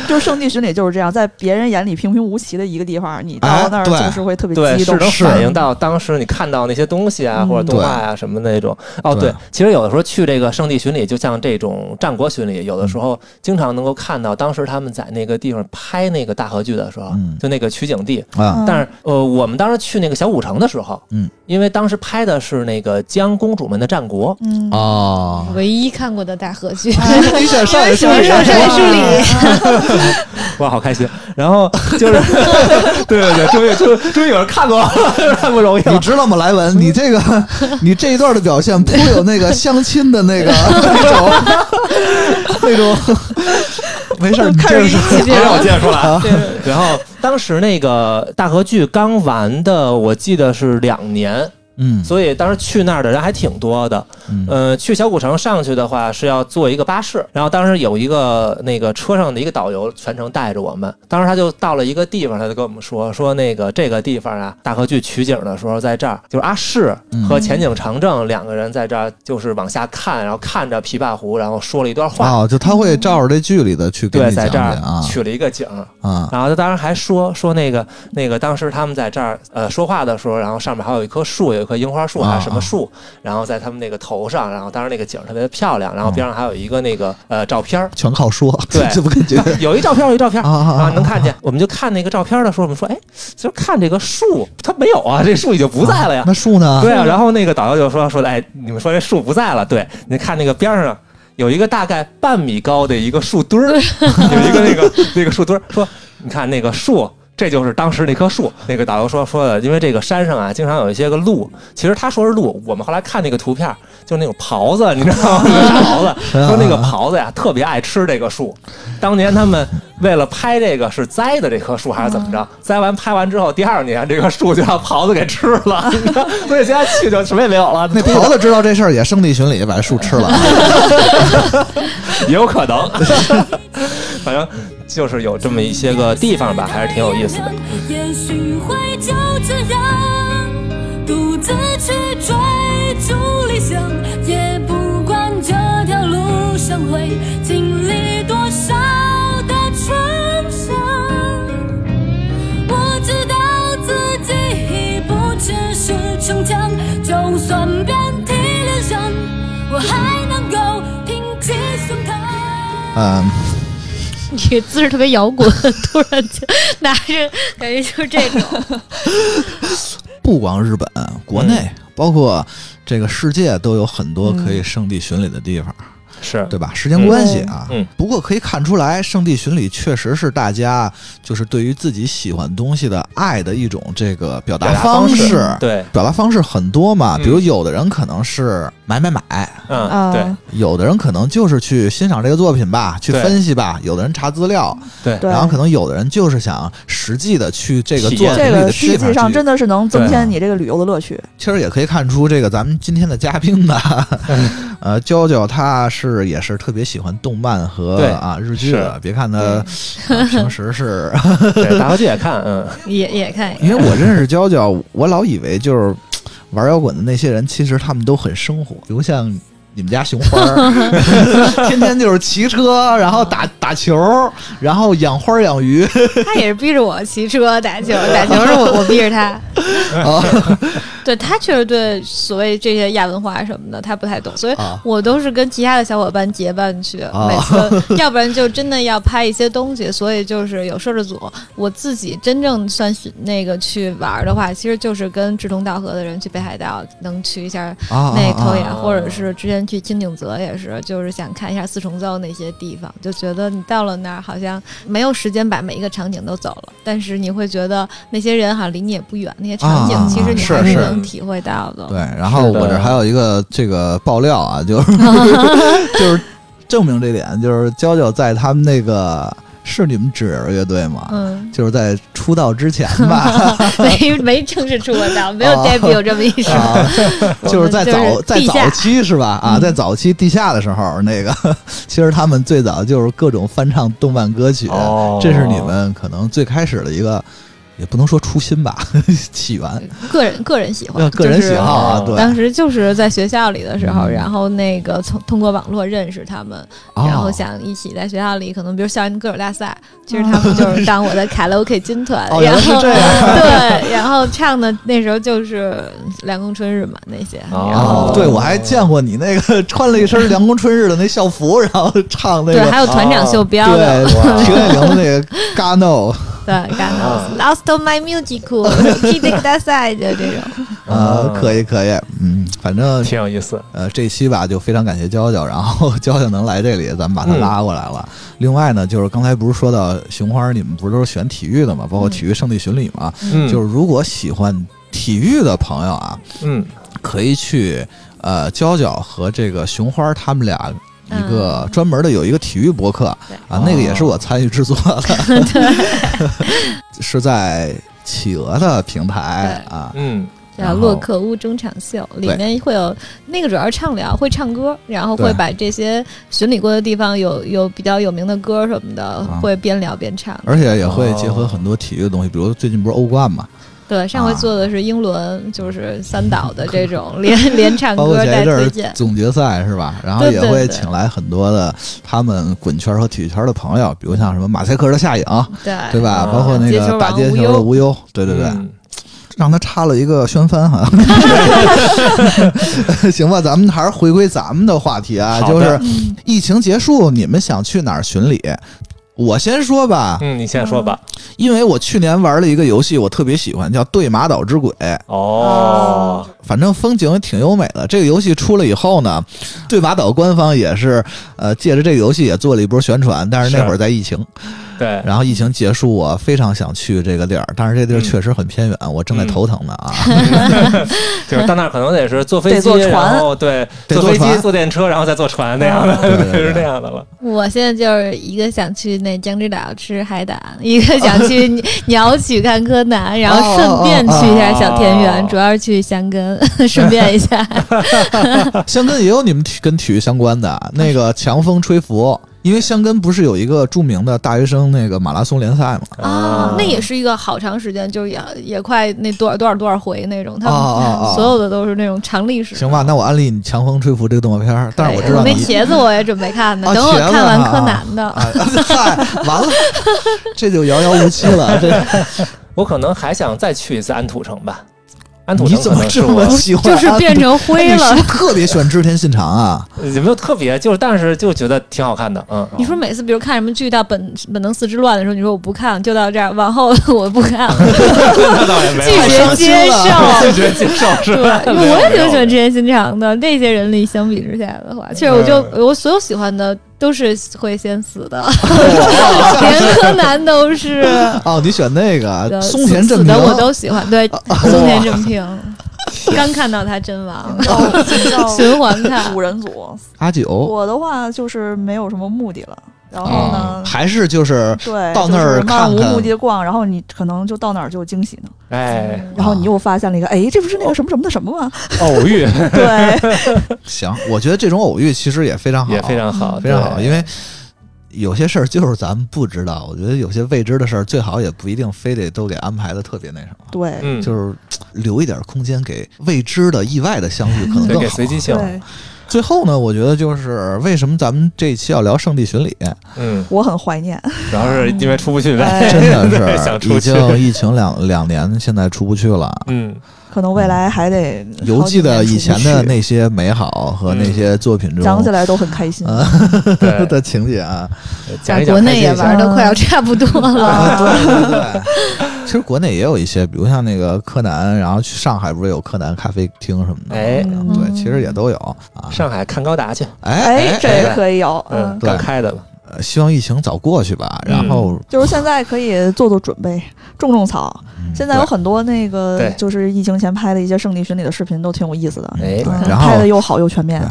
Speaker 3: 就是圣地巡礼就是这样，在别人眼里平平无奇的一个地方，你到那
Speaker 1: 哎
Speaker 3: 儿
Speaker 1: 对
Speaker 3: 就是会特别
Speaker 5: 对，
Speaker 3: 激
Speaker 5: 是
Speaker 3: 动。
Speaker 5: 能
Speaker 1: 是
Speaker 5: 反映到当时你看到那些东西啊，
Speaker 3: 嗯
Speaker 5: 或者动画啊什么那种。哦，
Speaker 1: 对
Speaker 5: 对，其实有的时候去这个圣地巡礼，就像这种战国巡礼，有的时候经常能够看到当时他们在那个地方拍那个大合剧的时候
Speaker 1: 嗯，
Speaker 5: 就那个取景地，
Speaker 3: 嗯
Speaker 1: 啊，
Speaker 5: 但是呃，我们当时去那个小古城的时候，
Speaker 1: 嗯，
Speaker 5: 因为当时拍的是那个江公主们的战国，
Speaker 3: 嗯，
Speaker 1: 哦，
Speaker 6: 唯一看过的大合剧。
Speaker 4: 啊
Speaker 1: 你想上来
Speaker 6: 喜欢上山树里，
Speaker 5: 哇，好开心！然后就是，对对对，终于终终于有人看过了， 看过荣
Speaker 1: 你
Speaker 5: 耀。
Speaker 1: 知道吗，莱文？你这个，你这一段的表现颇有那个相亲的 那个那种那种。没事儿，你接着说。
Speaker 5: 别让我接着说了啊！然后当时那个大合剧刚完的，我记得是两年，
Speaker 1: 嗯
Speaker 5: 所以当时去那儿的人还挺多的。
Speaker 1: 嗯
Speaker 5: 呃，去小古城上去的话是要坐一个巴士，然后当时有一个那个车上的一个导游全程带着我们，当时他就到了一个地方，他就跟我们说说那个这个地方啊，大河剧取景的时候在这儿，就是阿市
Speaker 1: 嗯
Speaker 5: 和前景长政两个人在这儿就是往下看，然后看着琵琶湖，然后说了一段话。
Speaker 1: 哦，就他会照着这剧里的去给
Speaker 5: 对，
Speaker 1: 你
Speaker 5: 在
Speaker 1: 讲
Speaker 5: 这
Speaker 1: 解
Speaker 5: 儿
Speaker 1: 啊
Speaker 5: 取了一个景，
Speaker 1: 啊
Speaker 5: 然后他当时还说说那个那个，当时他们在这儿呃说话的时候，然后上面还有一棵树，有一棵樱花
Speaker 1: 啊
Speaker 5: 树还是什么树，然后在他们那个头上，然后当时那个景儿特别漂亮，
Speaker 1: 啊
Speaker 5: 然后边上还有一个那个呃 照片儿，
Speaker 1: 全靠说，
Speaker 5: 对
Speaker 1: 这不感觉
Speaker 5: 有一照片儿有一照片儿。
Speaker 1: 啊啊
Speaker 5: 啊，能看见，我们就看那个照片儿的时候，我们说，哎，就看这个树，它没有啊，这树已经不在了呀。
Speaker 1: 那树呢？
Speaker 5: 对啊，然后那个导游就说说，哎，你们说这树不在了，对，你看那个边儿上有一个大概半米高的一个树墩儿，有一个那个那个树墩儿，说你看那个树。这就是当时那棵树，那个导游说说的，因为这个山上啊，经常有一些个鹿，其实他说是鹿，我们后来看那个图片儿，就那种狍子，你知道吗？那个狍子，说那个狍子呀，特别爱吃这个树。 当年他们为了拍这个是栽的这棵树还是怎么着？栽完拍完之后，第二年这棵树就让狍子给吃了， 你知道所以现在去就什么也没有 了。
Speaker 1: 那狍子知道这事儿也圣地巡礼，把这树吃了。啊
Speaker 5: 也有可能，反正就是有这么一些个地方吧，还是挺有意思的。。
Speaker 7: 也许会就这样独自去追逐理想，也不管这条路上会经历多少的创伤。我知道自己已不只是逞强，就算遍体鳞伤，我还能够挺起胸膛。
Speaker 1: 嗯，
Speaker 6: 这个姿势特别摇滚，突然间拿着，感觉就是这种。
Speaker 1: 不光日本，
Speaker 5: 嗯
Speaker 1: 国内包括这个世界都有很多可以圣地巡礼的地方。
Speaker 5: 是
Speaker 1: 对吧？时间关系啊，
Speaker 5: 嗯嗯
Speaker 1: 不过可以看出来，圣地巡礼确实是大家就是对于自己喜欢东西的爱的一种这个表达
Speaker 5: 表达
Speaker 1: 方
Speaker 5: 方式
Speaker 1: 式。
Speaker 5: 对，
Speaker 1: 表达方式很多嘛，
Speaker 5: 嗯
Speaker 1: 比如有的人可能是买买买，
Speaker 5: 嗯，
Speaker 3: 啊
Speaker 5: 对
Speaker 1: 有的人可能就是去欣赏这个作品吧，去
Speaker 5: 对
Speaker 1: 分析吧，有的人查资料，
Speaker 5: 对
Speaker 3: 对，
Speaker 1: 然后可能有的人就是想实际的去这个
Speaker 5: 体
Speaker 1: 作
Speaker 5: 验
Speaker 1: 品
Speaker 3: 这
Speaker 1: 里的
Speaker 3: 个
Speaker 1: 地
Speaker 3: 实际
Speaker 1: 方
Speaker 3: 上
Speaker 1: 去
Speaker 3: 真的是能增
Speaker 5: 对
Speaker 3: 添你这个旅游的乐趣。
Speaker 1: 其实也可以看出，这个咱们今天的嘉宾呢，
Speaker 5: 嗯
Speaker 1: 呃，娇娇她是也是特别喜欢动漫和
Speaker 5: 对嗯
Speaker 1: 啊日剧的。别看她、啊平时 是，
Speaker 5: 对，大合剧也看，嗯，
Speaker 4: 也也看
Speaker 1: 因为我认识娇娇，我老以为就是玩摇滚的那些人，其实他们都很生活，比如像你们家熊花儿， 天天就是骑车，然后打打球，然后养花养 鱼，
Speaker 4: 他也是逼着我骑车打球，打球是我我逼着他。
Speaker 1: 啊
Speaker 4: 对他确实对所谓这些亚文化什么的他不太懂，所以
Speaker 1: 啊
Speaker 4: 我都是跟其他的小伙伴结伴去，
Speaker 1: 啊
Speaker 4: 每次 要不然就真的要拍一些东西，所以就是有摄制组。我自己真正算是那个去玩儿的话，其实就是跟志同道合的人去北海道，能去一下
Speaker 1: 啊
Speaker 4: 那头眼，
Speaker 5: 啊
Speaker 4: 或者是之前去金顶泽也是，就是想看一下四重奏那些地方，就觉得你到了那儿好像没有时间把每一个场景都走了，但是你会觉得那些人好像离你也不远，那些场景
Speaker 1: 啊
Speaker 4: 其实你
Speaker 1: 是
Speaker 4: 还是
Speaker 1: 是
Speaker 4: 能体会到的。
Speaker 1: 对，然后
Speaker 5: 是的
Speaker 1: 我这还有一个这个爆料啊，就是就是证明这点，就是娇娇在他们那个是你们纸人乐队吗？
Speaker 4: 嗯，
Speaker 1: 就是在出道之前吧，
Speaker 4: 没没正式出过道，没有
Speaker 1: 哦
Speaker 4: debut 这么一说。
Speaker 1: 啊，就是在
Speaker 4: 我们
Speaker 1: 早
Speaker 4: 就是
Speaker 1: 在
Speaker 4: 地下
Speaker 1: 早期是吧？啊，在早期地下的时候，那个其实他们最早就是各种翻唱动漫歌曲，
Speaker 5: 哦
Speaker 1: 这是你们可能最开始的一个，也不能说初心吧， 起源，
Speaker 4: 个人个人喜欢，
Speaker 1: 个人喜好啊，
Speaker 5: 就是
Speaker 1: 对，
Speaker 4: 当时就是在学校里的时候，
Speaker 1: 嗯
Speaker 4: 然后那个从通过网络认识他们，
Speaker 1: 哦
Speaker 4: 然后想一起在学校里，可能比如校园歌手大赛，其实他们就是当我的卡拉 OK 军团，
Speaker 1: 哦，原
Speaker 4: 然
Speaker 1: 来是
Speaker 4: 后
Speaker 1: 这样。
Speaker 4: 对，然后唱的那时候就是《凉宫春日》嘛那些，
Speaker 5: 哦
Speaker 4: 然后
Speaker 1: 对，我还见过你那个穿了一身凉宫春日的那校服，然后唱那
Speaker 4: 对，
Speaker 1: 个哦
Speaker 4: 还有团长袖标 的，
Speaker 1: 对徐爱玲那个 Gano
Speaker 4: 对，干
Speaker 1: 哦
Speaker 4: 的 Lost My Music Kid 大赛的这种，
Speaker 1: 啊
Speaker 5: 嗯，
Speaker 1: 可以可以，嗯，反正
Speaker 5: 挺有意思，
Speaker 1: 呃这期吧就非常感谢娇娇，然后 娇娇能来这里，咱们把她拉过来了。另外呢，就是刚才不是说到熊花，你们不是都是选体育的嘛，包括嗯体育圣地巡礼嘛，
Speaker 5: 嗯，
Speaker 1: 就是如果喜欢体育的朋友啊，
Speaker 5: 嗯，
Speaker 1: 可以去呃娇娇和这个熊花他们俩一个专门的有一个体育博客
Speaker 4: 嗯对哦
Speaker 1: 啊，那个也是我参与制作的， 是在企鹅的平台啊，
Speaker 5: 嗯，
Speaker 4: 叫《洛克屋中场秀》，里面会有那个主要是畅聊，会唱歌，然后会
Speaker 1: 对
Speaker 4: 把这些巡礼过的地方有有比较有名的歌什么的，会边聊边唱。
Speaker 1: 啊而且也会结合很多体育的
Speaker 4: 哦
Speaker 1: 东西，比如最近不是欧冠嘛，
Speaker 4: 对，上回
Speaker 1: 啊
Speaker 4: 做的是英伦，就是三岛的这种连 连唱
Speaker 1: 包括
Speaker 4: 歌
Speaker 1: 前
Speaker 4: 带
Speaker 1: 一阵
Speaker 4: 推
Speaker 1: 儿
Speaker 4: 荐。
Speaker 1: 总决赛是吧？然后
Speaker 4: 对
Speaker 1: 也
Speaker 4: 对
Speaker 1: 会
Speaker 4: 对
Speaker 1: 请来很多的他们滚圈和体育圈的朋友，比如像什么马赛克的夏颖，
Speaker 4: 对
Speaker 1: 对吧？
Speaker 5: 啊
Speaker 1: 包括那
Speaker 4: 街哎球
Speaker 1: 个
Speaker 4: 王
Speaker 1: 打街球的无忧，对对对，
Speaker 5: 嗯
Speaker 1: 让他插了一个掀翻 哈，行吧，咱们还是回归咱们的话题啊，
Speaker 5: 好
Speaker 1: 就
Speaker 5: 的嗯
Speaker 1: 是疫情结束，你们想去哪儿巡礼？我先说吧，
Speaker 5: 嗯，你先说吧。
Speaker 1: 因为我去年玩了一个游戏，我特别喜欢，叫《对马岛之鬼》，
Speaker 5: 嗯哦，
Speaker 1: 反正风景也挺优美的。这个游戏出了以后呢，对马岛官方也是呃借着这个游戏也做了一波宣传，但是那
Speaker 5: 是
Speaker 1: 会儿在疫情，
Speaker 5: 对，
Speaker 1: 然后疫情结束，我非常想去这个地儿，但是这
Speaker 5: 嗯
Speaker 1: 地儿确实很偏远，我正在头疼呢啊。
Speaker 5: 就是到那儿可能得是坐飞
Speaker 3: 得
Speaker 5: 机，
Speaker 3: 坐船
Speaker 5: 然后对，
Speaker 1: 得
Speaker 5: 坐
Speaker 1: 坐
Speaker 5: 飞机、
Speaker 1: 船
Speaker 5: 坐电车，然后再坐船那样的，
Speaker 1: 对对对
Speaker 5: 就是那样的了。
Speaker 4: 我现在就是一个想去那江之岛吃海胆，一个想去 鸟鸟取看柯南，然
Speaker 1: 哦
Speaker 4: 后顺便去一下小田园，
Speaker 5: 哦
Speaker 4: 主要是去箱根， 顺便一下。
Speaker 1: 香根也有你们体跟体育相关的那个强风吹拂，因为香根不是有一个著名的大学生那个马拉松联赛嘛？
Speaker 4: 啊，那也是一个好长时间，就是也也快那多少多少多少回那种，他
Speaker 1: 哦哦
Speaker 4: 们
Speaker 1: 哦
Speaker 4: 所有的都是啊那种长历史。
Speaker 1: 行吧，那我安利你《强风吹拂》这个动画片儿，但是我知道
Speaker 4: 那
Speaker 1: 你。
Speaker 4: 茄子哎我也准备看呢
Speaker 1: 啊，
Speaker 4: 等我
Speaker 1: 茄子
Speaker 4: 看完
Speaker 1: 啊
Speaker 4: 柯南的。
Speaker 1: 啊，嗨， 完了，啊这就遥遥无期了。这
Speaker 5: 我可能还想再去一次安土城吧。安土
Speaker 1: 你
Speaker 5: 城
Speaker 1: 怎
Speaker 5: 可
Speaker 1: 么
Speaker 5: 能是
Speaker 1: 这
Speaker 5: 我
Speaker 1: 么喜欢
Speaker 4: 就
Speaker 1: 安徒？
Speaker 4: 是变成
Speaker 1: 哎
Speaker 4: 灰
Speaker 1: 你是
Speaker 4: 了
Speaker 1: 不。是特别喜欢织田信长啊？
Speaker 5: 也没有特别，就是但是就觉得挺好看的，嗯。
Speaker 4: 你说每次比如看什么剧到本本能四之乱的时候，你说我不看，就到这儿，往后我不 看了，
Speaker 5: 那倒也没
Speaker 4: 拒
Speaker 5: 有，
Speaker 4: 绝接受。
Speaker 5: 拒绝接受是
Speaker 4: 啊对
Speaker 5: 吧？，
Speaker 4: 因为我也挺喜欢之前新长的。这些人里相比之下的话，
Speaker 1: 嗯
Speaker 4: 确实我就我所有喜欢的都是会先死的， 连柯南都 是。
Speaker 1: 哦，你选那个
Speaker 4: 的
Speaker 1: 松田
Speaker 4: 呃死
Speaker 1: 正
Speaker 4: 死
Speaker 1: 平啊
Speaker 4: 的，我都喜欢。对，松田正 平，刚看到他真亡，
Speaker 1: 嗯
Speaker 4: 循环看
Speaker 3: 五。嗯人组，
Speaker 1: 阿九，
Speaker 3: 我的话就是没有什么目的了，然后呢，
Speaker 1: 哦还是就是
Speaker 3: 对，
Speaker 1: 啊到那
Speaker 3: 就
Speaker 1: 儿
Speaker 3: 是漫
Speaker 1: 看
Speaker 3: 无
Speaker 1: 看
Speaker 3: 目的地逛，然后你可能就到哪儿就有惊喜呢，
Speaker 5: 哎，
Speaker 1: 嗯
Speaker 3: 然后你又发现了一个，哎，这不是那个什么什么的什么吗？
Speaker 5: 偶遇
Speaker 3: 对，
Speaker 1: 行，我觉得这种偶遇其实也非常好，
Speaker 5: 也非常
Speaker 3: 啊
Speaker 5: 好，
Speaker 1: 非常好，
Speaker 5: 对
Speaker 1: 因为有些事儿就是咱们不知道，我觉得有些未知的事儿，最好也不一定非得都给安排的特别那什么，
Speaker 3: 对，
Speaker 5: 嗯，
Speaker 1: 就是是留一点空间给未知的、意外的相遇，可能
Speaker 5: 对
Speaker 1: 更
Speaker 5: 给
Speaker 1: 好
Speaker 5: 随。机性，
Speaker 3: 对，
Speaker 1: 最后呢，我觉得就是为什么咱们这一期要聊圣地巡礼，
Speaker 5: 嗯，
Speaker 3: 我很怀念，
Speaker 5: 主要是因为出不去呗，
Speaker 3: 哎
Speaker 1: 真
Speaker 5: 对
Speaker 1: 的
Speaker 5: 想
Speaker 1: 是
Speaker 5: 出
Speaker 1: 已
Speaker 5: 去，
Speaker 1: 经疫情两两年，现在出不去了。
Speaker 5: 嗯，
Speaker 3: 可能未来还得
Speaker 1: 犹
Speaker 3: 好几
Speaker 1: 记得
Speaker 3: 年出
Speaker 1: 以
Speaker 3: 不
Speaker 1: 前的
Speaker 3: 去
Speaker 1: 那些美好和
Speaker 5: 嗯
Speaker 1: 那些作品中
Speaker 3: 讲起来都很开心。
Speaker 1: 啊
Speaker 5: 对，
Speaker 1: 的情节啊，
Speaker 5: 讲
Speaker 6: 在
Speaker 5: 一讲
Speaker 6: 国内也
Speaker 5: 开心一下
Speaker 6: 玩的快要差不多了。
Speaker 1: 啊，对对对。其实国内也有一些，比如像那个柯南，然后去上海不是有柯南咖啡厅什么的，
Speaker 5: 哎
Speaker 1: 对，其实也都有啊。
Speaker 5: 上海看高达去，
Speaker 1: 哎
Speaker 3: 嗯哎，这
Speaker 5: 哎
Speaker 3: 也可以有，
Speaker 5: 嗯，
Speaker 3: 嗯，
Speaker 1: 对
Speaker 5: 刚开的嘛，
Speaker 1: 呃希望疫情早过去吧。
Speaker 5: 嗯
Speaker 1: 然后
Speaker 3: 就是现在可以做做准备，种种草。现在有
Speaker 1: 嗯对
Speaker 3: 很多那
Speaker 5: 对
Speaker 3: 个就是疫情前拍的一些圣地巡礼的视频，都挺有意思的，
Speaker 5: 哎，
Speaker 1: 对
Speaker 3: 嗯
Speaker 1: 然后
Speaker 3: 拍的又好又全面，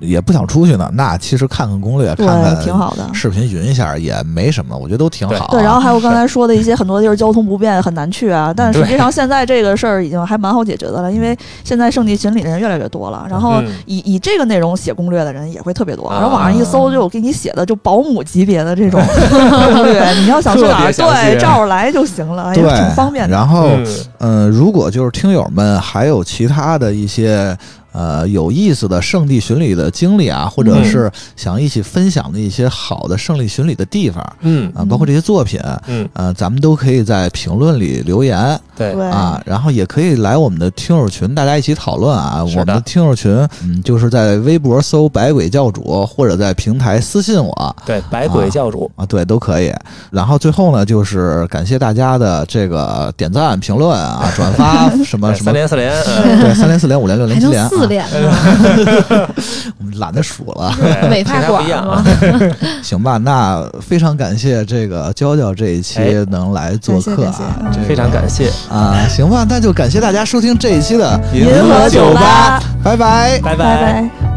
Speaker 1: 也不想出去呢，那其实看看攻略，
Speaker 3: 对
Speaker 1: 看，看
Speaker 3: 挺好的。
Speaker 1: 视频云一下也没什么，我觉得都挺好啊。
Speaker 3: 对，然后还有刚
Speaker 5: 是
Speaker 3: 才说的一些很多地儿交通不便，很难去啊。但实际上现在这个事儿已经还蛮好解决的了，因为现在圣地巡礼的人越来越多了，然后
Speaker 5: 嗯
Speaker 3: 以以这个内容写攻略的人也会特别多。
Speaker 5: 啊
Speaker 3: 然后网上一搜，就有给你写的就保姆级别的这种 攻略，你要想去哪
Speaker 5: 特别
Speaker 3: 儿，
Speaker 5: 详细
Speaker 3: 对，照着来就行了，也
Speaker 1: 对，
Speaker 3: 挺方便的。
Speaker 1: 然后，
Speaker 5: 嗯
Speaker 1: 嗯，如果就是听友们还有其他的一些呃有意思的圣地巡礼的经历啊，或者
Speaker 5: 嗯
Speaker 1: 是想一起分享的一些好的圣地巡礼的地方
Speaker 5: 嗯
Speaker 1: 啊，包括这些作品，
Speaker 5: 嗯，
Speaker 1: 呃，咱们都可以在评论里留言
Speaker 5: 对，
Speaker 3: 对
Speaker 1: 啊，然后也可以来我们的听友群，大家一起讨论啊。
Speaker 5: 是
Speaker 1: 我们
Speaker 5: 的
Speaker 1: 的听友群，嗯，就是在微博搜“百鬼教主”或者在平台私信我。
Speaker 5: 对，百鬼教主，
Speaker 1: 啊，对，都可以。然后最后呢，就是感谢大家的这个点赞、评论啊、转发什么
Speaker 5: 对
Speaker 1: 什
Speaker 5: 三
Speaker 1: 么，
Speaker 5: 连四连，嗯
Speaker 1: 对，三连、四连、五连、六连、
Speaker 4: 还
Speaker 1: 七
Speaker 4: 能
Speaker 1: 连，
Speaker 4: 四
Speaker 1: 啊，
Speaker 4: 连呢，
Speaker 1: 我们懒得数了。
Speaker 5: 对
Speaker 4: 美
Speaker 5: 平
Speaker 4: 发
Speaker 5: 常不
Speaker 4: 馆
Speaker 5: 一样
Speaker 4: 吗
Speaker 5: 啊，？
Speaker 1: 行吧，那非常感谢这个娇娇这一期
Speaker 5: 哎
Speaker 1: 能来做客
Speaker 3: 感谢
Speaker 1: 啊，
Speaker 3: 感
Speaker 1: 这个
Speaker 5: 非常感谢，
Speaker 1: 啊，行吧，那就感谢大家收听这一期的
Speaker 5: 银河酒吧，
Speaker 1: 拜拜。
Speaker 5: 拜
Speaker 3: 拜拜。